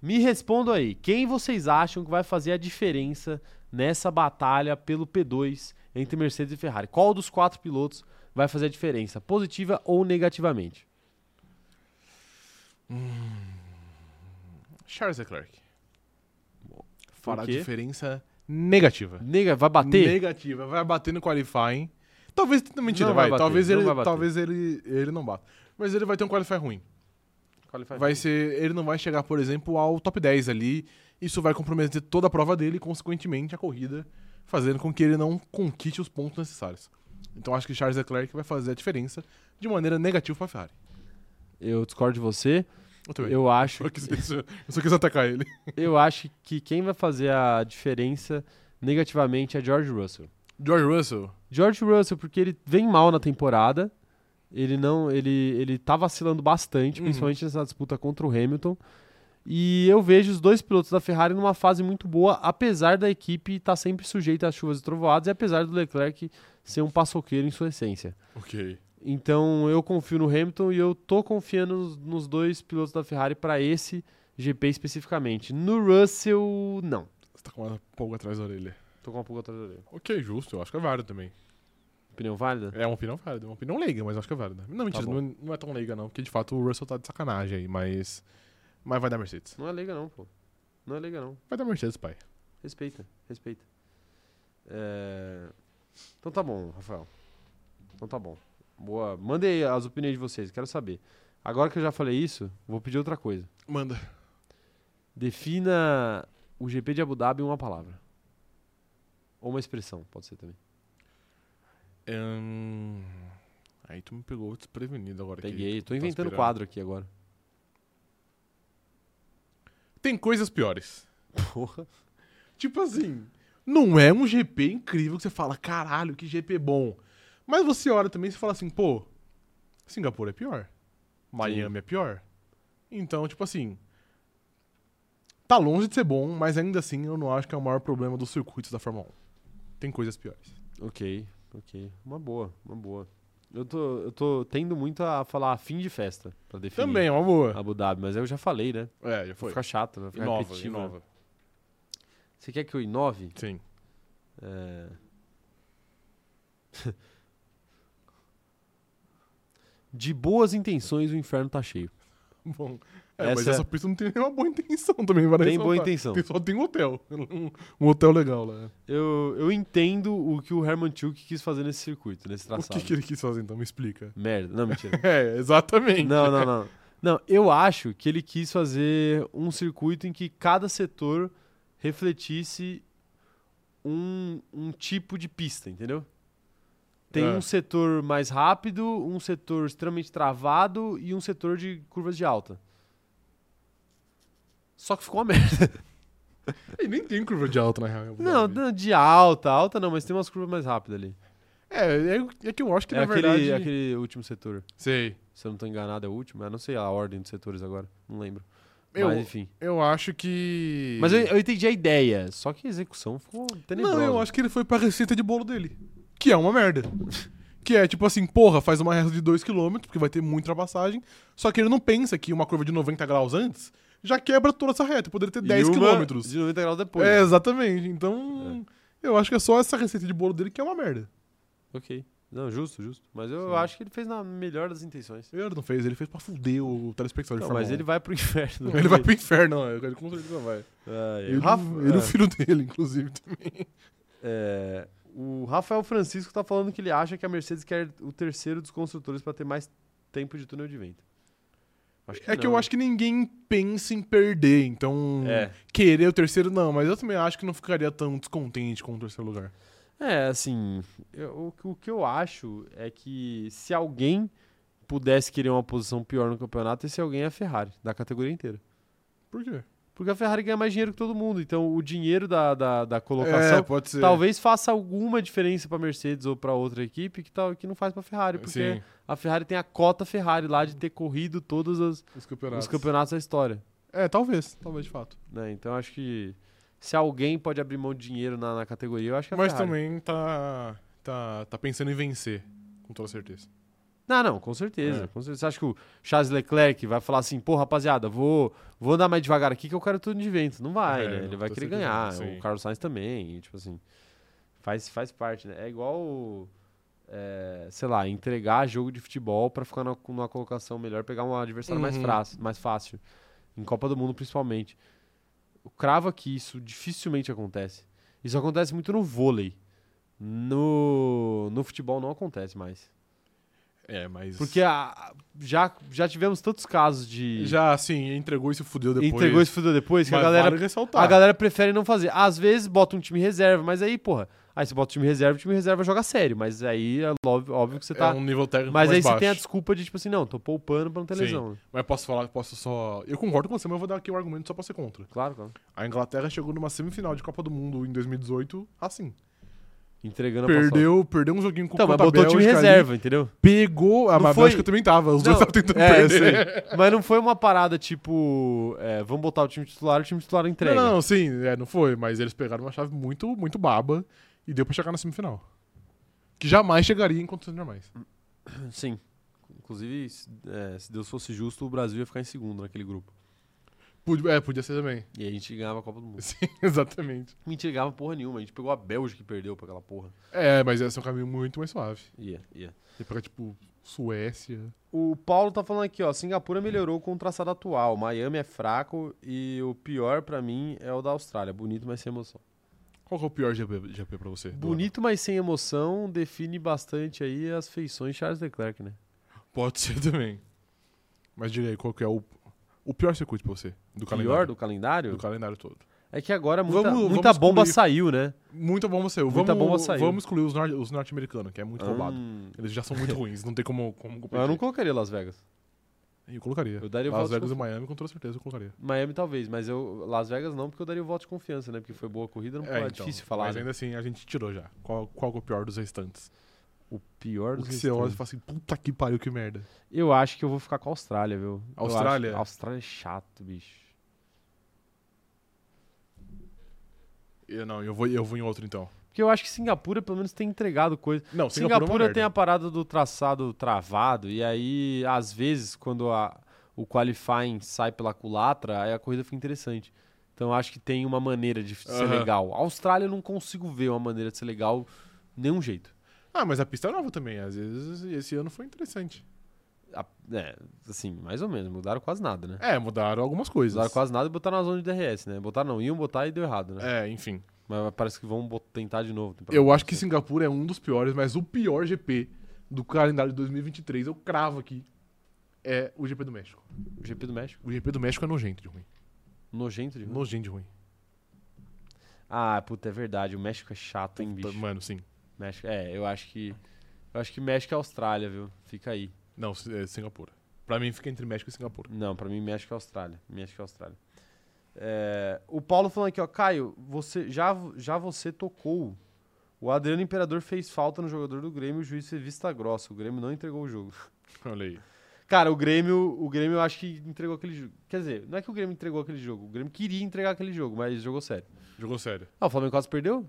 [SPEAKER 1] Me respondam aí. Quem vocês acham que vai fazer a diferença nessa batalha pelo P2 entre Mercedes e Ferrari? Qual dos quatro pilotos vai fazer a diferença, positiva ou negativamente?
[SPEAKER 2] Charles Leclerc. Fará
[SPEAKER 1] quê?
[SPEAKER 2] diferença negativa.
[SPEAKER 1] Nega, vai bater?
[SPEAKER 2] Negativa. Vai bater no qualifying. Talvez, não, mentira,
[SPEAKER 1] Não vai
[SPEAKER 2] vai.
[SPEAKER 1] bater,
[SPEAKER 2] talvez
[SPEAKER 1] não
[SPEAKER 2] ele,
[SPEAKER 1] vai bater.
[SPEAKER 2] talvez ele, ele não bata. Mas ele vai ter um qualify ruim. Vai ser, ele não vai chegar, por exemplo, ao top 10 ali. Isso vai comprometer toda a prova dele e, consequentemente, a corrida, fazendo com que ele não conquiste os pontos necessários. Então acho que Charles Leclerc vai fazer a diferença de maneira negativa para Ferrari.
[SPEAKER 1] Eu discordo de você.
[SPEAKER 2] Eu, também.
[SPEAKER 1] Eu acho,
[SPEAKER 2] Só quis- eu só quis atacar ele.
[SPEAKER 1] eu acho que quem vai fazer a diferença negativamente é George Russell.
[SPEAKER 2] George Russell.
[SPEAKER 1] George Russell, porque ele vem mal na temporada. Ele não. Ele, ele tá vacilando bastante,
[SPEAKER 2] Uhum.
[SPEAKER 1] principalmente nessa disputa contra o Hamilton. E eu vejo os dois pilotos da Ferrari numa fase muito boa, apesar da equipe estar sempre sujeita às chuvas e trovoadas, e apesar do Leclerc ser um paçoqueiro em sua essência.
[SPEAKER 2] Ok.
[SPEAKER 1] Então eu confio no Hamilton e eu tô confiando nos, nos dois pilotos da Ferrari para esse GP especificamente. No Russell, não.
[SPEAKER 2] Você tá com uma polga atrás da orelha.
[SPEAKER 1] Tô com uma pulga atrás da orelha.
[SPEAKER 2] Ok, justo. Eu acho que é válido também.
[SPEAKER 1] Opinião válida?
[SPEAKER 2] É uma opinião válida, é uma opinião leiga, mas eu acho que é válida. Não, mentira,
[SPEAKER 1] bom.
[SPEAKER 2] não, é- não é tão leiga não, porque de fato o Russell tá de sacanagem aí, mas. Mas vai dar Mercedes.
[SPEAKER 1] Não é leiga não, pô. Não é leiga não.
[SPEAKER 2] Vai dar Mercedes, pai.
[SPEAKER 1] Respeita, respeita. É, Então tá bom, Rafael. Então tá bom. Boa. Mandei as opiniões de vocês, quero saber. Agora que eu já falei isso, vou pedir outra coisa.
[SPEAKER 2] Manda.
[SPEAKER 1] Defina o GP de Abu Dhabi em uma palavra. Ou uma expressão, pode ser também.
[SPEAKER 2] Ahn, Aí tu me pegou desprevenido agora. que
[SPEAKER 1] Peguei, tô
[SPEAKER 2] tava
[SPEAKER 1] inventando
[SPEAKER 2] esperando.
[SPEAKER 1] quadro aqui agora.
[SPEAKER 2] Tem coisas piores.
[SPEAKER 1] Porra.
[SPEAKER 2] Tipo assim, não é um GP incrível que você fala, caralho, que GP bom. Mas você olha também e você fala assim, pô, Singapura é pior. Miami é pior. Então, tipo assim. Tá longe de ser bom, mas ainda assim eu não acho que é o maior problema dos circuitos da Fórmula 1. Tem coisas piores.
[SPEAKER 1] Ok, ok. Uma boa, uma boa. Eu tô, eu tô tendo muito a falar fim de festa pra definir
[SPEAKER 2] Também é uma boa.
[SPEAKER 1] Abu Dhabi, mas eu já falei, né?
[SPEAKER 2] É, já
[SPEAKER 1] Vai
[SPEAKER 2] foi.
[SPEAKER 1] ficar chato, vai ficar
[SPEAKER 2] Inova,
[SPEAKER 1] repetindo. né?
[SPEAKER 2] inova.
[SPEAKER 1] Você quer que eu inove?
[SPEAKER 2] Sim.
[SPEAKER 1] É... De boas intenções, o inferno tá cheio.
[SPEAKER 2] Bom. É, mas
[SPEAKER 1] Essa-
[SPEAKER 2] essa pista não tem nenhuma boa intenção também, vai
[SPEAKER 1] Tem boa intenção.
[SPEAKER 2] Tem, só tem um hotel. Um, um hotel legal lá.
[SPEAKER 1] Eu, eu entendo o que o Herman Tilke quis fazer nesse circuito, nesse traçado.
[SPEAKER 2] O que, que ele quis fazer então? Me explica.
[SPEAKER 1] Merda, não, mentira.
[SPEAKER 2] É, exatamente.
[SPEAKER 1] não, não, não. Não, eu acho que ele quis fazer um circuito em que cada setor refletisse um, um tipo de pista, entendeu? Tem
[SPEAKER 2] É.
[SPEAKER 1] um setor mais rápido, um setor extremamente travado e um setor de curvas de alta. Só que ficou uma merda.
[SPEAKER 2] E nem tem curva de alta na real.
[SPEAKER 1] Não, não, de alta, alta não, mas tem umas curvas mais rápidas ali.
[SPEAKER 2] É, é, é que eu acho que
[SPEAKER 1] é
[SPEAKER 2] na
[SPEAKER 1] aquele,
[SPEAKER 2] verdade.
[SPEAKER 1] aquele último setor.
[SPEAKER 2] Sei.
[SPEAKER 1] Se eu não tô enganado, é o último. Eu não sei a ordem dos setores agora. Não lembro.
[SPEAKER 2] Eu,
[SPEAKER 1] Mas enfim.
[SPEAKER 2] eu acho que.
[SPEAKER 1] Mas eu, eu entendi a ideia. Só que a execução ficou tenebrosa.
[SPEAKER 2] Não, eu acho que ele foi pra receita de bolo dele. Que é uma merda. que é tipo assim, porra, faz uma reta de 2km, porque vai ter muita ultrapassagem. Só que ele não pensa que uma curva de 90 graus antes já quebra toda essa reta. Poderia ter
[SPEAKER 1] E
[SPEAKER 2] 10
[SPEAKER 1] uma
[SPEAKER 2] km.
[SPEAKER 1] De 90 graus depois.
[SPEAKER 2] É, exatamente. Então, eu acho que é só essa receita de bolo dele que é uma merda.
[SPEAKER 1] Ok. Não, justo, justo. Mas eu
[SPEAKER 2] Sim.
[SPEAKER 1] acho que ele fez na melhor das intenções.
[SPEAKER 2] Ele não fez, ele fez pra fuder o telespectador. de
[SPEAKER 1] Não,
[SPEAKER 2] Fórmula
[SPEAKER 1] mas
[SPEAKER 2] 1.
[SPEAKER 1] ele vai pro inferno.
[SPEAKER 2] Ele vai pro inferno, ó, ele com certeza vai.
[SPEAKER 1] Ai, ai.
[SPEAKER 2] Ele,
[SPEAKER 1] Rafa-
[SPEAKER 2] ele e
[SPEAKER 1] é.
[SPEAKER 2] o filho dele, inclusive.
[SPEAKER 1] É, o Rafael Francisco tá falando que ele acha que a Mercedes quer o terceiro dos construtores pra ter mais tempo de túnel de vento. Acho
[SPEAKER 2] É que
[SPEAKER 1] não,
[SPEAKER 2] eu acho que ninguém pensa em perder, então.
[SPEAKER 1] É.
[SPEAKER 2] Querer o terceiro, não, mas eu também acho que não ficaria tão descontente com o terceiro lugar.
[SPEAKER 1] É, assim, eu- o, que- o que eu acho é que se alguém pudesse querer uma posição pior no campeonato, esse alguém é a Ferrari, da categoria inteira.
[SPEAKER 2] Por quê?
[SPEAKER 1] Porque a Ferrari ganha mais dinheiro que todo mundo, então o dinheiro da, da, da
[SPEAKER 2] É,
[SPEAKER 1] colocação
[SPEAKER 2] pode ser.
[SPEAKER 1] talvez faça alguma diferença pra Mercedes ou pra outra equipe que, tal, que não faz pra Ferrari, porque
[SPEAKER 2] Sim,
[SPEAKER 1] a Ferrari tem a cota Ferrari lá de ter corrido todos os,
[SPEAKER 2] os
[SPEAKER 1] os
[SPEAKER 2] campeonatos.
[SPEAKER 1] campeonatos da história.
[SPEAKER 2] É, talvez, talvez de fato.
[SPEAKER 1] né? Então acho que se alguém pode abrir mão de dinheiro na, na categoria, eu acho que é a
[SPEAKER 2] Mas
[SPEAKER 1] Ferrari.
[SPEAKER 2] também tá, tá, tá pensando em vencer, com toda certeza.
[SPEAKER 1] Não, Ah, não, com certeza,
[SPEAKER 2] É.
[SPEAKER 1] com certeza. Você acha que o Charles Leclerc vai falar assim, pô, rapaziada, vou, vou andar mais devagar aqui que eu quero tudo de vento. Não vai,
[SPEAKER 2] É,
[SPEAKER 1] né?
[SPEAKER 2] não,
[SPEAKER 1] Ele vai
[SPEAKER 2] com
[SPEAKER 1] querer
[SPEAKER 2] certeza,
[SPEAKER 1] ganhar.
[SPEAKER 2] sim.
[SPEAKER 1] O Carlos Sainz também, e, tipo assim, faz, faz parte, né? É igual, o, é, sei lá, entregar jogo de futebol pra ficar na- numa colocação melhor, pegar um adversário mais,
[SPEAKER 2] Uhum.
[SPEAKER 1] fraco, mais fácil. Em Copa do Mundo, principalmente. O cravo é que isso dificilmente acontece. Isso acontece muito no vôlei. No, no futebol não acontece mais.
[SPEAKER 2] É, mas.
[SPEAKER 1] Porque a- a- já, já tivemos tantos casos de.
[SPEAKER 2] Já, assim, entregou e se fudeu depois.
[SPEAKER 1] entregou esse fudeu depois, que a
[SPEAKER 2] mas
[SPEAKER 1] galera,
[SPEAKER 2] Vale ressaltar.
[SPEAKER 1] a galera prefere não fazer. Às vezes bota um time reserva, mas aí, porra. Aí você bota o time reserva, o time reserva joga sério. Mas aí é óbvio, óbvio que você tá.
[SPEAKER 2] É um nível técnico
[SPEAKER 1] mas
[SPEAKER 2] mais
[SPEAKER 1] aí
[SPEAKER 2] baixo.
[SPEAKER 1] você tem a desculpa de, tipo assim, não, tô poupando pra não ter
[SPEAKER 2] Sim.
[SPEAKER 1] lesão.
[SPEAKER 2] Mas posso falar, posso só. Eu concordo com você, mas eu vou dar aqui um argumento só pra ser contra.
[SPEAKER 1] Claro, claro.
[SPEAKER 2] A Inglaterra chegou numa semifinal de Copa do Mundo em 2018, assim.
[SPEAKER 1] Entregando a passagem.
[SPEAKER 2] Perdeu, perdeu um joguinho com
[SPEAKER 1] Então, mas
[SPEAKER 2] contra a
[SPEAKER 1] botou o time
[SPEAKER 2] Bélgica ali,
[SPEAKER 1] reserva, entendeu?
[SPEAKER 2] Pegou. Ah,
[SPEAKER 1] Não
[SPEAKER 2] mas
[SPEAKER 1] foi-
[SPEAKER 2] a Bélgica também tava. Os dois
[SPEAKER 1] Não,
[SPEAKER 2] estavam tentando
[SPEAKER 1] é, eu
[SPEAKER 2] perder.
[SPEAKER 1] sei. Mas não foi uma parada tipo, é, vamos botar o time titular, o time titular entrega.
[SPEAKER 2] Não, não, não, sim, é, não foi. Mas eles pegaram uma chave muito, muito baba e deu pra chegar na semifinal. Que jamais chegaria em condições normais.
[SPEAKER 1] Sim. Inclusive, se- é, se Deus fosse justo, o Brasil ia ficar em segundo naquele grupo.
[SPEAKER 2] Pod- É, podia ser também.
[SPEAKER 1] E aí a gente ganhava a Copa do Mundo.
[SPEAKER 2] Sim, exatamente.
[SPEAKER 1] Mentira, ganhava porra nenhuma. A gente pegou a Bélgica e perdeu pra aquela porra.
[SPEAKER 2] É, mas esse é um caminho muito mais suave.
[SPEAKER 1] Ia, ia.
[SPEAKER 2] Você pega, tipo, Suécia.
[SPEAKER 1] O Paulo tá falando aqui, ó. Singapura melhorou com o traçado atual. Miami é fraco e o pior pra mim é o da Austrália. Bonito, mas sem emoção.
[SPEAKER 2] Qual que é o pior GP, GP pra você? Duana?
[SPEAKER 1] Bonito, mas sem emoção define bastante aí as feições de Charles Leclerc, né?
[SPEAKER 2] Pode ser também. Mas diga aí, qual que é o, o pior circuito pra você? Do
[SPEAKER 1] Pior
[SPEAKER 2] calendário?
[SPEAKER 1] do calendário?
[SPEAKER 2] Do calendário todo.
[SPEAKER 1] É que agora muita,
[SPEAKER 2] Vamos-
[SPEAKER 1] muita
[SPEAKER 2] vamos
[SPEAKER 1] bomba
[SPEAKER 2] excluir.
[SPEAKER 1] saiu, né?
[SPEAKER 2] Muita bomba saiu.
[SPEAKER 1] Muita
[SPEAKER 2] vamos,
[SPEAKER 1] bomba saiu.
[SPEAKER 2] Vamos excluir os, nor- os norte-americanos, que é muito roubado.
[SPEAKER 1] Hum,
[SPEAKER 2] Eles já são muito ruins, não tem como, como competir.
[SPEAKER 1] eu não colocaria Las Vegas.
[SPEAKER 2] Eu colocaria.
[SPEAKER 1] Eu daria
[SPEAKER 2] Las
[SPEAKER 1] votos
[SPEAKER 2] Vegas e
[SPEAKER 1] com-
[SPEAKER 2] Miami, com toda certeza, eu colocaria.
[SPEAKER 1] Miami talvez, mas eu Las Vegas não, porque eu daria o voto de confiança, né? Porque foi boa corrida, não é,
[SPEAKER 2] então,
[SPEAKER 1] difícil falar.
[SPEAKER 2] Mas
[SPEAKER 1] né?
[SPEAKER 2] ainda assim, a gente tirou já. Qual, qual que é o pior dos restantes?
[SPEAKER 1] O pior
[SPEAKER 2] O
[SPEAKER 1] dos
[SPEAKER 2] que você olha e
[SPEAKER 1] extremos.
[SPEAKER 2] fala assim, puta que pariu, que merda.
[SPEAKER 1] Eu acho que eu vou ficar com a Austrália, viu? Eu
[SPEAKER 2] Austrália?
[SPEAKER 1] acho- Austrália é chato, bicho.
[SPEAKER 2] Eu, não, eu vou, eu vou em outro então.
[SPEAKER 1] Porque eu acho que Singapura pelo menos tem entregado coisa.
[SPEAKER 2] Não,
[SPEAKER 1] Singapura,
[SPEAKER 2] Singapura, é uma
[SPEAKER 1] tem a
[SPEAKER 2] merda.
[SPEAKER 1] parada do traçado travado, e aí, às vezes, quando a- o qualifying sai pela culatra, aí a corrida fica interessante. Então eu acho que tem uma maneira de ser
[SPEAKER 2] Aham.
[SPEAKER 1] legal. A Austrália eu não consigo ver uma maneira de ser legal nenhum jeito.
[SPEAKER 2] Ah, mas a pista é nova também. Às vezes esse ano foi interessante.
[SPEAKER 1] A- é, assim, mais ou menos, mudaram quase nada, né?
[SPEAKER 2] É, mudaram algumas coisas.
[SPEAKER 1] Mudaram quase nada e botaram na zona de DRS, né? Botaram não, iam botar e deu errado, né?
[SPEAKER 2] É, enfim.
[SPEAKER 1] Mas parece que vão bot- tentar de novo. temporada
[SPEAKER 2] Eu acho que
[SPEAKER 1] passada.
[SPEAKER 2] Singapura é um dos piores, mas o pior GP do calendário de 2023, eu cravo aqui, é o GP do México.
[SPEAKER 1] O GP do México,
[SPEAKER 2] O GP do México é nojento de ruim.
[SPEAKER 1] nojento de ruim.
[SPEAKER 2] Nojento de ruim.
[SPEAKER 1] Ah, puta, é verdade, o México é chato, hein, bicho?
[SPEAKER 2] Mano, sim.
[SPEAKER 1] México, é, eu acho que. Eu acho que México é Austrália, viu? Fica aí.
[SPEAKER 2] Não, é Singapura. Pra mim fica entre México e Singapura.
[SPEAKER 1] Não, pra mim México é Austrália. México é Austrália. É, o Paulo falando aqui, ó, Caio, você já, já você tocou. O Adriano Imperador fez falta no jogador do Grêmio, o juiz fez vista grossa. O Grêmio não entregou o jogo.
[SPEAKER 2] Olha aí.
[SPEAKER 1] Cara, o Grêmio, o Grêmio eu acho que entregou aquele jogo. Quer dizer, não é que o Grêmio entregou aquele jogo. O Grêmio queria entregar aquele jogo, mas jogou sério.
[SPEAKER 2] Jogou sério.
[SPEAKER 1] Ah, o Flamengo quase perdeu?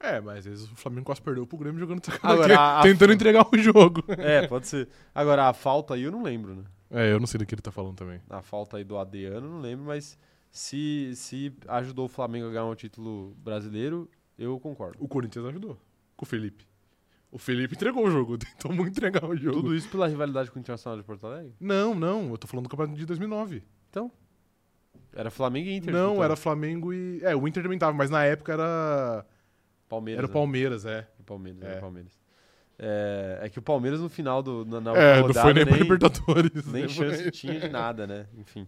[SPEAKER 2] É, mas às vezes o Flamengo quase perdeu pro Grêmio jogando de
[SPEAKER 1] Agora,
[SPEAKER 2] sacanagem,
[SPEAKER 1] a- a-
[SPEAKER 2] tentando entregar o jogo.
[SPEAKER 1] É, pode ser. Agora, a falta aí eu não lembro, né?
[SPEAKER 2] É, eu não sei do que ele tá falando também.
[SPEAKER 1] na falta aí do Adriano, não lembro, mas se, se ajudou o Flamengo a ganhar um título brasileiro, eu concordo.
[SPEAKER 2] O Corinthians ajudou. Com o Felipe. O Felipe entregou o jogo, tentou muito entregar o jogo.
[SPEAKER 1] Tudo isso pela rivalidade com o Internacional de Porto Alegre?
[SPEAKER 2] Não, não, eu tô falando do campeonato de 2009.
[SPEAKER 1] Era Flamengo e Inter. né?
[SPEAKER 2] não,
[SPEAKER 1] disputando.
[SPEAKER 2] era Flamengo e. É, o Inter também tava, mas na época era.
[SPEAKER 1] Palmeiras.
[SPEAKER 2] Era o
[SPEAKER 1] né?
[SPEAKER 2] Palmeiras, é.
[SPEAKER 1] Era Palmeiras.
[SPEAKER 2] É.
[SPEAKER 1] Era Palmeiras. É, é que o Palmeiras no final do, na, na
[SPEAKER 2] é,
[SPEAKER 1] rodada
[SPEAKER 2] não foi nem pra
[SPEAKER 1] nem,
[SPEAKER 2] Libertadores.
[SPEAKER 1] nem
[SPEAKER 2] né?
[SPEAKER 1] chance tinha de nada, né? Enfim.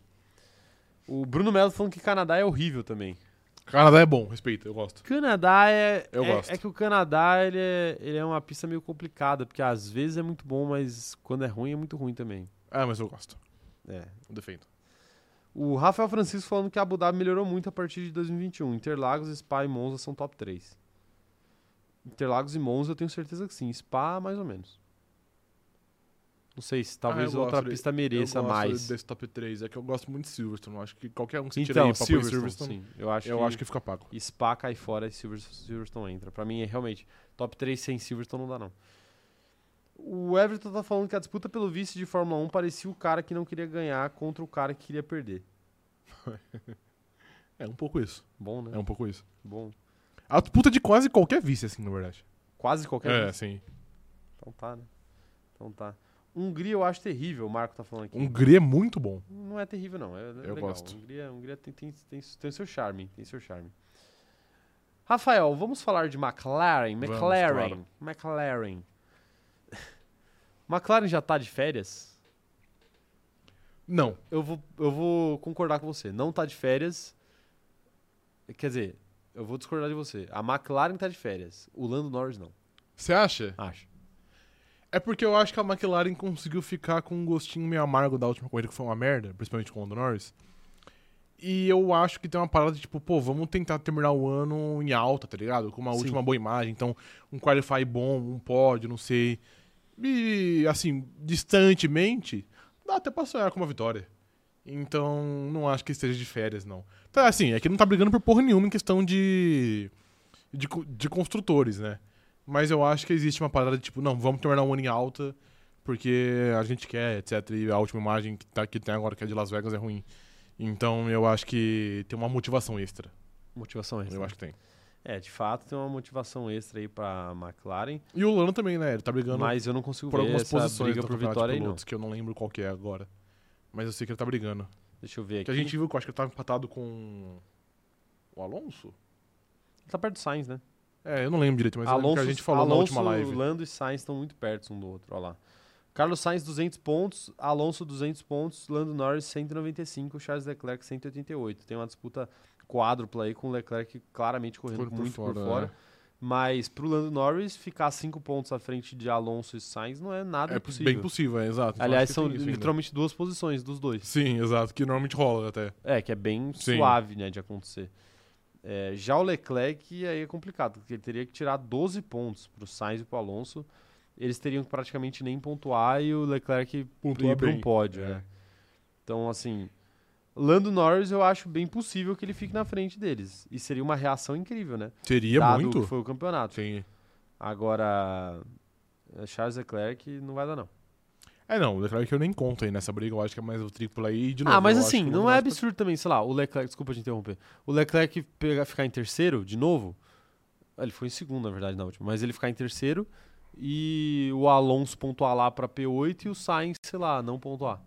[SPEAKER 1] O Bruno Melo falando que Canadá é horrível também.
[SPEAKER 2] Canadá é bom, respeito, eu gosto.
[SPEAKER 1] Canadá é.
[SPEAKER 2] Eu
[SPEAKER 1] é,
[SPEAKER 2] gosto.
[SPEAKER 1] é que o Canadá ele é, ele é uma pista meio complicada, porque às vezes é muito bom, mas quando é ruim é muito ruim também.
[SPEAKER 2] Ah, mas eu gosto.
[SPEAKER 1] É,
[SPEAKER 2] Eu defendo.
[SPEAKER 1] O Rafael Francisco falando que a Abu Dhabi melhorou muito a partir de 2021. Interlagos, Spa e Monza são top 3. Interlagos e Monza eu tenho certeza que sim. Spa, mais ou menos. Não sei se talvez
[SPEAKER 2] Ah, eu
[SPEAKER 1] outra
[SPEAKER 2] gosto de-
[SPEAKER 1] pista mereça
[SPEAKER 2] eu gosto
[SPEAKER 1] mais.
[SPEAKER 2] desse top 3. É que eu gosto muito de Silverstone. eu Acho que qualquer um que você tira
[SPEAKER 1] Então,
[SPEAKER 2] aí pra pôr em
[SPEAKER 1] Silverstone, sim. Eu acho,
[SPEAKER 2] eu
[SPEAKER 1] que,
[SPEAKER 2] acho que fica pago.
[SPEAKER 1] Spa cai fora e Silver- Silverstone entra. Pra mim, é realmente, top 3 sem Silverstone não dá não. O Everton tá falando que a disputa pelo vice de Fórmula 1 parecia o cara que não queria ganhar contra o cara que queria perder.
[SPEAKER 2] É um pouco isso.
[SPEAKER 1] Bom, né?
[SPEAKER 2] É um pouco isso.
[SPEAKER 1] Bom.
[SPEAKER 2] A disputa de quase qualquer vice, assim, na verdade.
[SPEAKER 1] Quase qualquer
[SPEAKER 2] é,
[SPEAKER 1] vice.
[SPEAKER 2] sim.
[SPEAKER 1] Então tá, né? Então tá. Hungria eu acho terrível, o Marco tá falando aqui.
[SPEAKER 2] Hungria é muito bom.
[SPEAKER 1] Não é terrível, não. É, é legal.
[SPEAKER 2] gosto.
[SPEAKER 1] Hungria, Hungria tem, tem, tem, tem seu charme. Tem seu charme. Rafael, vamos falar de McLaren.
[SPEAKER 2] Vamos,
[SPEAKER 1] McLaren. McLaren. McLaren já tá de férias?
[SPEAKER 2] Não.
[SPEAKER 1] Eu vou, eu vou concordar com você. Não tá de férias. Quer dizer, eu vou discordar de você. A McLaren tá de férias. O Lando Norris não.
[SPEAKER 2] Você acha?
[SPEAKER 1] Acho.
[SPEAKER 2] É porque eu acho que a McLaren conseguiu ficar com um gostinho meio amargo da última corrida, que foi uma merda, principalmente com o Lando Norris. E eu acho que tem uma parada de tipo, pô, vamos tentar terminar o ano em alta, tá ligado? Com uma
[SPEAKER 1] Sim.
[SPEAKER 2] última boa imagem. Então, um qualify bom, um pódio, não sei. E, assim, distantemente, dá até pra sonhar com uma vitória. Então, não acho que esteja de férias, não. Então, assim, é que não tá brigando por porra nenhuma em questão de, de, co- de construtores, né? Mas eu acho que existe uma parada de tipo, não, vamos terminar um ano em alta, porque a gente quer, etc. E a última imagem que, tá, que tem agora, que é de Las Vegas, é ruim. Então eu acho que tem uma motivação extra.
[SPEAKER 1] Motivação extra.
[SPEAKER 2] Eu acho que tem.
[SPEAKER 1] É, de fato tem uma motivação extra aí pra McLaren,
[SPEAKER 2] E o Lano também, né? Ele tá brigando
[SPEAKER 1] mas eu não consigo
[SPEAKER 2] por
[SPEAKER 1] ver
[SPEAKER 2] algumas
[SPEAKER 1] essa
[SPEAKER 2] posições
[SPEAKER 1] briga
[SPEAKER 2] do
[SPEAKER 1] por
[SPEAKER 2] campeonato de
[SPEAKER 1] vitória aí não.
[SPEAKER 2] pilotos, que eu não lembro qual que é agora. Mas eu sei que ele tá brigando.
[SPEAKER 1] Deixa eu ver
[SPEAKER 2] Que
[SPEAKER 1] aqui.
[SPEAKER 2] a gente viu que eu acho que ele tava empatado com o Alonso?
[SPEAKER 1] Tá perto do Sainz, né?
[SPEAKER 2] É, eu não lembro direito, mas é o
[SPEAKER 1] Alonso,
[SPEAKER 2] que a gente falou
[SPEAKER 1] Alonso,
[SPEAKER 2] na última live.
[SPEAKER 1] Lando e Sainz estão muito perto um do outro, olha lá. Carlos Sainz 200 pontos, Alonso 200 pontos, Lando Norris 195, Charles Leclerc 188. Tem uma disputa quádrupla aí com o Leclerc claramente correndo
[SPEAKER 2] Correndo por
[SPEAKER 1] muito por fora.
[SPEAKER 2] fora, né?
[SPEAKER 1] Mas pro Lando Norris ficar 5 pontos à frente de Alonso e Sainz não é nada
[SPEAKER 2] É
[SPEAKER 1] impossível.
[SPEAKER 2] bem possível, é, exato. Então
[SPEAKER 1] Aliás,
[SPEAKER 2] acho que
[SPEAKER 1] são
[SPEAKER 2] tem isso ainda.
[SPEAKER 1] literalmente duas posições dos dois.
[SPEAKER 2] Sim, exato, que normalmente rola até.
[SPEAKER 1] É, que é bem
[SPEAKER 2] Sim.
[SPEAKER 1] suave, né, de acontecer. É, já o Leclerc aí é complicado, porque ele teria que tirar 12 pontos pro Sainz e pro Alonso. Eles teriam que praticamente nem pontuar e o Leclerc
[SPEAKER 2] Pontua
[SPEAKER 1] ir pra um
[SPEAKER 2] bem,
[SPEAKER 1] pódio,
[SPEAKER 2] é.
[SPEAKER 1] né? Então, assim, Lando Norris eu acho bem possível que ele fique na frente deles. E seria uma reação incrível, né?
[SPEAKER 2] Seria
[SPEAKER 1] Dado
[SPEAKER 2] muito.
[SPEAKER 1] que foi o campeonato.
[SPEAKER 2] Sim.
[SPEAKER 1] Agora, Charles Leclerc não vai dar, não.
[SPEAKER 2] É, não, o Leclerc eu nem conto aí nessa briga, eu acho que é mais o triplo aí e de novo.
[SPEAKER 1] ah, mas
[SPEAKER 2] eu acho
[SPEAKER 1] assim,
[SPEAKER 2] que o
[SPEAKER 1] não é
[SPEAKER 2] Lando Norris
[SPEAKER 1] absurdo também, sei lá, o Leclerc, desculpa te interromper, o Leclerc pegar, ficar em terceiro de novo, ah, ele foi em segundo, na verdade, na última, mas ele ficar em terceiro e o Alonso pontuar lá pra P8 e o Sainz, sei lá, não pontuar.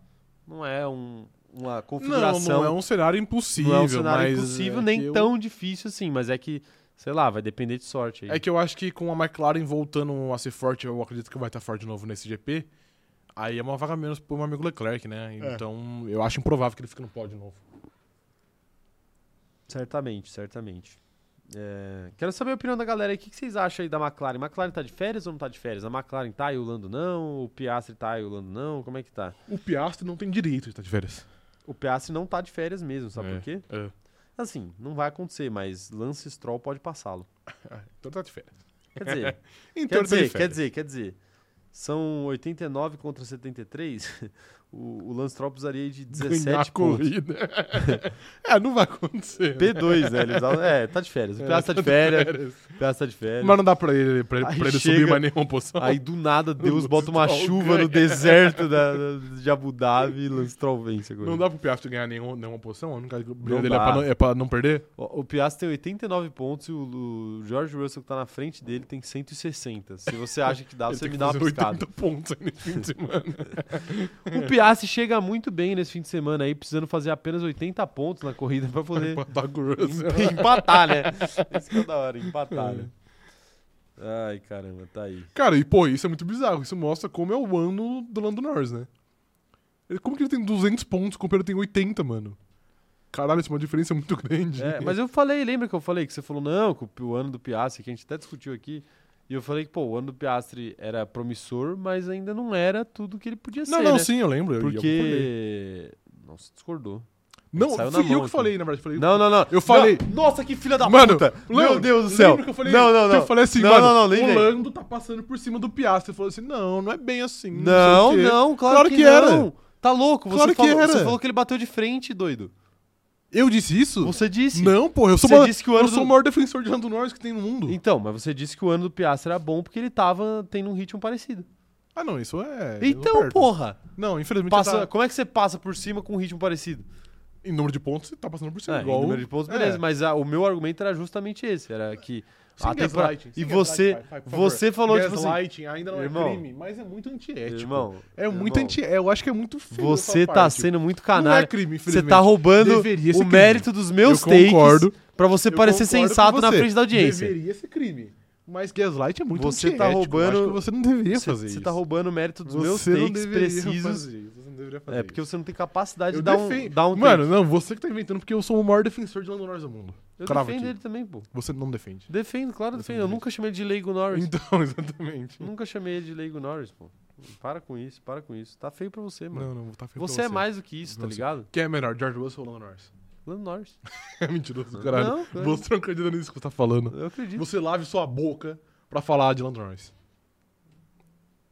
[SPEAKER 1] Não é um- uma
[SPEAKER 2] Não,
[SPEAKER 1] configuração,
[SPEAKER 2] não é um cenário impossível,
[SPEAKER 1] não é um cenário
[SPEAKER 2] mas
[SPEAKER 1] impossível,
[SPEAKER 2] é
[SPEAKER 1] nem
[SPEAKER 2] que eu-
[SPEAKER 1] tão difícil assim, mas é que, sei lá, vai depender de sorte aí.
[SPEAKER 2] É que eu acho que com a McLaren voltando a ser forte, eu acredito que vai estar forte de novo nesse GP. Aí é uma vaga menos pro meu amigo Leclerc, né? Então eu acho improvável que ele fique no pódio de novo.
[SPEAKER 1] Certamente, certamente. É, Quero saber a opinião da galera aí. O que que vocês acham aí da McLaren? McLaren tá de férias ou não tá de férias? A McLaren tá e o Lando não? O Piastri tá e o Lando não? Como é que tá?
[SPEAKER 2] O Piastri não tem direito de estar de férias.
[SPEAKER 1] O Piastri não tá de férias mesmo, sabe por quê?
[SPEAKER 2] É.
[SPEAKER 1] Assim, não vai acontecer, mas Lance Stroll pode passá-lo.
[SPEAKER 2] Ah, Então tá de férias.
[SPEAKER 1] Quer dizer, quer,
[SPEAKER 2] Então ele tá de
[SPEAKER 1] dizer quer
[SPEAKER 2] férias.
[SPEAKER 1] dizer, quer dizer. São 89 contra 73. O, o Lance Stroll precisaria de 17
[SPEAKER 2] Ganhar a
[SPEAKER 1] pontos.
[SPEAKER 2] corrida. é, não vai acontecer. né?
[SPEAKER 1] P2, né? Ele usava- É, tá de férias. O Piastri tá de férias. O Piastri tá de férias.
[SPEAKER 2] Mas não dá pra ele, pra, ele-
[SPEAKER 1] Aí
[SPEAKER 2] pra ele
[SPEAKER 1] chega-
[SPEAKER 2] subir mais nenhuma posição.
[SPEAKER 1] Aí do nada Deus
[SPEAKER 2] Lance
[SPEAKER 1] bota uma
[SPEAKER 2] Stroll
[SPEAKER 1] chuva
[SPEAKER 2] ganha.
[SPEAKER 1] no deserto da, da- de Abu Dhabi e Lance Stroll vence agora.
[SPEAKER 2] Não dá pro Piastri ganhar nenhuma, nenhuma posição? A única
[SPEAKER 1] Não
[SPEAKER 2] briga dele é
[SPEAKER 1] dá.
[SPEAKER 2] pra, não, é pra não perder?
[SPEAKER 1] O, o Piastri tem 89 pontos e o, o George Russell que tá na frente dele tem 160. Se você acha que dá,
[SPEAKER 2] ele
[SPEAKER 1] você
[SPEAKER 2] tem
[SPEAKER 1] me
[SPEAKER 2] que
[SPEAKER 1] dá uma
[SPEAKER 2] fazer
[SPEAKER 1] piscada.
[SPEAKER 2] 80 pontos aí nesse fim de semana.
[SPEAKER 1] O Piastri chega muito bem nesse fim de semana aí, precisando fazer apenas 80 pontos na corrida pra poder
[SPEAKER 2] Empatar com o Russell.
[SPEAKER 1] em- empatar, né? Isso que é da hora, empatar, né?
[SPEAKER 2] É.
[SPEAKER 1] Ai, caramba, tá aí.
[SPEAKER 2] Cara, e pô, isso é muito bizarro. Isso mostra como é o ano do Lando Norris, né? Ele- Como que ele tem 200 pontos, o companheiro tem 80, mano? Caralho, isso é uma diferença muito grande.
[SPEAKER 1] É, mas eu falei, lembra que eu falei que você falou, não, que o- o ano do Piastri, que a gente até discutiu aqui, e eu falei que, pô, o ano do Piastri era promissor, mas ainda não era tudo que ele podia
[SPEAKER 2] Não,
[SPEAKER 1] ser,
[SPEAKER 2] não,
[SPEAKER 1] né?
[SPEAKER 2] sim, eu lembro. eu- eu concordei.
[SPEAKER 1] Porque... Não, você discordou.
[SPEAKER 2] Não,
[SPEAKER 1] saiu na
[SPEAKER 2] fui eu
[SPEAKER 1] mão, assim.
[SPEAKER 2] que falei, na verdade. Falei,
[SPEAKER 1] Não, não, não.
[SPEAKER 2] Eu falei-
[SPEAKER 1] Não, Nossa, que filha da
[SPEAKER 2] Mano,
[SPEAKER 1] puta! Meu
[SPEAKER 2] lembra-
[SPEAKER 1] Deus do céu!
[SPEAKER 2] Lembra que eu falei,
[SPEAKER 1] não, não,
[SPEAKER 2] que
[SPEAKER 1] não.
[SPEAKER 2] eu falei assim,
[SPEAKER 1] não,
[SPEAKER 2] mano,
[SPEAKER 1] não, não, nem
[SPEAKER 2] o
[SPEAKER 1] vem.
[SPEAKER 2] Lando tá passando por cima do Piastri. Ele falou assim, não, não é bem assim.
[SPEAKER 1] Não,
[SPEAKER 2] sei o quê.
[SPEAKER 1] não, claro,
[SPEAKER 2] Claro
[SPEAKER 1] que,
[SPEAKER 2] que era.
[SPEAKER 1] não. Tá louco, você,
[SPEAKER 2] Claro que
[SPEAKER 1] falou,
[SPEAKER 2] era.
[SPEAKER 1] você falou que ele bateu de frente, doido.
[SPEAKER 2] Eu disse isso?
[SPEAKER 1] Você disse.
[SPEAKER 2] Não, porra, eu sou,
[SPEAKER 1] Você
[SPEAKER 2] uma-
[SPEAKER 1] disse que o ano
[SPEAKER 2] eu sou
[SPEAKER 1] do-
[SPEAKER 2] o maior defensor de Lando Norris que tem no mundo.
[SPEAKER 1] Então, mas você disse que o ano do Piastri era bom porque ele tava tendo um ritmo parecido.
[SPEAKER 2] Ah, não, isso é...
[SPEAKER 1] então,
[SPEAKER 2] perto.
[SPEAKER 1] porra!
[SPEAKER 2] Não, infelizmente...
[SPEAKER 1] Passa-
[SPEAKER 2] já tá-
[SPEAKER 1] Como é que você passa por cima com um ritmo parecido?
[SPEAKER 2] Em número de pontos, você tá passando por cima.
[SPEAKER 1] É,
[SPEAKER 2] igual...
[SPEAKER 1] em número de pontos,
[SPEAKER 2] É.
[SPEAKER 1] beleza. Mas ah, o meu argumento era justamente esse. Era que...
[SPEAKER 2] Sem
[SPEAKER 1] a temporada-
[SPEAKER 2] gaslighting,
[SPEAKER 1] E
[SPEAKER 2] sem
[SPEAKER 1] você,
[SPEAKER 2] gaslighting, pai, pai, por favor.
[SPEAKER 1] você falou, tipo assim...
[SPEAKER 2] Gaslighting ainda não
[SPEAKER 1] Irmão.
[SPEAKER 2] é crime, mas é muito antiético.
[SPEAKER 1] Irmão,
[SPEAKER 2] é muito
[SPEAKER 1] irmão,
[SPEAKER 2] anti... é, Eu acho que é muito feio
[SPEAKER 1] Você
[SPEAKER 2] essa
[SPEAKER 1] tá
[SPEAKER 2] parte.
[SPEAKER 1] sendo muito
[SPEAKER 2] Não é
[SPEAKER 1] canalha.
[SPEAKER 2] crime,
[SPEAKER 1] você
[SPEAKER 2] infelizmente.
[SPEAKER 1] tá roubando
[SPEAKER 2] Deveria
[SPEAKER 1] o
[SPEAKER 2] ser crime.
[SPEAKER 1] mérito dos meus
[SPEAKER 2] Eu
[SPEAKER 1] takes
[SPEAKER 2] concordo.
[SPEAKER 1] pra você
[SPEAKER 2] Eu
[SPEAKER 1] parecer
[SPEAKER 2] concordo com
[SPEAKER 1] sensato na
[SPEAKER 2] você.
[SPEAKER 1] frente da audiência.
[SPEAKER 2] Deveria ser crime. Mas gaslight é muito
[SPEAKER 1] Você tá
[SPEAKER 2] antiético.
[SPEAKER 1] roubando-
[SPEAKER 2] Acho que você não deveria
[SPEAKER 1] Você,
[SPEAKER 2] fazer
[SPEAKER 1] você
[SPEAKER 2] isso.
[SPEAKER 1] tá roubando o mérito dos meus
[SPEAKER 2] Você não
[SPEAKER 1] takes
[SPEAKER 2] deveria
[SPEAKER 1] precisos.
[SPEAKER 2] fazer isso, Você não deveria fazer
[SPEAKER 1] É, porque
[SPEAKER 2] isso.
[SPEAKER 1] você não tem capacidade de
[SPEAKER 2] Eu
[SPEAKER 1] dar um,
[SPEAKER 2] defen-
[SPEAKER 1] dar um
[SPEAKER 2] Mano,
[SPEAKER 1] take.
[SPEAKER 2] não, você que tá inventando, porque eu sou o maior defensor de Lando Norris do mundo.
[SPEAKER 1] Eu
[SPEAKER 2] cravo
[SPEAKER 1] defendo
[SPEAKER 2] aqui.
[SPEAKER 1] ele também, pô.
[SPEAKER 2] Você não defende.
[SPEAKER 1] Defendo, claro,
[SPEAKER 2] Eu
[SPEAKER 1] defendo. Eu
[SPEAKER 2] defendo.
[SPEAKER 1] nunca chamei ele de Leigo Norris.
[SPEAKER 2] Então, exatamente.
[SPEAKER 1] Nunca chamei ele de Leigo Norris, pô. Para com isso, para com isso. Tá feio pra você, mano.
[SPEAKER 2] Não, não, tá feio pra
[SPEAKER 1] você, é mais do que isso, tá
[SPEAKER 2] Nossa.
[SPEAKER 1] ligado?
[SPEAKER 2] Quem é melhor, George Russell ou Lando Norris?
[SPEAKER 1] Lando Norris.
[SPEAKER 2] É mentiroso do caralho.
[SPEAKER 1] Não, Uhum. cara.
[SPEAKER 2] Você não acredita nisso que você tá falando.
[SPEAKER 1] Eu acredito.
[SPEAKER 2] Você lave sua boca pra falar de Lando Norris.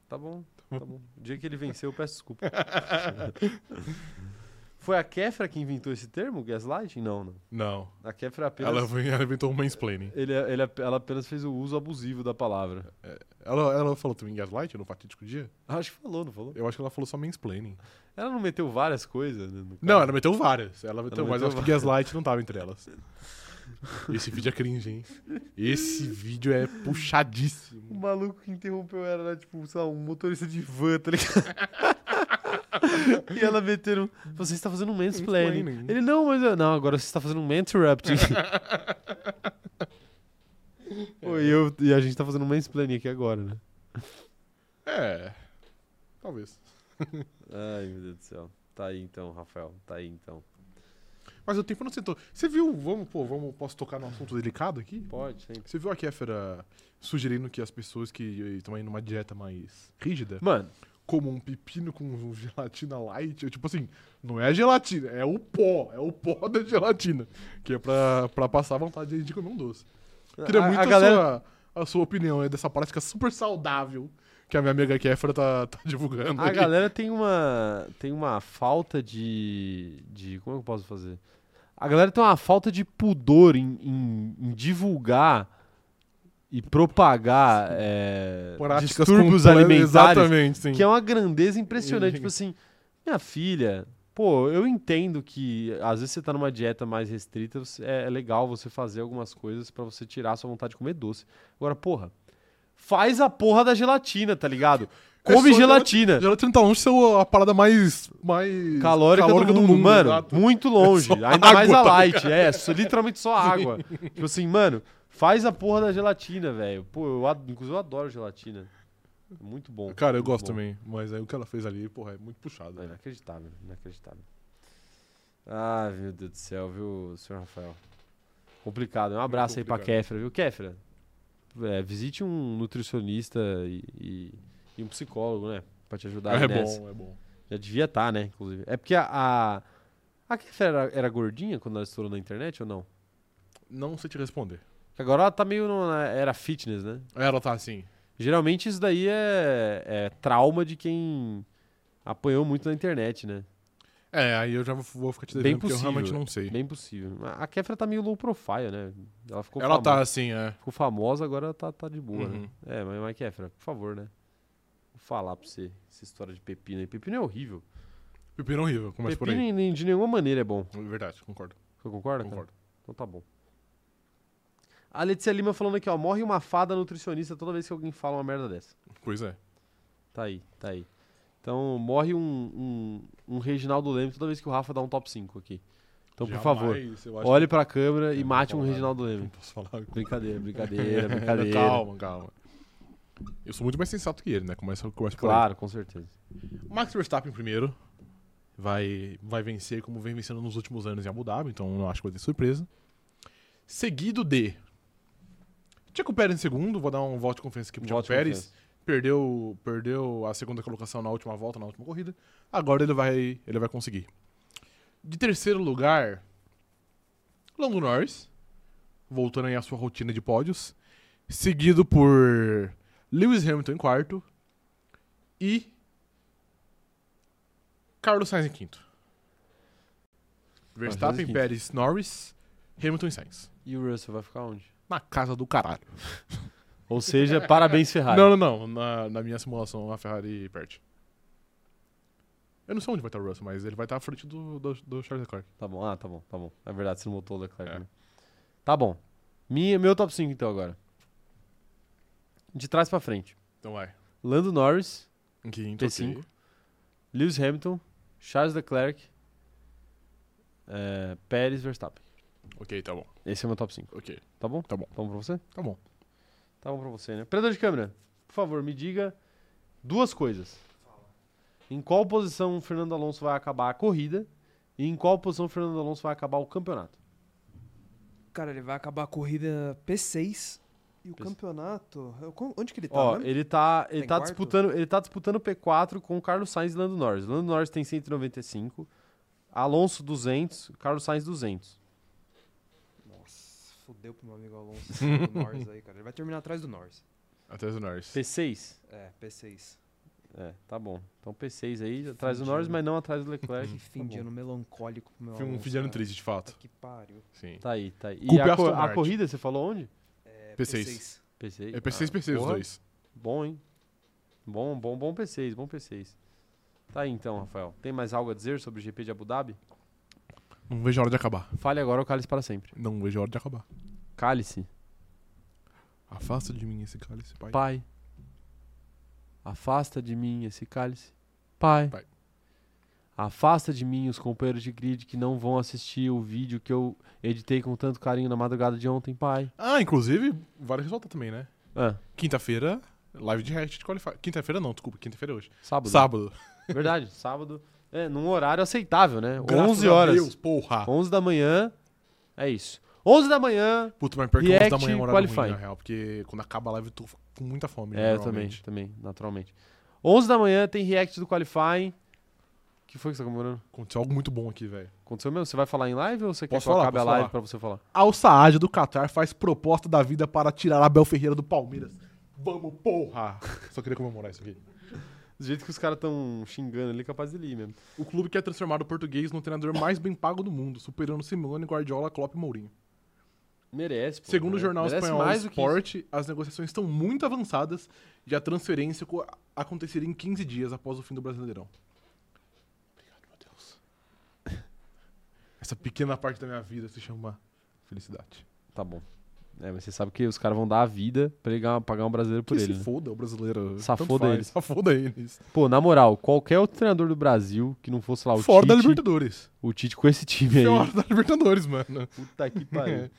[SPEAKER 1] Tá bom, tá bom. O dia que ele venceu, eu peço desculpa. Foi a Kefra que inventou esse termo, gaslighting? Não, não.
[SPEAKER 2] Não.
[SPEAKER 1] A Kefra apenas.
[SPEAKER 2] Ela, vem- ela inventou um mansplaining.
[SPEAKER 1] ele- é, ele- ela apenas fez o uso abusivo da palavra.
[SPEAKER 2] Ela, ela falou também gaslight no fatídico dia?
[SPEAKER 1] Acho que falou, não falou?
[SPEAKER 2] Eu acho que ela falou só
[SPEAKER 1] Tá.
[SPEAKER 2] mansplaining.
[SPEAKER 1] Ela não meteu várias coisas? né, no
[SPEAKER 2] Não,
[SPEAKER 1] caso?
[SPEAKER 2] ela meteu várias. Ela meteu,
[SPEAKER 1] Ela
[SPEAKER 2] mas
[SPEAKER 1] meteu
[SPEAKER 2] eu acho que gaslight não tava entre elas. Esse vídeo é cringe, hein? Esse vídeo é puxadíssimo.
[SPEAKER 1] O maluco que interrompeu ela era, tipo, sei lá, um motorista de van, tá ligado? e ela metendo. Você está fazendo um mansplaining.
[SPEAKER 2] Mansplaining.
[SPEAKER 1] Ele, não, mas. eu- Não, agora você está fazendo um manterrupting. Pô, e, eu, e a gente tá fazendo um mansplaining aqui agora, né?
[SPEAKER 2] É. Talvez.
[SPEAKER 1] Ai, meu Deus do céu. Tá aí então, Rafael. Tá aí então.
[SPEAKER 2] Mas o tempo não sentou. Você viu? Vamos, pô, vamos, posso tocar num assunto delicado aqui?
[SPEAKER 1] Pode, né? sempre.
[SPEAKER 2] Você viu a Kéfera sugerindo que as pessoas que estão indo numa dieta mais rígida
[SPEAKER 1] Mano,
[SPEAKER 2] comam um pepino com gelatina light? Eu, tipo assim, não é a gelatina, é o pó, é o pó da gelatina. Que é pra, pra passar a vontade de comer um doce. Queria
[SPEAKER 1] a,
[SPEAKER 2] muito
[SPEAKER 1] a
[SPEAKER 2] a,
[SPEAKER 1] galera.
[SPEAKER 2] sua, a sua opinião aí dessa prática super saudável que a minha amiga Kéfera tá, tá divulgando.
[SPEAKER 1] A
[SPEAKER 2] aí.
[SPEAKER 1] galera tem uma, tem uma falta de, de. Como é que eu posso fazer? A galera tem uma falta de pudor em, em- em divulgar e propagar é,
[SPEAKER 2] Práticas
[SPEAKER 1] distúrbios
[SPEAKER 2] comple-
[SPEAKER 1] alimentares,
[SPEAKER 2] Exatamente, sim.
[SPEAKER 1] que é uma grandeza impressionante.
[SPEAKER 2] Sim.
[SPEAKER 1] Tipo assim, minha filha, pô, eu entendo que às vezes você tá numa dieta mais restrita, você- é, é legal você fazer algumas coisas pra você tirar a sua vontade de comer doce. Agora, porra, faz a porra da gelatina, tá ligado?
[SPEAKER 2] É
[SPEAKER 1] Come
[SPEAKER 2] só
[SPEAKER 1] gelatina.
[SPEAKER 2] Gelatina tá longe de ser a parada mais. mais
[SPEAKER 1] Calórica, do mundo, mano.
[SPEAKER 2] exato.
[SPEAKER 1] Muito longe.
[SPEAKER 2] É só
[SPEAKER 1] Ainda mais
[SPEAKER 2] água,
[SPEAKER 1] a
[SPEAKER 2] tá
[SPEAKER 1] light. é, só- literalmente só água. Tipo assim, mano, faz a porra da gelatina, velho. Pô, eu, ad- inclusive eu adoro gelatina. Muito bom.
[SPEAKER 2] Cara, eu
[SPEAKER 1] muito
[SPEAKER 2] gosto
[SPEAKER 1] bom.
[SPEAKER 2] também. Mas aí o que ela fez ali, porra, é muito puxado.
[SPEAKER 1] É inacreditável, inacreditável. Ah, meu Deus do céu, viu, senhor Rafael? Complicado. Um abraço aí pra
[SPEAKER 2] complicado.
[SPEAKER 1] Kéfera, viu? Kéfera, é, visite um nutricionista e, e- e um psicólogo, né? Pra te ajudar aí
[SPEAKER 2] é
[SPEAKER 1] nessa.
[SPEAKER 2] bom, é bom.
[SPEAKER 1] Já devia estar, né? Inclusive. É porque a. A, a Kéfera era, era gordinha quando ela estourou na internet ou não?
[SPEAKER 2] Não sei te responder.
[SPEAKER 1] Agora ela tá meio. numa- era fitness, né?
[SPEAKER 2] Ela tá assim.
[SPEAKER 1] Geralmente isso daí é, é trauma de quem apanhou muito na internet, né?
[SPEAKER 2] É, aí eu já vou ficar te
[SPEAKER 1] Bem
[SPEAKER 2] devendo, porque eu
[SPEAKER 1] possível.
[SPEAKER 2] realmente não sei.
[SPEAKER 1] Bem possível. A a Kefra tá meio low profile, né? Ela ficou,
[SPEAKER 2] Ela
[SPEAKER 1] famo-
[SPEAKER 2] tá assim, é.
[SPEAKER 1] ficou famosa, agora tá, tá de boa, né?
[SPEAKER 2] Uhum.
[SPEAKER 1] É, mas, mas Kefra, por favor, né? Vou falar pra você essa história de pepino aí. Pepino é horrível.
[SPEAKER 2] Pepino horrível, começa por
[SPEAKER 1] pepino
[SPEAKER 2] aí.
[SPEAKER 1] nem- de nenhuma maneira é bom.
[SPEAKER 2] É Verdade, concordo.
[SPEAKER 1] Você concorda, cara?
[SPEAKER 2] Concordo.
[SPEAKER 1] Então tá bom. A Letícia Lima falando aqui, ó. Morre uma fada nutricionista toda vez que alguém fala uma merda dessa.
[SPEAKER 2] Pois é.
[SPEAKER 1] Tá aí, tá aí. Então morre um, um, um Reginaldo Leme toda vez que o Rafa dá um top 5 aqui. Então, por favor,
[SPEAKER 2] Olha.
[SPEAKER 1] olhe pra câmera e
[SPEAKER 2] Eu não
[SPEAKER 1] mate
[SPEAKER 2] vou
[SPEAKER 1] um
[SPEAKER 2] falar.
[SPEAKER 1] Reginaldo Leme.
[SPEAKER 2] Não posso falar.
[SPEAKER 1] Brincadeira, brincadeira, brincadeira.
[SPEAKER 2] calma, calma. Eu sou muito mais sensato que ele, né? Começa, começa por aí.
[SPEAKER 1] Claro, com certeza.
[SPEAKER 2] Max Verstappen primeiro. Vai, vai vencer como vem vencendo nos últimos anos em Abu Dhabi, então não acho que vai ter surpresa. Seguido de Checo Pérez em segundo, vou dar um voto de confiança aqui pro Checo
[SPEAKER 1] Voto de
[SPEAKER 2] Pérez.
[SPEAKER 1] confiança.
[SPEAKER 2] Perdeu, perdeu a segunda colocação na última volta, na última corrida. Agora ele vai, ele vai conseguir. De terceiro lugar, Lando Norris, voltando aí à sua rotina de pódios. Seguido por Lewis Hamilton em quarto e Carlos Sainz em quinto.
[SPEAKER 1] Sainz em
[SPEAKER 2] Verstappen,
[SPEAKER 1] quinto.
[SPEAKER 2] Pérez, Norris, Hamilton e Sainz.
[SPEAKER 1] E o Russell vai ficar onde?
[SPEAKER 2] Na casa do caralho.
[SPEAKER 1] Ou seja, parabéns, Ferrari.
[SPEAKER 2] Não, não, não. Na, na minha simulação, a Ferrari perde. Eu não sei onde vai estar o Russell, mas ele vai estar à frente do, do, do Charles Leclerc.
[SPEAKER 1] Tá bom, ah, tá bom, tá bom. É verdade, você não botou o Leclerc.
[SPEAKER 2] É.
[SPEAKER 1] né? Tá bom. Minha, meu top 5 então agora. De trás pra frente.
[SPEAKER 2] Então vai.
[SPEAKER 1] Lando Norris,
[SPEAKER 2] Em quinto, ok.
[SPEAKER 1] P5. Lewis Hamilton, Charles Leclerc, é, Pérez, Verstappen.
[SPEAKER 2] Ok, tá bom.
[SPEAKER 1] Esse é o meu top 5,
[SPEAKER 2] Ok,
[SPEAKER 1] tá bom?
[SPEAKER 2] Tá bom.
[SPEAKER 1] Tá bom pra você?
[SPEAKER 2] tá bom.
[SPEAKER 1] Tá bom pra você, né? Predador de câmera, por favor, me diga duas coisas. Em qual posição o Fernando Alonso vai acabar a corrida e em qual posição o Fernando Alonso vai acabar o campeonato?
[SPEAKER 3] Cara, ele vai acabar a corrida P6 e o
[SPEAKER 1] P6.
[SPEAKER 3] campeonato. eu- com- Onde que ele tá?
[SPEAKER 1] Ó,
[SPEAKER 3] mesmo?
[SPEAKER 1] ele tá,
[SPEAKER 3] Tá
[SPEAKER 1] ele tá
[SPEAKER 3] em quarto?
[SPEAKER 1] disputando, ele tá disputando o P4 com o Carlos Sainz e Lando Norris. Lando Norris tem 195, Alonso 200, Carlos Sainz 200.
[SPEAKER 3] Nossa, fudeu pro meu amigo Alonso do Norris aí, cara. Ele vai terminar atrás do Norris.
[SPEAKER 2] Atrás do Norris.
[SPEAKER 1] P6.
[SPEAKER 3] É, P6.
[SPEAKER 1] É, tá bom. Então P6 aí, atrás do Norris, mas não atrás do Leclerc. Tá
[SPEAKER 3] Que fim de ano melancólico pro meu
[SPEAKER 2] Foi um
[SPEAKER 3] Alonso,
[SPEAKER 2] fim de ano
[SPEAKER 3] cara.
[SPEAKER 2] triste, de
[SPEAKER 3] Puta
[SPEAKER 2] fato.
[SPEAKER 3] Que pariu.
[SPEAKER 2] Sim.
[SPEAKER 1] Tá aí, tá aí. E
[SPEAKER 2] Culpe
[SPEAKER 1] a,
[SPEAKER 2] Aston
[SPEAKER 1] co- a
[SPEAKER 2] Martin.
[SPEAKER 1] corrida, você falou onde?
[SPEAKER 3] É,
[SPEAKER 2] P6.
[SPEAKER 1] P6. Ah,
[SPEAKER 2] É P6 P6 os
[SPEAKER 1] porra,
[SPEAKER 2] dois.
[SPEAKER 1] Bom, hein? Bom, bom, bom P6, bom P6. Tá aí então, Rafael. Tem mais algo a dizer sobre o GP de Abu Dhabi?
[SPEAKER 2] Não vejo a hora de acabar.
[SPEAKER 1] Fale agora ou cale-se para sempre.
[SPEAKER 2] Não vejo a hora de acabar.
[SPEAKER 1] Cale-se.
[SPEAKER 2] Afasta de mim esse cálice, pai.
[SPEAKER 1] Pai, afasta de mim esse cálice. Pai,
[SPEAKER 2] Pai.
[SPEAKER 1] afasta de mim os companheiros de grid que não vão assistir o vídeo que eu editei com tanto carinho na madrugada de ontem, pai.
[SPEAKER 2] Ah, inclusive, vale ressaltar também, né?
[SPEAKER 1] Ah,
[SPEAKER 2] Quinta-feira, live de react de qualify. Quinta-feira não, desculpa, quinta-feira é hoje.
[SPEAKER 1] sábado.
[SPEAKER 2] Sábado.
[SPEAKER 1] Verdade, sábado. É, num horário aceitável, né?
[SPEAKER 2] Graças
[SPEAKER 1] 11
[SPEAKER 2] a
[SPEAKER 1] horas.
[SPEAKER 2] Deus, porra.
[SPEAKER 1] 11 da manhã. É isso. 11 da manhã.
[SPEAKER 2] Puta, mas pior que 11 da
[SPEAKER 1] React
[SPEAKER 2] manhã é um horário ruim,
[SPEAKER 1] qualifying.
[SPEAKER 2] na real. Porque quando acaba a live eu tô com muita fome,
[SPEAKER 1] É, eu também,
[SPEAKER 2] normalmente.
[SPEAKER 1] também, naturalmente. 11 da manhã tem react do qualifying. que foi que você tá comemorando?
[SPEAKER 2] Aconteceu algo muito bom aqui, velho.
[SPEAKER 1] Aconteceu mesmo? Você vai falar em live ou você quer
[SPEAKER 2] Posso
[SPEAKER 1] que eu
[SPEAKER 2] falar,
[SPEAKER 1] acabe a
[SPEAKER 2] posso
[SPEAKER 1] live
[SPEAKER 2] falar.
[SPEAKER 1] pra você falar?
[SPEAKER 2] Al Saad do Qatar faz proposta da vida para tirar Abel Ferreira do Palmeiras. Vamos, porra! Só queria comemorar isso aqui.
[SPEAKER 1] Do jeito que os caras estão xingando ali, é capaz de ir mesmo.
[SPEAKER 2] O clube quer transformar o português no treinador mais bem pago do mundo, superando Simone, Guardiola, Klopp e Mourinho.
[SPEAKER 1] Merece. pô,
[SPEAKER 2] Segundo o
[SPEAKER 1] né?
[SPEAKER 2] jornal
[SPEAKER 1] Merece
[SPEAKER 2] espanhol
[SPEAKER 1] mais do que isso.
[SPEAKER 2] Sport, as negociações estão muito avançadas e a transferência co- aconteceria em 15 dias após o fim do Brasileirão. Obrigado, meu Deus. Essa pequena parte da minha vida se chama felicidade.
[SPEAKER 1] Tá bom. É, mas você sabe que os caras vão dar a vida pra ele ganhar- pagar um brasileiro por
[SPEAKER 2] que
[SPEAKER 1] ele.
[SPEAKER 2] se
[SPEAKER 1] né?
[SPEAKER 2] foda o brasileiro.
[SPEAKER 1] Safoda
[SPEAKER 2] tanto faz,
[SPEAKER 1] eles.
[SPEAKER 2] Safoda eles.
[SPEAKER 1] Pô, na moral, qualquer outro treinador do Brasil que não fosse lá o
[SPEAKER 2] Fora da
[SPEAKER 1] Tite,
[SPEAKER 2] Libertadores.
[SPEAKER 1] o Tite com esse time aí.
[SPEAKER 2] Fora da Libertadores, mano.
[SPEAKER 1] Puta que pariu.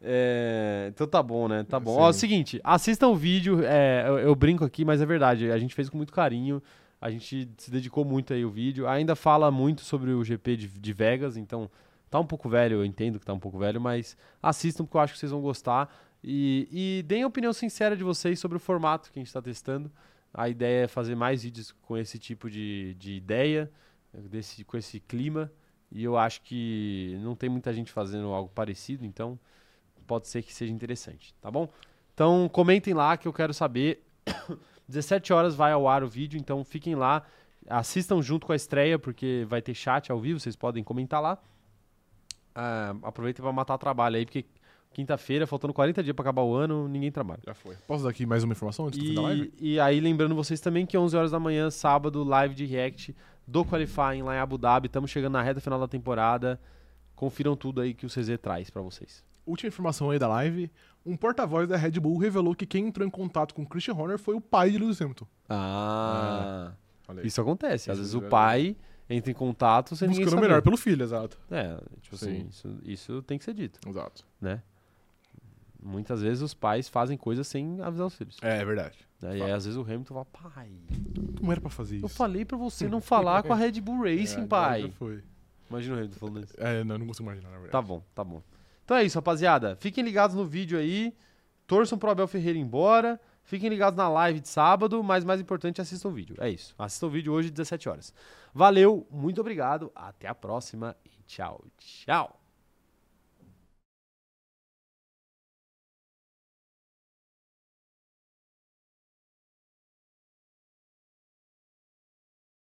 [SPEAKER 1] É, então tá bom, né? Tá bom.
[SPEAKER 2] Sim.
[SPEAKER 1] Ó, é o seguinte, assistam o vídeo. é, eu, eu brinco aqui, mas é verdade. A gente fez com muito carinho. A gente se dedicou muito aí o vídeo. Ainda fala muito sobre o GP de, de Vegas, então tá um pouco velho, eu entendo que tá um pouco velho, mas assistam porque eu acho que vocês vão gostar. E, e deem a opinião sincera de vocês sobre o formato que a gente tá testando. A ideia é fazer mais vídeos com esse tipo de, de ideia, desse, com esse clima. E eu acho que não tem muita gente fazendo algo parecido, então pode ser que seja interessante, tá bom? Então comentem lá que eu quero saber. 17 horas vai ao ar o vídeo, então fiquem lá, assistam junto com a estreia, porque vai ter chat ao vivo, vocês podem comentar lá. Ah, aproveitem para matar trabalho aí, porque quinta-feira, faltando 40 dias para acabar o ano, ninguém trabalha.
[SPEAKER 2] Já foi. Posso dar aqui mais uma informação antes do fim da tá live?
[SPEAKER 1] E, e aí, lembrando vocês também que 11 horas da manhã, sábado, live de react do Qualifying lá em Abu Dhabi. Estamos chegando na reta final da temporada. Confiram tudo aí que o CZ traz pra vocês.
[SPEAKER 2] Última informação aí da live. Um porta-voz da Red Bull revelou que quem entrou em contato com o Christian Horner foi o pai de Lewis Hamilton.
[SPEAKER 1] Ah,
[SPEAKER 2] Olha
[SPEAKER 1] isso acontece. Às
[SPEAKER 2] Isso
[SPEAKER 1] vezes
[SPEAKER 2] é
[SPEAKER 1] o
[SPEAKER 2] verdade.
[SPEAKER 1] pai entra em contato sem ninguém
[SPEAKER 2] Buscando o
[SPEAKER 1] saber.
[SPEAKER 2] melhor pelo filho, exato.
[SPEAKER 1] É, tipo assim,
[SPEAKER 2] Sim.
[SPEAKER 1] isso, isso tem que ser dito,
[SPEAKER 2] Exato.
[SPEAKER 1] né? Muitas vezes os pais fazem coisas sem avisar os filhos.
[SPEAKER 2] É, é verdade.
[SPEAKER 1] né? E aí, às vezes o Hamilton fala, pai,
[SPEAKER 2] Não era pra fazer isso.
[SPEAKER 1] eu falei pra você não falar com a Red Bull Racing,
[SPEAKER 2] É, agora já
[SPEAKER 1] pai.
[SPEAKER 2] Foi.
[SPEAKER 1] Imagina o Hamilton falando isso.
[SPEAKER 2] É, não, eu não consigo imaginar, na verdade.
[SPEAKER 1] Tá bom, tá bom. Então é isso, rapaziada. Fiquem ligados no vídeo aí. Torçam pro Abel Ferreira ir embora. Fiquem ligados na live de sábado, mas mais importante, assistam o vídeo. É isso. Assistam o vídeo hoje, 17 horas. Valeu, muito obrigado. Até a próxima e tchau, tchau.